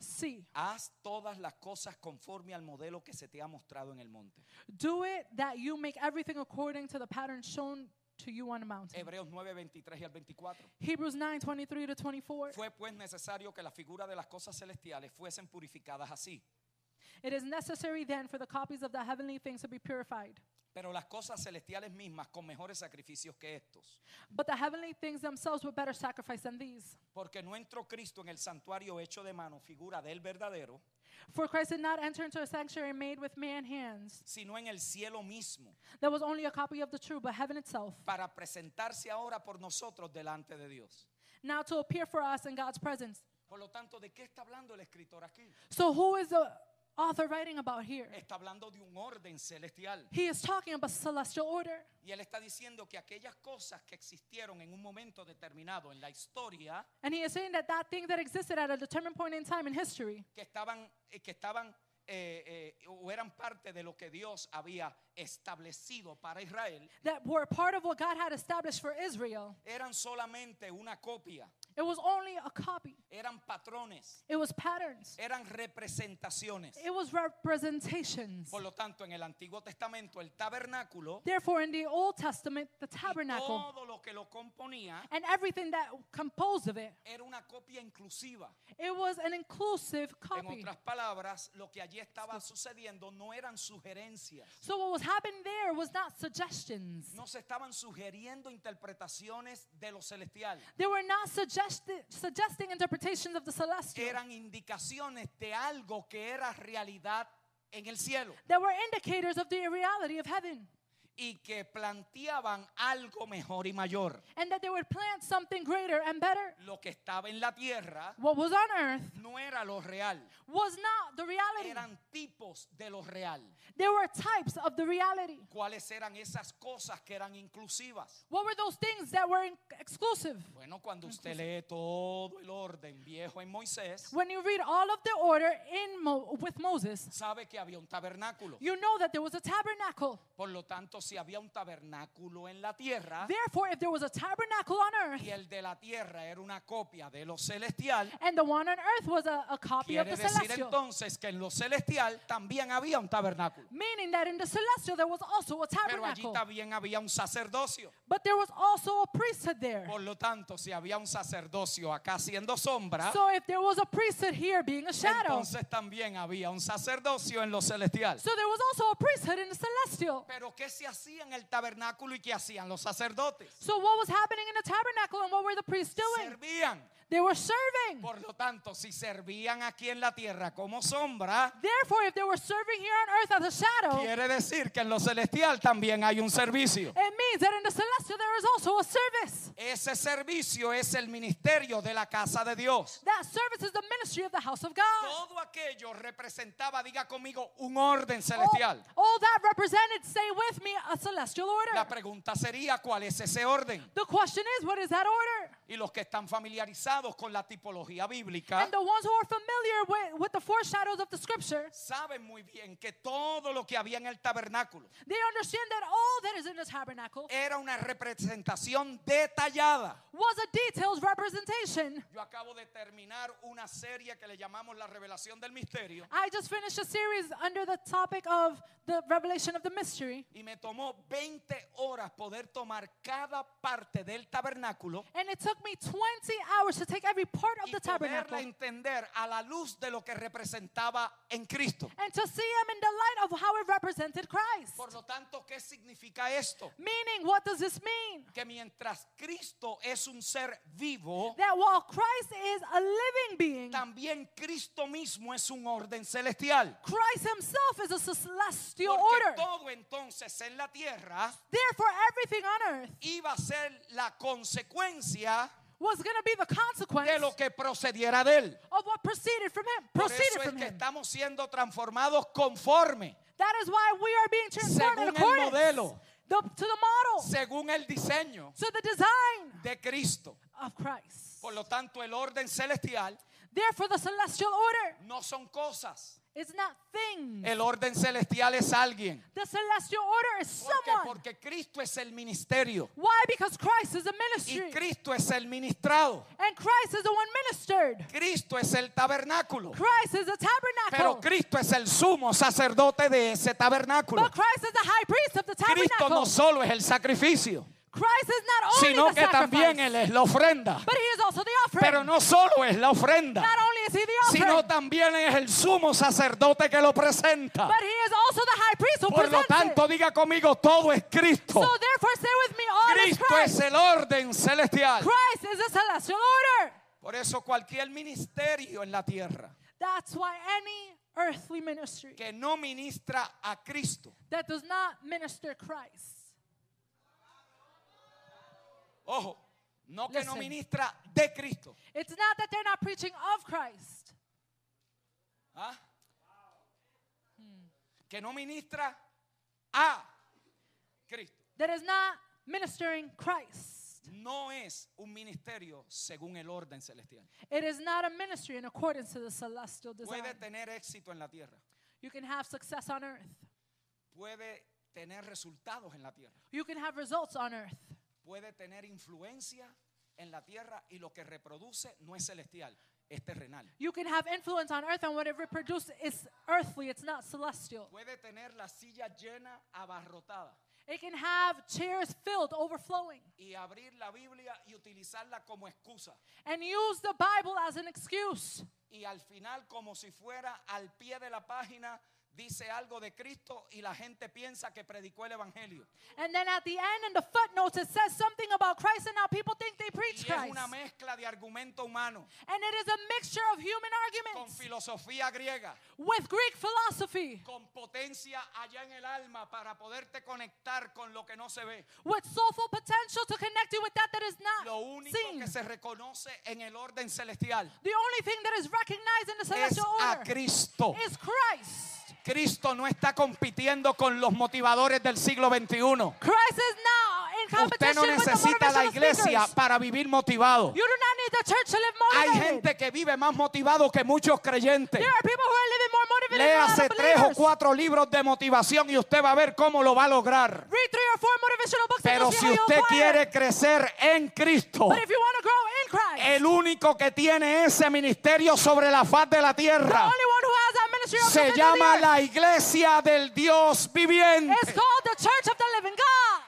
D: See,
C: haz todas las cosas conforme al modelo que se te ha mostrado en el monte.
D: do it that you make everything according to the pattern shown to you on the mountain.
C: Hebreos 9:23 y al 24.
D: Hebrews 9 23 to 24.
C: Fue pues necesario que la figura de las cosas celestiales fuesen purificadas así.
D: It is necessary then for the copies of the heavenly things to be purified.
C: Pero las cosas celestiales mismas con mejores sacrificios que estos.
D: But the heavenly things themselves were better sacrifice than these.
C: Porque no entró Cristo en el santuario hecho de mano, figura del verdadero,
D: For Christ did not enter into a sanctuary made with man hands.
C: sino en el cielo mismo,
D: There was only a copy of the true, but heaven itself.
C: para presentarse ahora por nosotros delante de Dios.
D: Now to appear for us in God's presence.
C: Por lo tanto, ¿de qué está hablando el escritor aquí?
D: So who is the author writing about here?
C: Está hablando de un orden celestial.
D: He is talking about celestial order.
C: Y él está diciendo que aquellas cosas que existieron en un momento determinado en la historia,
D: And he is saying that that thing that existed at a determined point in time in history,
C: que estaban, eh, que estaban eh, eh, o eran parte de lo que Dios había establecido para Israel,
D: that were part of what God had established for Israel,
C: eran solamente una copia,
D: it was only a copy.
C: eran patrones.
D: It was patterns.
C: eran representaciones.
D: It was representations.
C: Por lo tanto, en el Antiguo Testamento, el tabernáculo,
D: Therefore, in the Old Testament, the
C: y
D: tabernacle
C: todo lo que lo componía,
D: and everything that composed of it,
C: era una copia inclusiva.
D: it was an inclusive
C: En
D: copy.
C: otras palabras, lo que allí estaba sucediendo no eran sugerencias.
D: So what was happening there was not suggestions.
C: No se estaban sugiriendo interpretaciones de lo celestial.
D: They were not suggested, suggesting interpretations of the celestial.
C: Eran indicaciones de algo que era realidad en el cielo
D: They were indicators of the reality of heaven.
C: y que planteaban algo mejor y mayor.
D: And that they would plant something greater and better.
C: Lo que estaba en la tierra
D: What was on earth
C: no era lo real.
D: was not the reality.
C: eran tipos de lo real.
D: There were types of the reality.
C: ¿Cuáles eran esas cosas que eran inclusivas?
D: What were those things that were in- exclusive?
C: Bueno, cuando usted lee todo el orden viejo en Moisés,
D: When you read all of the order in Mo- with Moses,
C: sabe que había un tabernáculo.
D: you know that there was a tabernacle.
C: Por lo tanto, si había un tabernáculo en la tierra
D: Therefore, if there was a tabernacle on earth
C: y el de la tierra era una copia de lo celestial,
D: and the one on earth was a, a copy of
C: quiere
D: the
C: decir
D: celestial,
C: entonces que en lo celestial también había un tabernáculo.
D: meaning that in the celestial there was also a
C: Pero allí
D: tabernacle,
C: también había un sacerdocio.
D: but there was also a priesthood there.
C: Por lo tanto, si había un sacerdocio acá siendo sombra,
D: So if there was a priesthood here being a shadow,
C: entonces también había un sacerdocio en lo celestial.
D: so there was also a priesthood in the celestial.
C: Pero ¿qué se hacía en el tabernáculo y qué hacían los sacerdotes?
D: So what was happening in the tabernacle and what were the priests doing?
C: Servían.
D: They were serving.
C: Por lo tanto, si servían aquí en la tierra como sombra,
D: Therefore, if they were serving here on earth as a shadow,
C: quiere decir que en lo celestial también hay un servicio.
D: it means that in the celestial there is also a service.
C: Ese servicio es el ministerio de la casa de Dios.
D: That service is the ministry of the house of God.
C: Todo aquello representaba, diga conmigo, un orden
D: All,
C: celestial.
D: all that represented, say with me, a celestial
C: La
D: order.
C: pregunta sería, ¿cuál es ese orden?
D: The question is, what is that order?
C: Y los que están familiarizados con la tipología bíblica
D: And the ones who are familiar with, with the foreshadows of the scripture,
C: saben muy bien que todo lo que había en el tabernáculo
D: they understand that all that is in the tabernacle
C: era una representación detallada.
D: was a detailed representation.
C: Yo acabo de terminar una serie que le llamamos La Revelación del Misterio
D: I just finished a series under the topic of the revelation of the mystery.
C: y me tomó 20 horas poder tomar cada parte del tabernáculo
D: And it took me 20 hours to take every part of
C: y
D: the
C: poderla
D: tabernacle
C: entender a la luz de lo que representaba en Cristo.
D: and to see him in the light of how it represented Christ.
C: Por lo tanto, ¿qué significa esto?
D: Meaning, what does this mean?
C: Que mientras Cristo es un ser vivo,
D: That while Christ is a living being,
C: también Cristo mismo es un orden celestial.
D: Christ himself is a celestial
C: Porque
D: order.
C: todo entonces en la tierra
D: Therefore, everything on earth
C: iba a ser la consecuencia
D: was going to be the consequence
C: de lo que procediera de él.
D: of what proceeded from him.
C: Por eso
D: Proceeded
C: es
D: from
C: que
D: him.
C: estamos siendo transformados conforme,
D: That is why we are being transformed in
C: Según el
D: accordance
C: modelo.
D: the- to the model,
C: según el diseño
D: to the design
C: de Cristo.
D: of Christ.
C: Por lo tanto, el orden celestial
D: Therefore, the celestial order
C: no son cosas.
D: is not things.
C: El orden celestial es alguien.
D: The celestial order is
C: ¿Por qué?
D: someone.
C: Porque Cristo es el ministerio
D: Why? Because Christ is the
C: y
D: ministry.
C: Cristo es el ministrado.
D: And Christ is the one ministered.
C: Cristo es el tabernáculo.
D: Christ is the
C: Pero
D: tabernacle.
C: Cristo es el sumo sacerdote de ese tabernáculo.
D: But Christ is the high priest of the
C: Cristo no
D: tabernacle.
C: solo es el sacrificio,
D: Christ is not only
C: sino
D: the
C: que también Él
D: sacrifice,
C: es la ofrenda.
D: but he is also the
C: Pero
D: offering.
C: no solo es la ofrenda,
D: Not only is he the
C: sino
D: offering,
C: también es el sumo sacerdote que lo presenta.
D: but he is also the high priest who
C: Por lo
D: presents
C: tanto,
D: it.
C: diga conmigo, todo es
D: So
C: Cristo.
D: therefore, stay with me, all is
C: Cristo es
D: Christ.
C: el orden celestial.
D: Christ is the celestial order.
C: Por eso cualquier ministerio en la tierra
D: That's why any earthly ministry
C: que no ministra a Cristo,
D: that does not minister Christ
C: ojo, no que no
D: Listen.
C: ministra de Cristo.
D: It's not that they're not preaching of Christ.
C: ¿ah? Que no ministra a Cristo.
D: That is not ministering Christ.
C: No es un ministerio según el orden celestial.
D: It is not a ministry in accordance to the celestial design.
C: Puede tener éxito en la tierra.
D: You can have success on earth.
C: Puede tener resultados en la tierra.
D: You can have results on earth.
C: Puede tener influencia en la tierra y lo que reproduce no es celestial, es terrenal.
D: You can have influence on earth, and what it reproduces is earthly, it's not celestial.
C: Puede tener la silla llena, abarrotada
D: It can have chairs filled, overflowing,
C: y abrir la Biblia y utilizarla como excusa.
D: and use the Bible as an excuse.
C: y al final como si fuera al pie de la página dice algo de Cristo y la gente piensa que predicó el evangelio.
D: And then at the end, in the footnotes, it says something about Christ, and now people think they
C: Y
D: preach
C: es
D: Christ.
C: una mezcla de argumento humano
D: And it is a mixture of human
C: con
D: arguments.
C: filosofía griega,
D: with Greek philosophy,
C: con potencia allá en el alma para poderte conectar con lo que no se ve.
D: with soulful potential to connect you with that that is
C: Lo
D: not
C: único
D: seen.
C: que se reconoce en el orden celestial
D: The only thing that is recognized in the
C: es
D: celestial
C: a
D: order
C: Cristo.
D: is Christ.
C: Cristo no está compitiendo con los motivadores del siglo XXI.
D: Christ is now in
C: Usted
D: competition
C: no
D: with the
C: necesita la
D: motivational
C: iglesia
D: speakers.
C: para vivir motivado.
D: You do not need the church to live
C: Hay
D: motivated.
C: gente que vive más motivado que muchos creyentes.
D: There are people who are living more motivated
C: Léase
D: by
C: tres o
D: believers.
C: cuatro libros de motivación y usted va a ver cómo lo va a lograr.
D: Read three or four motivational books and
C: Pero
D: you'll see
C: si
D: how you'll
C: usted
D: acquire it.
C: quiere crecer en Cristo,
D: But if you want to grow in Christ,
C: el único que tiene ese ministerio sobre la faz de la
D: the
C: tierra
D: only one who has that ministry of
C: se
D: perfect
C: llama
D: believers
C: la iglesia del Dios viviente.
D: is called the Church of the Living God.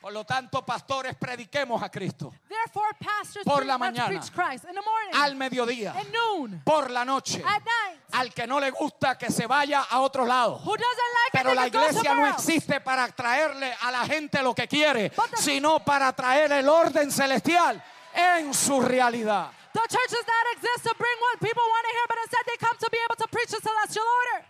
C: Por lo tanto, pastores, prediquemos a Cristo
D: Therefore, pastors,
C: Por
D: preach-
C: la
D: let's
C: mañana.
D: preach Christ in the morning,
C: al mediodía,
D: at noon,
C: por la noche,
D: at night.
C: al que no le gusta que se vaya a otro lado.
D: Who doesn't like it,
C: Pero
D: they
C: la
D: can go
C: iglesia no
D: somewhere else.
C: existe para traerle a la gente lo que quiere,
D: But the-
C: sino para traer el orden celestial en su realidad.
D: The church does not exist to bring what people want to hear, but instead they come to be able to preach the celestial order.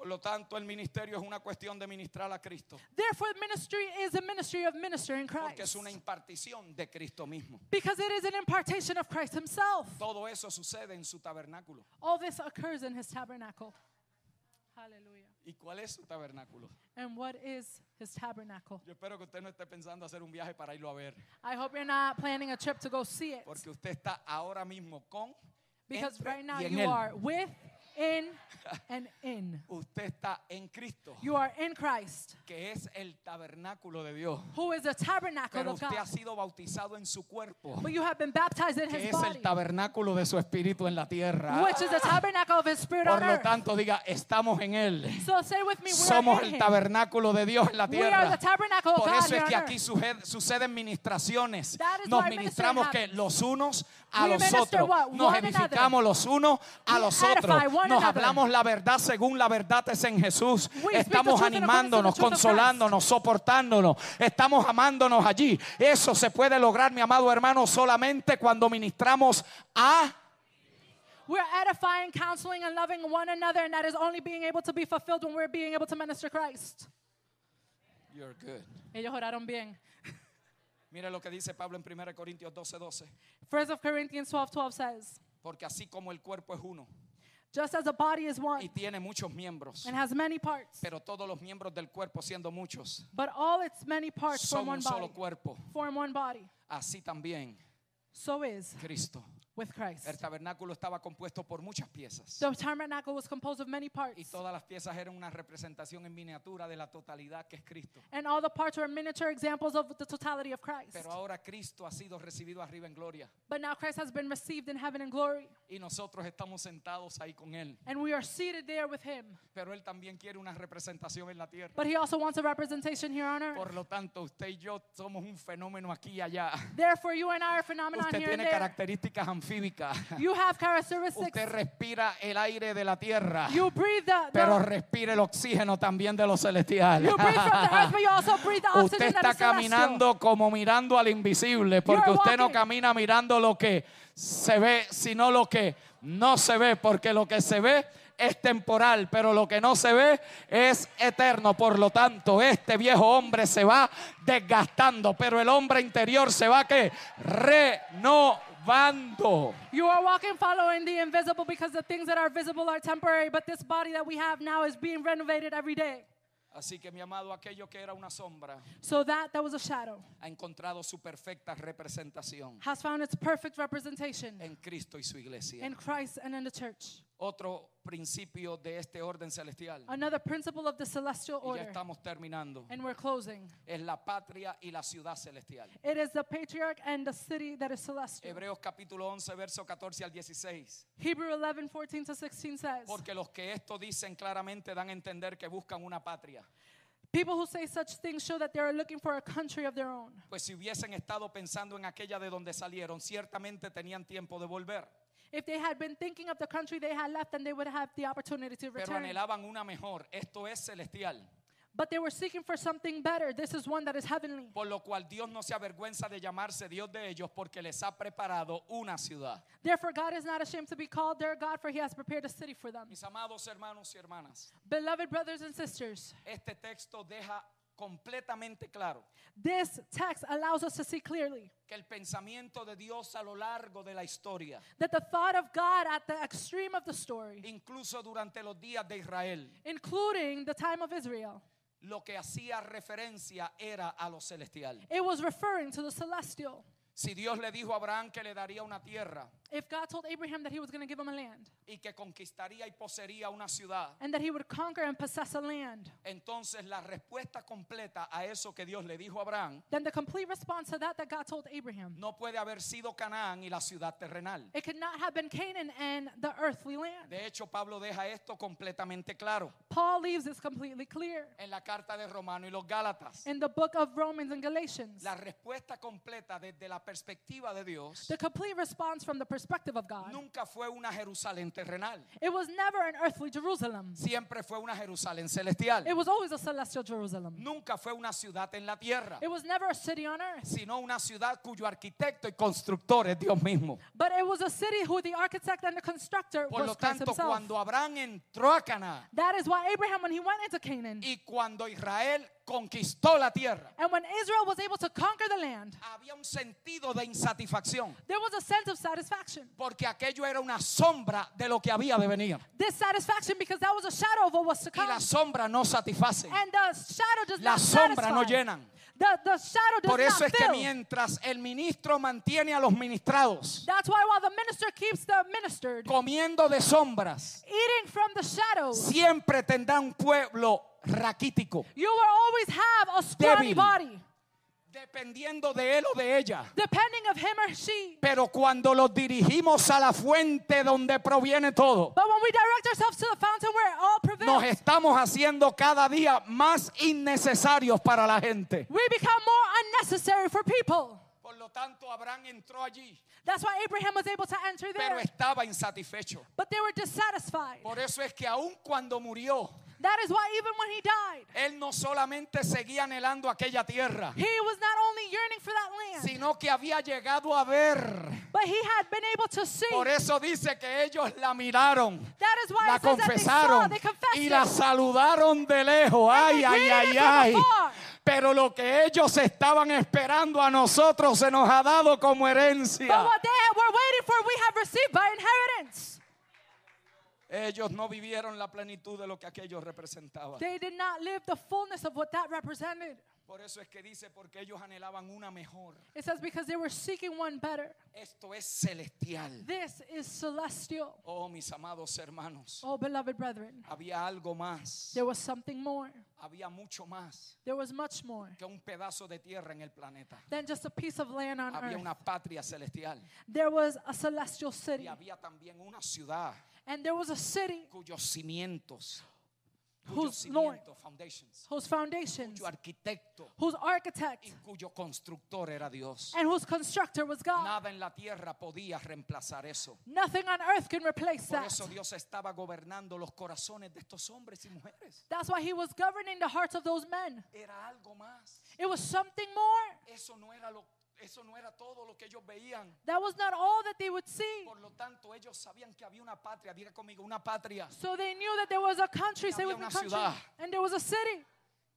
C: Por lo tanto, el ministerio es una cuestión de ministrar a Cristo,
D: Therefore, ministry is a ministry of ministering
C: porque es
D: Christ.
C: una impartición de Cristo mismo.
D: Because it is an impartation of Christ himself.
C: Todo eso sucede en su tabernáculo.
D: All this occurs in his tabernacle. Hallelujah.
C: ¿Y cuál es su tabernáculo?
D: And what is his tabernacle?
C: Yo espero que usted no esté pensando hacer un viaje para irlo a ver,
D: I hope you're not planning a trip to go see it.
C: porque usted está ahora mismo con
D: Because
C: entre
D: right now
C: y en
D: you
C: él.
D: are with, in, and in.
C: Usted está en Cristo,
D: You are in Christ,
C: que es el tabernáculo de Dios.
D: who is the tabernacle
C: Pero
D: of
C: usted
D: God.
C: ha sido bautizado en su cuerpo,
D: But you have been baptized in
C: que
D: his
C: es
D: body,
C: el tabernáculo de su espíritu en la tierra.
D: which is the tabernacle of his spirit on
C: Por lo
D: earth.
C: tanto, diga, estamos en él.
D: So say with me, we
C: Somos
D: are
C: el
D: in him.
C: tabernáculo de Dios en la
D: We are
C: tierra.
D: the tabernacle of
C: Por
D: God
C: eso
D: here
C: es
D: on
C: que aquí
D: earth.
C: suge- suceden ministraciones.
D: That is
C: Nos
D: why ministering
C: ministramos que
D: happens.
C: los unos a
D: We
C: los
D: minister
C: otros.
D: what?
C: Nos
D: One another.
C: edificamos los unos a
D: We
C: los
D: edify
C: otros.
D: one
C: Nos
D: another.
C: hablamos la verdad según la verdad es en Jesús.
D: We speak the
C: Estamos
D: truth in accordance to the
C: animándonos,
D: truth of Christ.
C: consolándonos, soportándonos. Estamos amándonos allí. Eso se puede lograr, mi amado hermano, solamente cuando ministramos a...
D: We're edifying, counseling, and loving one another, and that is only being able to be fulfilled when we're being able to minister Christ.
C: You're good.
D: Ellos oraron bien.
C: Mire lo que dice Pablo en 1 Corintios 12:12. 12.
D: First of Corinthians 12, 12 says,
C: Porque así como el cuerpo es uno
D: Just as a body is one
C: y tiene muchos miembros,
D: and has many parts,
C: pero todos los miembros del cuerpo siendo muchos
D: but all its many parts
C: son
D: form
C: un
D: one
C: solo
D: body.
C: cuerpo,
D: Form one body.
C: así también
D: So is
C: Cristo.
D: with Christ.
C: El tabernáculo estaba compuesto por muchas piezas
D: The tabernacle was composed of many
C: y
D: parts,
C: todas las piezas eran una representación en miniatura de la totalidad que es Cristo.
D: and all the parts were miniature examples of the totality of Christ.
C: Pero ahora Cristo ha sido recibido arriba en gloria
D: But now Christ has been received in heaven and glory,
C: y nosotros estamos sentados ahí con Él.
D: and we are seated there with him.
C: Pero Él también quiere una representación en la tierra.
D: But he also wants a representation here on earth.
C: Por lo tanto, usted y yo somos un fenómeno aquí y allá.
D: Therefore, you and I are phenomenon
C: Usted
D: here and
C: tiene
D: there.
C: características anfíbicas.
D: You have characteristics.
C: Usted respira el aire de la tierra.
D: You breathe the, the-
C: pero respire el oxígeno también de lo celestial.
D: you breathe from the earth, but you also breathe the
C: Usted
D: oxygen that
C: está
D: is celestial.
C: caminando como mirando al invisible, porque
D: You're
C: usted no
D: walking.
C: camina mirando lo que se ve, sino lo que no se ve, porque lo que se ve es temporal, pero lo que no se ve es eterno. Por lo tanto, este viejo hombre se va desgastando, pero el hombre interior se va que renovando.
D: You are walking, following the invisible because the things that are visible are temporary, but this body that we have now is being renovated every day.
C: Así que mi amado, aquello que era una sombra
D: So that that was a shadow
C: ha encontrado su perfecta representación.
D: has found its perfect representation
C: en Cristo y su iglesia.
D: in Christ and in the church.
C: Otro principio de este orden celestial,
D: Another principle of the celestial
C: y ya
D: order,
C: estamos terminando,
D: and we're closing.
C: es la patria y la ciudad celestial.
D: It is the patriarch and the city that is celestial.
C: Hebreos capítulo 11, verso 14 al 16.
D: Hebrew 11, 14 to 16 says,
C: Porque los que esto dicen claramente dan a entender que buscan una patria.
D: People who say such things show that they are looking for a country of their own.
C: Pues si hubiesen estado pensando en aquella de donde salieron, ciertamente tenían tiempo de volver,
D: If they had been thinking of the country they had left, then they would have the opportunity to
C: pero
D: return.
C: anhelaban una mejor. Esto es celestial.
D: But they were seeking for something better. This is one that is heavenly.
C: Por lo cual Dios no se avergüenza de llamarse Dios de ellos porque les ha preparado una ciudad.
D: Therefore, God is not ashamed to be called their God, for He has prepared a city for them.
C: Mis amados hermanos y hermanas,
D: Beloved brothers and sisters,
C: Este texto deja completamente claro
D: this text allows us to see clearly
C: que el pensamiento de Dios a lo largo de la historia,
D: that the thought of God at the extreme of the story,
C: incluso durante los días de Israel,
D: including the time of Israel,
C: lo que hacía referencia era a lo celestial.
D: it was referring to the celestial.
C: Si Dios le dijo a Abraham que le daría una tierra
D: If God told Abraham that he was going to give him a land
C: y que conquistaría y poseería una ciudad,
D: and that he would conquer and possess a land,
C: entonces la respuesta completa a eso que Dios le dijo a Abraham
D: then the complete response to that that God told Abraham,
C: no puede haber sido Canaán y la ciudad terrenal.
D: it could not have been Canaan and the earthly land.
C: De hecho, Pablo deja esto completamente claro
D: Paul leaves this completely clear
C: en la carta de Romano y los Gálatas.
D: in the book of Romans and Galatians.
C: La respuesta completa desde la perspectiva de Dios
D: The complete response from the perspective of God.
C: nunca fue una Jerusalén terrenal,
D: It was never an earthly Jerusalem.
C: siempre fue una Jerusalén celestial.
D: It was always a celestial Jerusalem.
C: Nunca fue una ciudad en la tierra,
D: It was never a city on earth,
C: sino una ciudad cuyo arquitecto y constructor es Dios mismo.
D: but it was a city who the architect and the constructor
C: Por
D: was
C: lo
D: Christ
C: tanto,
D: himself.
C: cuando Abraham entró a Canaán
D: That is why Abraham, when he went into Canaan,
C: y cuando Israel conquistó la tierra,
D: and when Israel was able to conquer the land,
C: había un sentido de insatisfacción,
D: there was a sense of satisfaction.
C: porque aquello era una sombra de lo que había de venir.
D: This satisfaction because that was a shadow of what was to
C: Y la
D: come.
C: sombra no satisface.
D: And the shadow does
C: La
D: not
C: sombra
D: satisfy.
C: no llenan.
D: The, the shadow does
C: Por eso
D: not
C: es que
D: fill.
C: mientras el ministro mantiene a los ministrados
D: That's why while the minister keeps the ministered,
C: comiendo de sombras,
D: eating from the shadows,
C: siempre tendrá un pueblo raquítico,
D: You will always have a
C: Débil.
D: scrawny body,
C: dependiendo de él o de ella.
D: depending of him or she.
C: Pero cuando los dirigimos a la fuente donde proviene todo,
D: But when we direct ourselves to the fountain where it all
C: nos
D: prevails,
C: estamos haciendo cada día más innecesarios para la gente.
D: we become more unnecessary for people.
C: Por lo tanto, Abraham entró allí,
D: That's why Abraham was able to enter
C: pero
D: there.
C: estaba insatisfecho.
D: But they were dissatisfied.
C: Por eso es que aun cuando murió,
D: That is why even when he died,
C: él no solamente seguía anhelando aquella tierra,
D: he was not only yearning for that land,
C: sino que había llegado a ver.
D: but he had been able to see.
C: Por eso dice que ellos la miraron,
D: That is why
C: la
D: it says that they saw,
C: confesaron
D: they confessed
C: y
D: it.
C: la saludaron de lejos. Ay,
D: they
C: ay,
D: greeted
C: ay,
D: it
C: ay.
D: from afar.
C: Pero lo que ellos estaban esperando a nosotros se nos ha dado como
D: But
C: herencia.
D: what they were waiting for, we have received by inheritance.
C: Ellos no vivieron la plenitud de lo que aquellos representaban.
D: They did not live the fullness of what that represented.
C: Por eso es que dice, porque ellos anhelaban una mejor.
D: It says because they were seeking one better.
C: Esto es celestial.
D: This is celestial.
C: Oh, mis amados hermanos,
D: Oh, beloved brethren,
C: había algo más.
D: there was something more.
C: Había mucho más
D: There was much more
C: que un pedazo de tierra en el planeta.
D: than just a piece of land on
C: Había
D: earth.
C: una patria celestial.
D: There was a celestial
C: Y
D: city,
C: había también una ciudad
D: and there was a city
C: cuyos cimientos, cuyos
D: whose Lord,
C: cimientos, foundations,
D: whose foundations,
C: cuyo arquitecto
D: whose architect,
C: y cuyo constructor era Dios.
D: and whose constructor was God.
C: Nada en la tierra podía reemplazar eso.
D: Nothing on earth can replace
C: Por
D: that.
C: eso Dios estaba gobernando los corazones de estos hombres y mujeres.
D: That's why he was governing the hearts of those men.
C: Era algo más.
D: It was something more.
C: Eso no era lo eso no era todo lo que ellos veían.
D: That was not all that they would see.
C: Por lo tanto, ellos sabían que había una patria. Diga conmigo, una patria
D: So they knew that there was a country, say
C: Había
D: with me,
C: una
D: country,
C: ciudad.
D: and there was a city.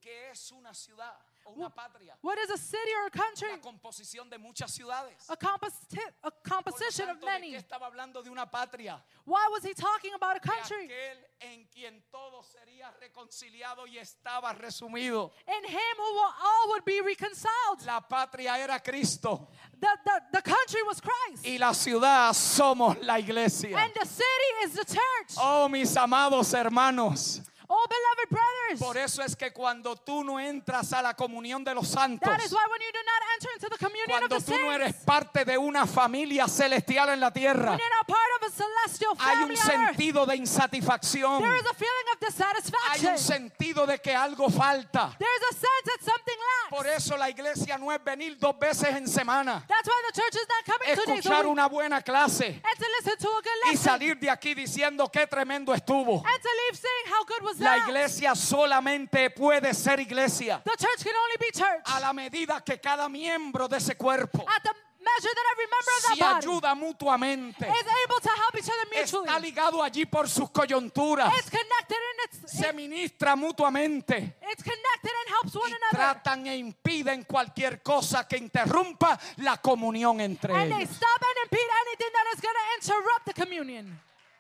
C: que es una ciudad o una patria.
D: What is a city or a country?
C: La composición de muchas ciudades.
D: A, composi- a
C: Por lo
D: composition of
C: tanto, ¿de qué
D: many.
C: estaba hablando de una patria?
D: Why was he talking about a
C: De
D: country?
C: aquel en quien todo sería reconciliado y estaba resumido.
D: In him who will, all would be reconciled.
C: La patria era Cristo
D: The, the, the country was Christ.
C: y la ciudad somos la iglesia.
D: And the city is the church.
C: Oh, mis amados hermanos.
D: Oh, beloved
C: Por
D: brothers.
C: eso es que cuando tú no entras a la comunión de los santos,
D: That is why when you do not enter into the communion of
C: cuando
D: the
C: tú no eres
D: saints,
C: parte de una familia celestial en la tierra,
D: when you're not part of a celestial
C: hay
D: family
C: un
D: on earth,
C: sentido de insatisfacción.
D: there is a feeling of
C: Hay un
D: dissatisfaction.
C: sentido de que algo falta.
D: There is a sense that something
C: Por
D: lacks.
C: eso la iglesia no es venir dos veces en semana,
D: That's why the church is not coming two days a
C: escuchar
D: week
C: una buena clase
D: and to listen to a good
C: y
D: lesson
C: salir de aquí diciendo qué tremendo estuvo.
D: and to leave saying how good was
C: La
D: that.
C: iglesia solamente puede ser iglesia
D: The church can only be church
C: a la medida que cada miembro de ese cuerpo
D: at the measure that every member of that
C: se
D: body
C: ayuda mutuamente,
D: is able to help each other mutually.
C: está ligado allí por sus coyunturas,
D: It's connected and it's
C: se ministra mutuamente.
D: it's connected and helps one
C: y
D: another.
C: tratan e impiden cualquier cosa que interrumpa la comunión entre
D: And they
C: ellos.
D: stop and impede anything that is going to interrupt the communion.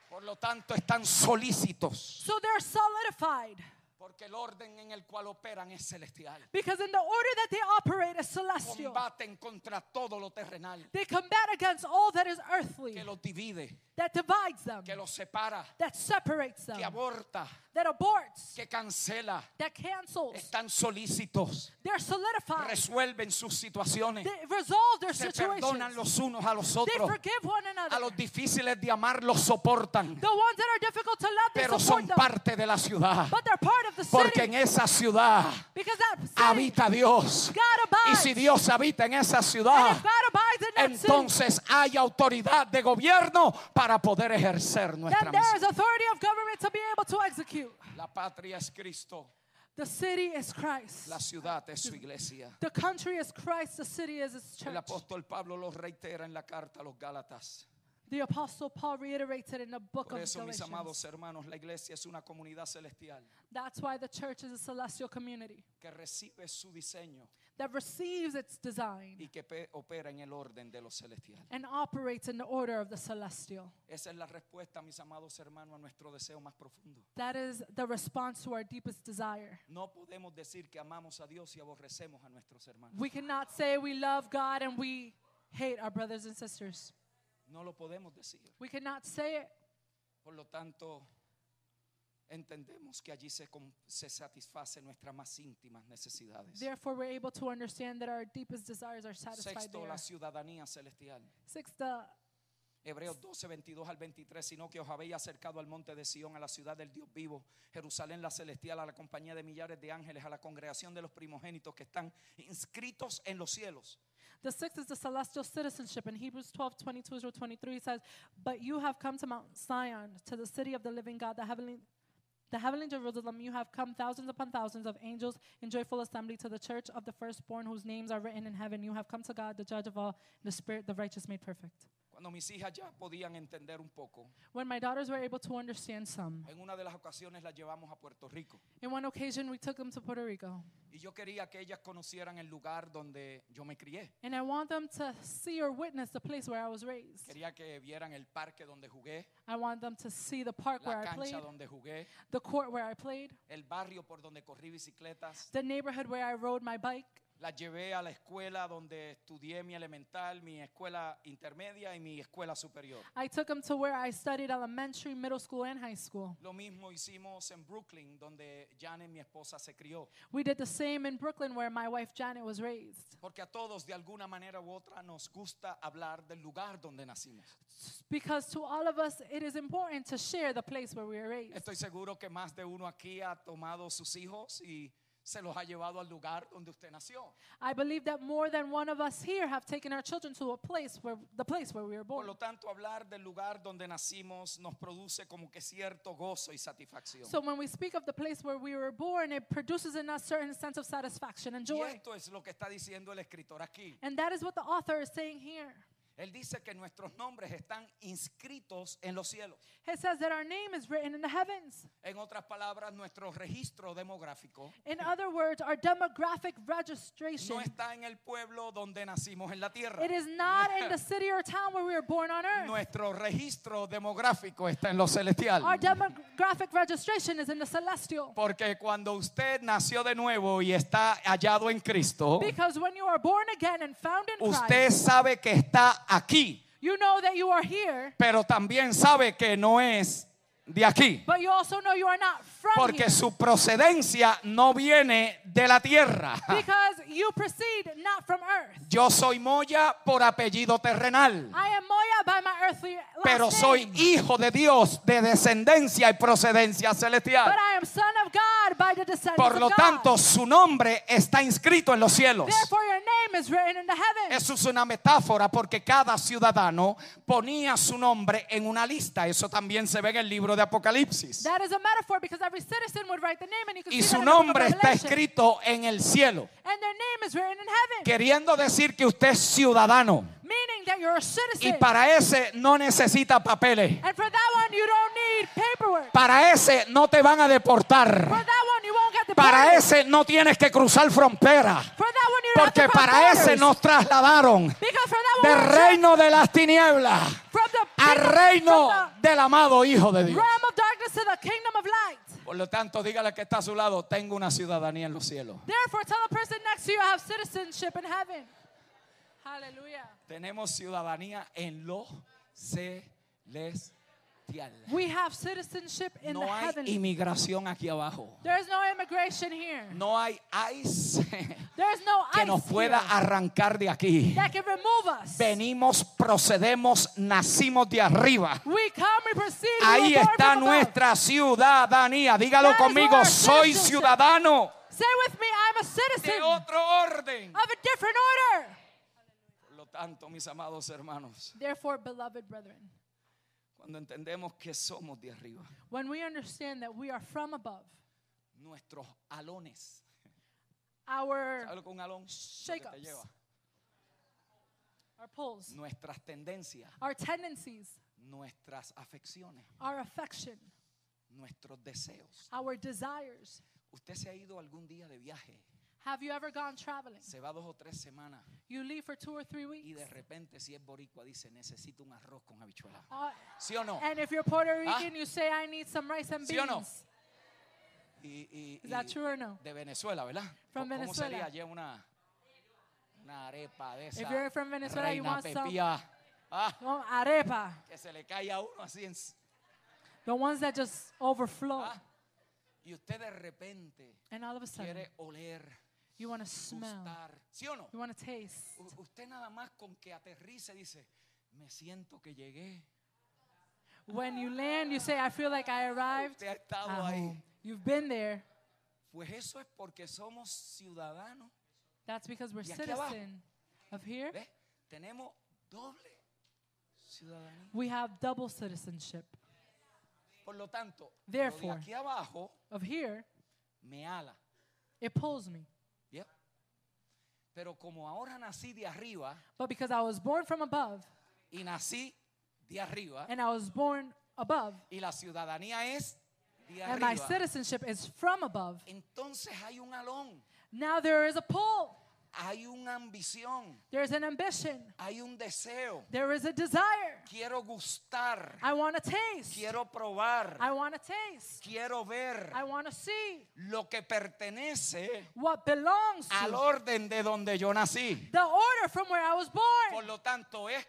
C: Por lo tanto, están solícitos
D: So they're solidified
C: Porque el orden en el cual operan es celestial.
D: Because in the order that they operate is celestial.
C: Combaten contra todo lo terrenal
D: They combat against all that is earthly,
C: que los divide,
D: that divides them,
C: que los separa,
D: that separates them,
C: que aborta,
D: that aborts,
C: que cancela.
D: that cancels.
C: Están solícitos,
D: They're solidified.
C: resuelven sus situaciones,
D: They resolve their
C: se perdonan
D: situations.
C: los unos a los
D: They
C: otros.
D: forgive one
C: A
D: another.
C: los difíciles de amar los soportan,
D: The ones that are difficult to love, they
C: pero son
D: support them.
C: parte de la ciudad.
D: But they're part of the
C: Porque en
D: city.
C: esa ciudad
D: Because that city,
C: habita Dios.
D: God
C: Y
D: abides.
C: si Dios habita en esa
D: and
C: ciudad,
D: if God abides in that city,
C: entonces hay autoridad de gobierno para poder ejercer nuestra
D: then there
C: misión.
D: is authority of government to be able to execute.
C: La patria es Cristo,
D: The city is Christ.
C: la ciudad es su iglesia.
D: The country is Christ. The city is his church.
C: El apóstol Pablo lo reitera en la carta a los Gálatas.
D: The apostle Paul reiterated in the book
C: Por
D: of
C: eso, mis
D: Galatians.
C: amados hermanos, la iglesia es una comunidad celestial
D: That's why the church is a celestial community
C: que recibe su diseño
D: that receives its design
C: y que pe- opera en el orden de lo celestial.
D: and operates in the order of the celestial.
C: Esa es la respuesta, mis amados hermanos, a nuestro deseo más profundo.
D: That is the response to our deepest desire.
C: No podemos decir que amamos a Dios y aborrecemos a nuestros hermanos.
D: We cannot say we love God and we hate our brothers and sisters.
C: No lo podemos decir.
D: We cannot say it.
C: Por lo tanto, entendemos que allí se, com- se satisface nuestras más íntimas necesidades.
D: Therefore, we're able to understand that our deepest desires are satisfied
C: Sexto,
D: there.
C: la ciudadanía celestial.
D: Sixth, the
C: Hebreos 12, 22 al 23, sino que os habéis acercado al monte de Sión, a la ciudad del Dios vivo, Jerusalén la celestial, a la compañía de millares de ángeles, a la congregación de los primogénitos que están inscritos en los cielos.
D: The sixth is the celestial citizenship. In Hebrews 12, 22 through 23 it says, But you have come to Mount Zion, to the city of the living God, the heavenly, the heavenly Jerusalem. You have come thousands upon thousands of angels in joyful assembly to the church of the firstborn whose names are written in heaven. You have come to God, the judge of all, the spirit, the righteous made perfect.
C: Cuando mis hijas ya podían entender un poco,
D: When my daughters were able to understand some,
C: en una de las ocasiones las llevamos a Puerto Rico.
D: in one occasion we took them to Puerto Rico.
C: Y yo quería que ellas conocieran el lugar donde yo me crié.
D: And I want them to see or witness the place where I was raised.
C: Quería que vieran el parque donde jugué,
D: I want them to see the park where
C: la
D: I
C: cancha
D: played,
C: donde jugué,
D: the court where I played.
C: el barrio por donde corrí bicicletas.
D: the neighborhood where I rode my bike.
C: Las llevé a la escuela donde estudié mi elemental, mi escuela intermedia y mi escuela superior.
D: I took them to where I studied elementary, middle school, and high school.
C: Lo mismo hicimos en Brooklyn, donde Janet, mi esposa, se crió.
D: We did the same in Brooklyn where my wife Janet was raised.
C: Porque a todos, de alguna manera u otra, nos gusta hablar del lugar donde nacimos.
D: Because to all of us, it is important to share the place where we were raised.
C: Estoy seguro que más de uno aquí ha tomado sus hijos y se los ha llevado al lugar donde usted nació.
D: I believe that more than one of us here have taken our children to a place where the place where we were
C: Por
D: born.
C: lo tanto, hablar del lugar donde nacimos nos produce como que cierto gozo y satisfacción.
D: So when we speak of the place where we were born, it produces in us certain sense of satisfaction and
C: Y
D: joy.
C: esto es lo que está diciendo el escritor aquí.
D: And that is what the author is saying here.
C: Él dice que nuestros nombres están inscritos en los cielos.
D: It says that our name is written in the heavens.
C: En otras palabras, nuestro registro demográfico
D: In other words, our demographic registration.
C: no está en el pueblo donde nacimos en la tierra.
D: It is not in the city or town where we were born on earth.
C: Nuestro registro demográfico está en lo celestial.
D: Our demographic registration is in the celestial.
C: Porque cuando usted nació de nuevo y está hallado en Cristo,
D: Because when you are born again and found in
C: Oh. usted
D: Christ,
C: sabe que está aquí,
D: you know that you are here,
C: pero también sabe que no es de aquí.
D: but you also know you are not from
C: Porque
D: here.
C: su procedencia no viene de la tierra.
D: Because you proceed not from earth.
C: Yo soy Moya por apellido terrenal,
D: I am Moya by my earthly last
C: pero soy
D: name,
C: hijo de Dios de descendencia y procedencia celestial.
D: but I am son of God by the descendants
C: Por lo
D: of God.
C: tanto, su nombre está inscrito en los cielos.
D: Therefore, your name is written in the heavens.
C: Eso es una metáfora porque cada ciudadano ponía su nombre en una lista. Eso también se ve en el libro de Apocalipsis.
D: That is a metaphor because every citizen would write the name and you can
C: Y
D: see
C: su
D: that in the book of
C: nombre está
D: Revelation.
C: escrito en el cielo,
D: And their name is written in heaven,
C: queriendo decir que usted es ciudadano.
D: meaning that you're a
C: Y
D: citizen.
C: para ese no necesita papeles.
D: And for that one, you don't need paperwork.
C: Para ese no te van a deportar.
D: For that one, you won't get the
C: Para
D: papers.
C: ese no tienes que cruzar frontera.
D: For that one, you don't
C: Porque
D: have to
C: para
D: cross
C: ese
D: borders.
C: nos trasladaron
D: Because for that one,
C: del
D: we're tra-
C: reino de las tinieblas
D: from the
C: al
D: kingdom-
C: reino
D: from
C: del amado Hijo de
D: the
C: Dios.
D: realm of darkness to the kingdom of light.
C: Por Por lo tanto, dígale que está a su lado, tengo una ciudadanía en los cielos.
D: Therefore, tell the person next to you, I have citizenship in heaven. Hallelujah.
C: Tenemos ciudadanía en los celestial.
D: We have citizenship in the
C: No hay
D: heaven.
C: inmigración aquí abajo.
D: There is no immigration here.
C: No hay ICE
D: There is no
C: que
D: ice
C: nos pueda
D: here
C: arrancar de aquí.
D: that can remove us.
C: Venimos, procedemos, nacimos de arriba.
D: We come, we proceed. we
C: Ahí
D: were born
C: está
D: from above.
C: nuestra ciudadanía. Dígalo
D: That is
C: conmigo,
D: our
C: soy
D: citizenship.
C: ciudadano
D: Say with me, I'm a citizen
C: de
D: of
C: otro orden.
D: a different order.
C: Por lo tanto, mis amados hermanos,
D: Therefore, beloved brethren,
C: cuando entendemos que somos de arriba,
D: when we understand that we are from above,
C: nuestros alones.
D: our
C: ¿Sabes lo que es un alón? Lo que te
D: Shake-ups.
C: lleva.
D: our pulls,
C: Nuestras tendencias,
D: our tendencies,
C: nuestras afecciones,
D: our affection,
C: nuestros deseos.
D: our desires.
C: Usted se ha ido algún día de viaje,
D: Have you ever gone traveling?
C: se va dos o tres semanas
D: You leave for two or three
C: y
D: weeks.
C: de repente si es boricua dice necesito un arroz con habichuela.
D: Uh,
C: ¿Sí o no?
D: and if you're Puerto
C: Ah.
D: Rican, you say, I need some rice and
C: ¿Sí o
D: beans.
C: no? Y, y-
D: Is that
C: y
D: true or no?
C: de Venezuela, ¿verdad?
D: From
C: ¿Cómo
D: Venezuela.
C: sería? Lleva una, una arepa de esa.
D: If you're from Venezuela, you
C: reina
D: want some-
C: pepía. Ah,
D: Oh, arepa,
C: que se le cae a uno así en-
D: the ones that just overflow.
C: ah. Y usted de repente
D: And all of a sudden,
C: quiere oler,
D: you want to smell,
C: gustar. ¿Sí o no?
D: you want to taste.
C: U- usted nada más con que aterrice dice, me siento que llegué.
D: When you land, you say, I feel like I arrived.
C: Usted ha estado
D: at
C: ahí.
D: home. You've been there.
C: Pues eso es porque somos ciudadanos.
D: That's because we're
C: Y aquí abajo.
D: citizen of here.
C: ¿Ve? Tenemos doble ciudadanía.
D: We have double citizenship
C: Por lo tanto, lo de
D: Therefore.
C: aquí abajo
D: of here.
C: me ala.
D: It pulls me.
C: Yep. Pero como ahora nací de arriba
D: But because I was born from above
C: y nací de arriba
D: and I was born above
C: y la ciudadanía es de
D: and my
C: arriba,
D: citizenship is from above,
C: entonces hay un alón,
D: now there is a pull.
C: hay una ambición,
D: There's an ambition.
C: hay un deseo.
D: There is a desire.
C: Quiero gustar,
D: I want to taste.
C: quiero probar,
D: I want to taste.
C: quiero ver
D: I want to see
C: lo que pertenece
D: what belongs
C: al
D: to
C: orden de donde yo nací.
D: the order from where I was
C: Por
D: born.
C: lo tanto, es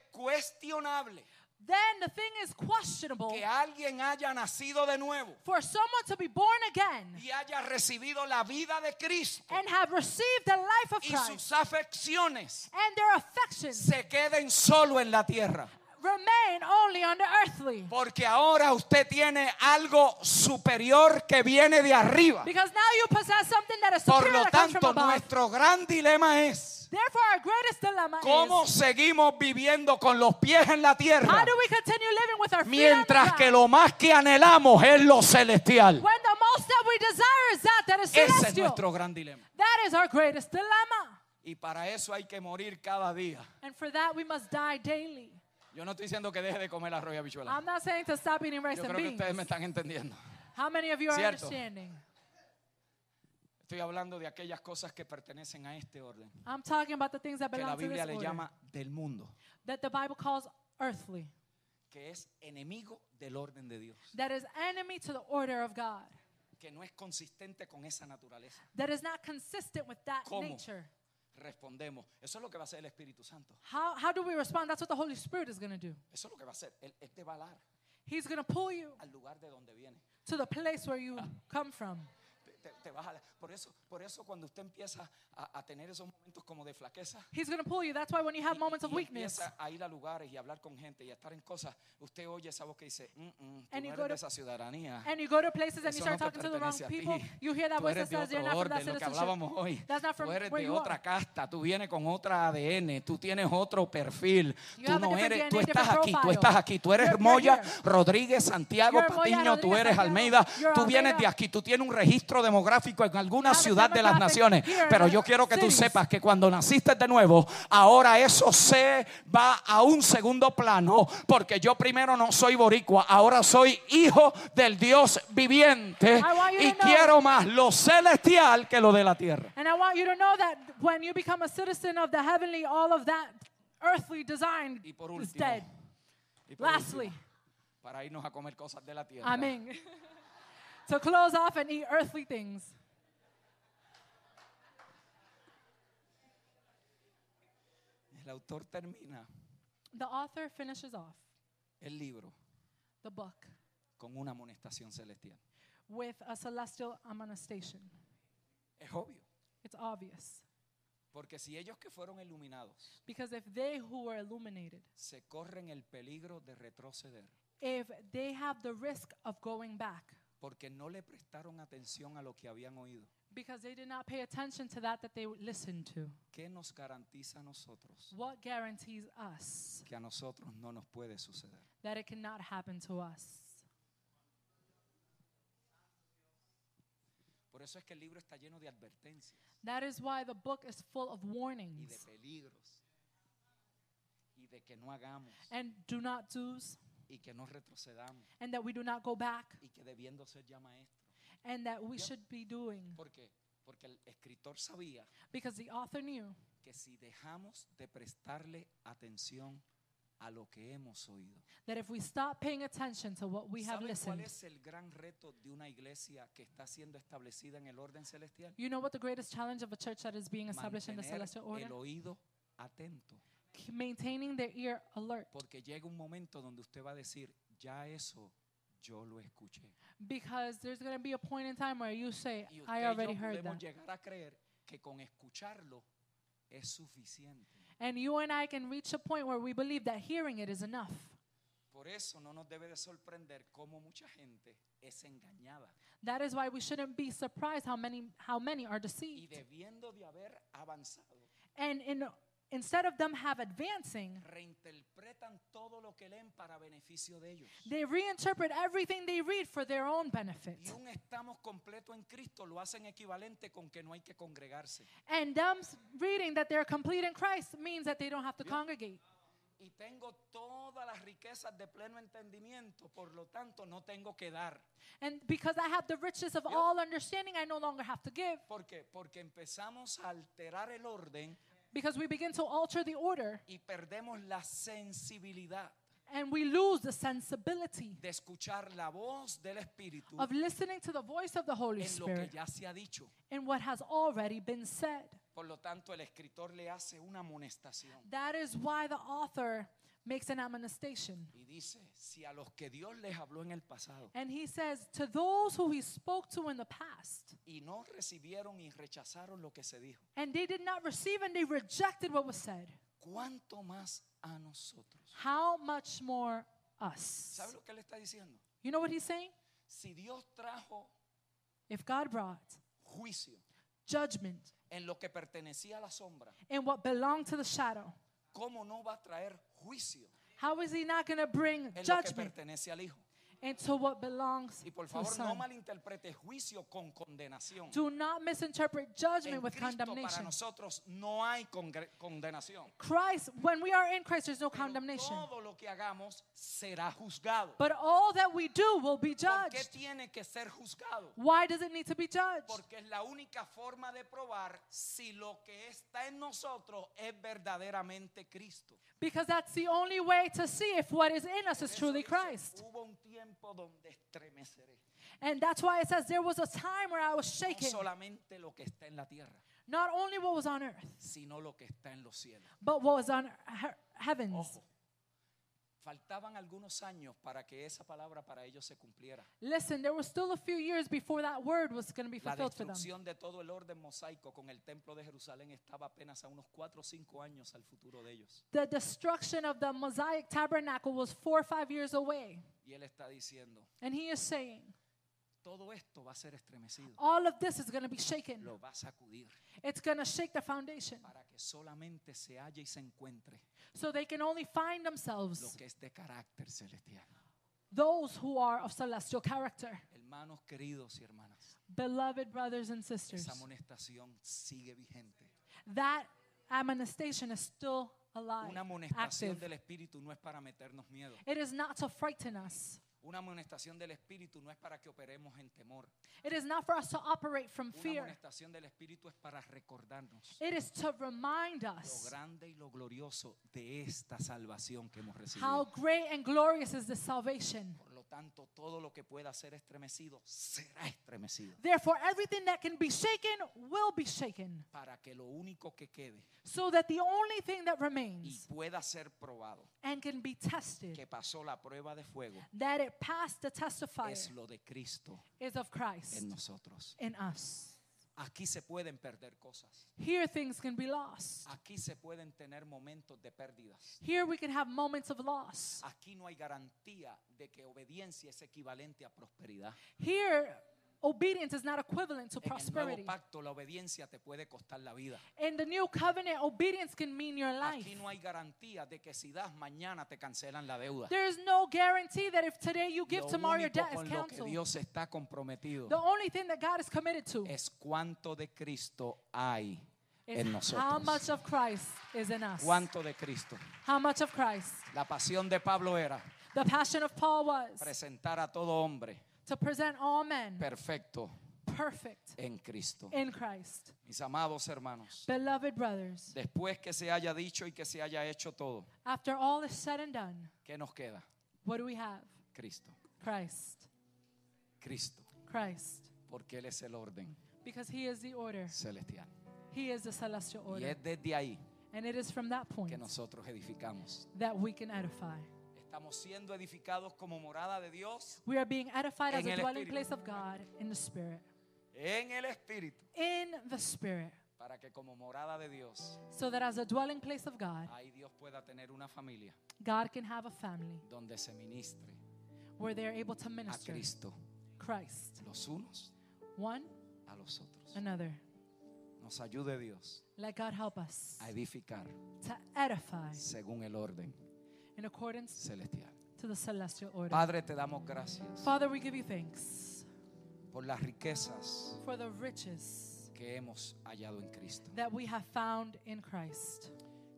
C: cuestionable
D: Then the thing is questionable
C: que alguien haya nacido de nuevo
D: for someone to be born again
C: y haya recibido la vida de Cristo
D: and have received the life of
C: y
D: Christ
C: sus afecciones
D: and their affections
C: se queden solo en la tierra.
D: remain only on the earthly.
C: Porque ahora usted tiene algo superior que viene de arriba.
D: Because now you possess something that is
C: Por
D: superior
C: lo
D: that comes from
C: tanto,
D: above.
C: nuestro gran dilema es
D: Therefore, our greatest dilemma
C: cómo
D: is
C: seguimos viviendo con los pies en la
D: how
C: tierra
D: do we continue living with our feet on
C: mientras
D: the
C: que
D: ground
C: lo más que anhelamos es lo celestial.
D: when the most that we desire is that that is
C: Ese es
D: celestial.
C: nuestro gran dilema.
D: That is our greatest dilemma.
C: Y para eso hay que morir cada día.
D: And for that, we must die daily.
C: Yo no estoy diciendo que deje de comer arroz y habichuela.
D: I'm not saying to stop eating rice
C: Yo
D: and
C: creo que
D: beans.
C: ustedes me están entendiendo.
D: How many of you are
C: Cierto.
D: understanding?
C: Estoy hablando de aquellas cosas que pertenecen a este orden,
D: I'm talking about the things that
C: que la
D: belong to this
C: Biblia le
D: order,
C: llama del mundo,
D: that the Bible calls earthly,
C: que es enemigo del orden de Dios,
D: that is enemy to the order of God,
C: que no es consistente con esa naturaleza.
D: that is not consistent with that
C: ¿Cómo?
D: nature.
C: Respondemos, eso es lo que va a hacer el Espíritu Santo,
D: How, how do we respond? That's what the Holy Spirit is going to do.
C: eso es lo que va a hacer, él, él te va a dar
D: He's going to pull you
C: al lugar de donde viene.
D: to the place where you come from.
C: Te, te- te vas a la- por, eso, por eso cuando usted empieza a, a tener esos momentos como de flaqueza,
D: He's going to pull you. That's why when you
C: y-
D: have
C: y-
D: moments of
C: y
D: weakness
C: empieza a ir a lugares y a hablar con gente y a estar en cosas, usted oye esa voz que dice, "Mm, mm, tú
D: And
C: no
D: you
C: eres
D: go
C: de
D: to-
C: esa ciudadanía.
D: and you go to places and you
C: Eso
D: start
C: no te
D: talking to the wrong
C: pertenece a
D: people,
C: ti.
D: you hear that
C: Tú
D: voice
C: eres
D: that
C: de
D: says
C: otro
D: you're not from that
C: orden, lo que hablábamos
D: citizenship.
C: hoy.
D: That's
C: Tú
D: not from
C: eres
D: where
C: de
D: you
C: otra
D: are.
C: casta, tú vienes con otra ADN, tú tienes otro perfil.
D: You
C: Tú
D: have a
C: no
D: different
C: eres,
D: DNA,
C: tú estás
D: different
C: aquí, tú
D: profile.
C: estás aquí. Tú eres
D: You're- you're
C: Moya,
D: here.
C: Rodríguez, Santiago,
D: You're Moya,
C: Patiño, tú
D: Rodríguez,
C: eres
D: Santiago.
C: Almeida.
D: You're
C: Tú vienes de
D: Almeida.
C: aquí, tú tienes un registro demográfico en alguna
D: have a
C: ciudad de las
D: demographic
C: naciones.
D: here in
C: Pero
D: other
C: yo quiero que tú
D: cities.
C: sepas que cuando naciste de nuevo, ahora eso se va a un segundo plano, porque yo primero no soy boricua, ahora soy hijo del Dios viviente
D: I want you
C: y
D: to know-
C: quiero más lo celestial que lo de la tierra.
D: And I want you to know that when you become a citizen of the heavenly, all of that earthly design
C: Y por
D: is
C: último,
D: dead.
C: y por
D: Lastly,
C: último, para irnos a comer cosas de la tierra.
D: Amen. to close off and eat earthly things.
C: El autor termina
D: The author finishes off
C: el libro
D: the book
C: con una amonestación celestial.
D: with a celestial amonestation.
C: Es obvio,
D: It's obvious
C: porque si ellos que fueron iluminados
D: because if they who were illuminated,
C: se corren el peligro de retroceder
D: if they have the risk of going back
C: porque no le prestaron atención a lo que habían oído,
D: because they did not pay attention to that that they listened to,
C: ¿qué nos garantiza a nosotros
D: what guarantees us
C: que a nosotros no nos puede suceder?
D: that it cannot happen to us?
C: Por eso es que el libro está lleno de advertencias
D: That is why the book is full of
C: y de
D: warnings
C: peligros y de que no hagamos
D: and do not do's,
C: y que no retrocedamos
D: and that we do not go back,
C: y que debiendo ser ya maestro.
D: and that we should be doing.
C: ¿Por qué? Porque el escritor sabía
D: Because the author knew
C: que si dejamos de prestarle atención a lo que hemos oído.
D: that if we stop paying attention to what we have
C: ¿Saben cuál
D: listened,
C: es el gran reto de una iglesia que está siendo establecida en el orden celestial?
D: you know what the greatest challenge of a church that is being established in the
C: Mantener
D: celestial order?
C: el oído atento,
D: K- Maintaining their ear alert.
C: porque llega un momento donde usted va a decir, ya eso yo lo escuché.
D: Because there's going to be a point in time where you say,
C: Y
D: I
C: usted y
D: already
C: yo
D: heard
C: podemos
D: that.
C: llegar a creer que con escucharlo es suficiente.
D: And you and I can reach a point where we believe that hearing it is enough.
C: Por eso no nos debe de sorprender cómo mucha gente es engañada.
D: That is why we shouldn't be surprised how many how many are
C: Y
D: deceived.
C: debiendo de haber avanzado,
D: And in, instead of them have advancing,
C: reinterpretan todo lo que leen para beneficio de ellos.
D: they reinterpret everything they read for their own benefit.
C: Y un estamos completo en Cristo lo hacen equivalente con que no hay que congregarse.
D: And them s- reading that they're complete in Christ means that they don't have to congregate.
C: Y tengo todas las riquezas de pleno entendimiento, por lo tanto no tengo que dar.
D: And because I have the riches of all understanding, I no longer have to give.
C: ¿Por qué? Porque empezamos a alterar el orden
D: Because we begin to alter the order
C: y perdemos la sensibilidad
D: and we lose the sensibility
C: de escuchar la voz del Espíritu
D: of listening to the voice of the Holy
C: en lo que
D: Spirit
C: ya se ha dicho.
D: and what has already been said.
C: Por lo tanto, el escritor le hace una amonestación
D: That is why the author makes an amonestation.
C: y dice, si a los que Dios les habló en el pasado
D: And he says, To those who he spoke to in the past,
C: y no recibieron y rechazaron lo que se dijo,
D: and they did not receive and they rejected what was said,
C: ¿cuánto más a nosotros?
D: how much more us?
C: ¿Sabe lo que le está diciendo?
D: You know what he's saying?
C: Si Dios trajo
D: If God brought
C: juicio
D: judgment
C: en lo que pertenecía a la sombra,
D: in what belonged to the shadow,
C: ¿cómo no va a traer juicio
D: how is he not going to
C: en
D: bring
C: lo que
D: judgment
C: pertenece al Hijo?
D: into what belongs
C: Y por
D: to the
C: favor, no
D: Son?
C: malinterprete juicio con condenación.
D: Do not misinterpret judgment
C: En
D: with
C: Cristo para
D: condemnation.
C: nosotros no hay congre- condenación.
D: Christ, when we are in Christ, there's no
C: Pero
D: condemnation.
C: Todo lo que hagamos será juzgado.
D: But all that we do will be
C: ¿Por qué
D: judged.
C: tiene que ser juzgado?
D: Why does it need to be judged?
C: Porque es la única forma de probar si lo que está en nosotros es verdaderamente Cristo.
D: Because that's the only way to see if what is in us is
C: Eso
D: truly
C: dice,
D: Christ.
C: Hubo un tiempo donde estremeceré.
D: And that's why it says there was a time where I was
C: No
D: shaken,
C: solamente lo que está en la tierra,
D: not only what was on earth,
C: sino lo que está en los cielos.
D: but what was on he- heavens.
C: Ojo. Faltaban algunos años para que esa palabra para ellos se cumpliera.
D: Listen, there were still a few years before that word was going to be
C: La
D: fulfilled for them.
C: destrucción de todo el orden mosaico con el templo de Jerusalén estaba apenas a unos 4 o 5 años al futuro de ellos.
D: The destruction of the Mosaic tabernacle was four or five years away.
C: Y él está diciendo,
D: And he is saying,
C: todo esto va a ser estremecido,
D: all of this is going to be shaken.
C: lo va a sacudir
D: It's going to shake the foundation
C: para que solamente se halle y se encuentre
D: so they can only find
C: lo
D: themselves
C: que es de carácter celestial.
D: those who are of celestial character.
C: Hermanos queridos y hermanas,
D: Beloved brothers and sisters,
C: esa amonestación sigue vigente.
D: that amonestation is still alive,
C: Una amonestación
D: active.
C: del Espíritu no es para meternos miedo.
D: It is not to frighten us.
C: Una amonestación del Espíritu no es para que operemos en temor.
D: It is not for us to operate from
C: Una
D: fear.
C: amonestación del Espíritu es para recordarnos
D: It is to remind
C: lo
D: us
C: grande y lo glorioso de esta salvación que hemos recibido.
D: how great and glorious is the salvation.
C: Por lo tanto, todo lo que pueda ser estremecido será estremecido.
D: Therefore, everything that can be shaken will be shaken,
C: Para que lo único que quede
D: so that the only thing that
C: y
D: remains
C: pueda ser probado
D: and can be tested,
C: que pasó la prueba de fuego
D: that it passed the test of fire,
C: es lo de Cristo
D: is of
C: en
D: Christ
C: nosotros.
D: in us.
C: Aquí se pueden perder cosas.
D: Here, things can be lost.
C: Aquí se pueden tener momentos de pérdidas.
D: Here, we can have moments of loss.
C: Aquí no hay garantía de que obediencia es equivalente a prosperidad.
D: Here, obedience is not equivalent to
C: En el nuevo
D: prosperity.
C: pacto la obediencia te puede costar la vida.
D: In the new covenant, obedience can mean your life.
C: Aquí no hay garantía de que si das mañana te cancelan la deuda.
D: There is no guarantee that if today you give,
C: Lo
D: tomorrow your
C: único
D: debt
C: con
D: is
C: lo que
D: canceled.
C: Dios está comprometido
D: The only thing that God is committed to
C: es cuánto de Cristo hay en
D: is how much
C: nosotros.
D: of Christ is in us.
C: Cuánto de Cristo.
D: How much of Christ.
C: La pasión de Pablo era
D: The passion of Paul was
C: presentar a todo hombre
D: to present all men
C: perfecto
D: perfect
C: en Cristo.
D: in Christ.
C: Mis amados hermanos,
D: Beloved brothers,
C: después que se haya dicho y que se haya hecho todo,
D: after all is said and done,
C: ¿qué nos queda?
D: what do we have?
C: Cristo.
D: Christ.
C: Cristo.
D: Christ.
C: Porque Él es el orden
D: Because he is the order.
C: celestial.
D: He is the celestial
C: Y
D: order.
C: es desde ahí
D: And it is from that point
C: que nosotros edificamos.
D: that we can edify.
C: Estamos siendo edificados como morada de Dios
D: We are being edified as
C: En
D: a
C: el
D: dwelling
C: Espíritu.
D: place of God in the Spirit.
C: en el Espíritu.
D: In the Spirit.
C: Para que como morada de Dios,
D: So that as a dwelling place of God,
C: ahí Dios pueda tener una familia
D: God can have a family
C: donde se ministre
D: where they are able to
C: a
D: minister
C: Cristo
D: Christ.
C: los unos
D: One
C: a los otros.
D: another.
C: Nos ayude Dios
D: Let God help us
C: a edificar
D: to edify
C: según el orden
D: in accordance
C: celestial.
D: to the celestial order.
C: Padre, te damos gracias
D: Father, we give you thanks
C: por las riquezas
D: for the riches
C: que hemos hallado en Cristo.
D: that we have found in Christ.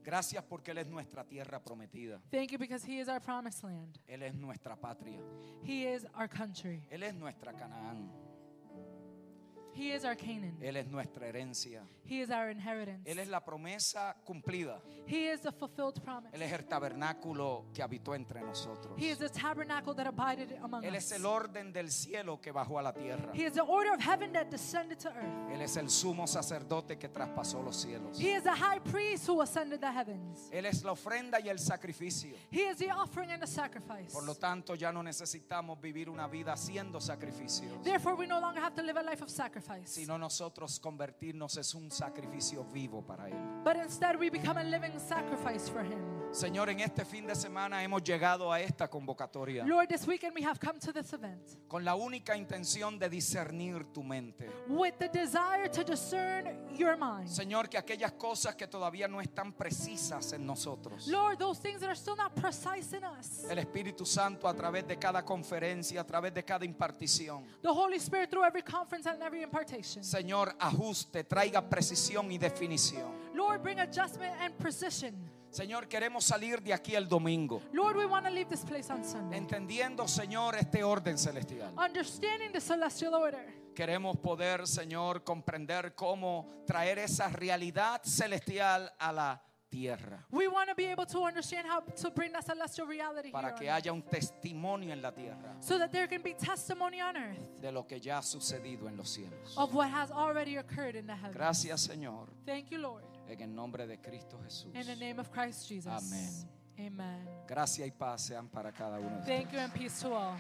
C: Gracias porque Él es nuestra tierra prometida.
D: Thank you because He is our promised land.
C: Él es nuestra patria.
D: He is our country.
C: Él es nuestra Canaán.
D: He is our Canaan.
C: Él es nuestra herencia.
D: He is our inheritance.
C: Él es la promesa cumplida.
D: He is the fulfilled promise.
C: Él es el tabernáculo que habitó entre nosotros.
D: He is the tabernacle that abided among
C: Él es
D: us.
C: el orden del cielo que bajó a la tierra.
D: He is the order of heaven that descended to earth.
C: Él es el sumo sacerdote que traspasó los cielos.
D: He is the high priest who ascended the heavens.
C: Él es la ofrenda y el sacrificio.
D: He is the offering and the sacrifice.
C: Por lo tanto, ya no necesitamos vivir una vida haciendo sacrificios,
D: Therefore, we no longer have to live a life of sacrifice,
C: sino nosotros convertirnos es un sacrificio vivo para Él.
D: but instead we become a living sacrifice for Him.
C: Señor, en este fin de semana hemos llegado a esta convocatoria
D: Lord, this weekend we have come to this event
C: con la única intención de discernir tu mente.
D: with the desire to discern your mind.
C: Señor, que aquellas cosas que todavía no están precisas en nosotros.
D: Lord, those things that are still not precise in us,
C: El Espíritu Santo a través de cada conferencia, a través de cada impartición.
D: the Holy Spirit through every conference and every impartation.
C: Señor, ajuste, traiga precisión y definición.
D: Lord, bring adjustment and precision.
C: Señor, queremos salir de aquí el domingo,
D: Lord, we want to leave this place on Sunday.
C: entendiendo, Señor, este orden celestial.
D: Understanding the celestial order.
C: Queremos poder, Señor, comprender cómo traer esa realidad celestial a la tierra,
D: We want to be able to understand how to bring that celestial reality
C: para
D: here
C: que
D: on
C: haya un testimonio en la tierra
D: earth, so that there can be testimony on earth
C: de lo que ya ha sucedido en los cielos.
D: of what has already occurred in the heavens.
C: Gracias, Señor,
D: Thank you, Lord.
C: en el nombre de Cristo Jesús.
D: In the name of Christ Jesus.
C: Amén.
D: Amen.
C: Gracias y paz sean para cada uno de ustedes.
D: Thank you and peace to all.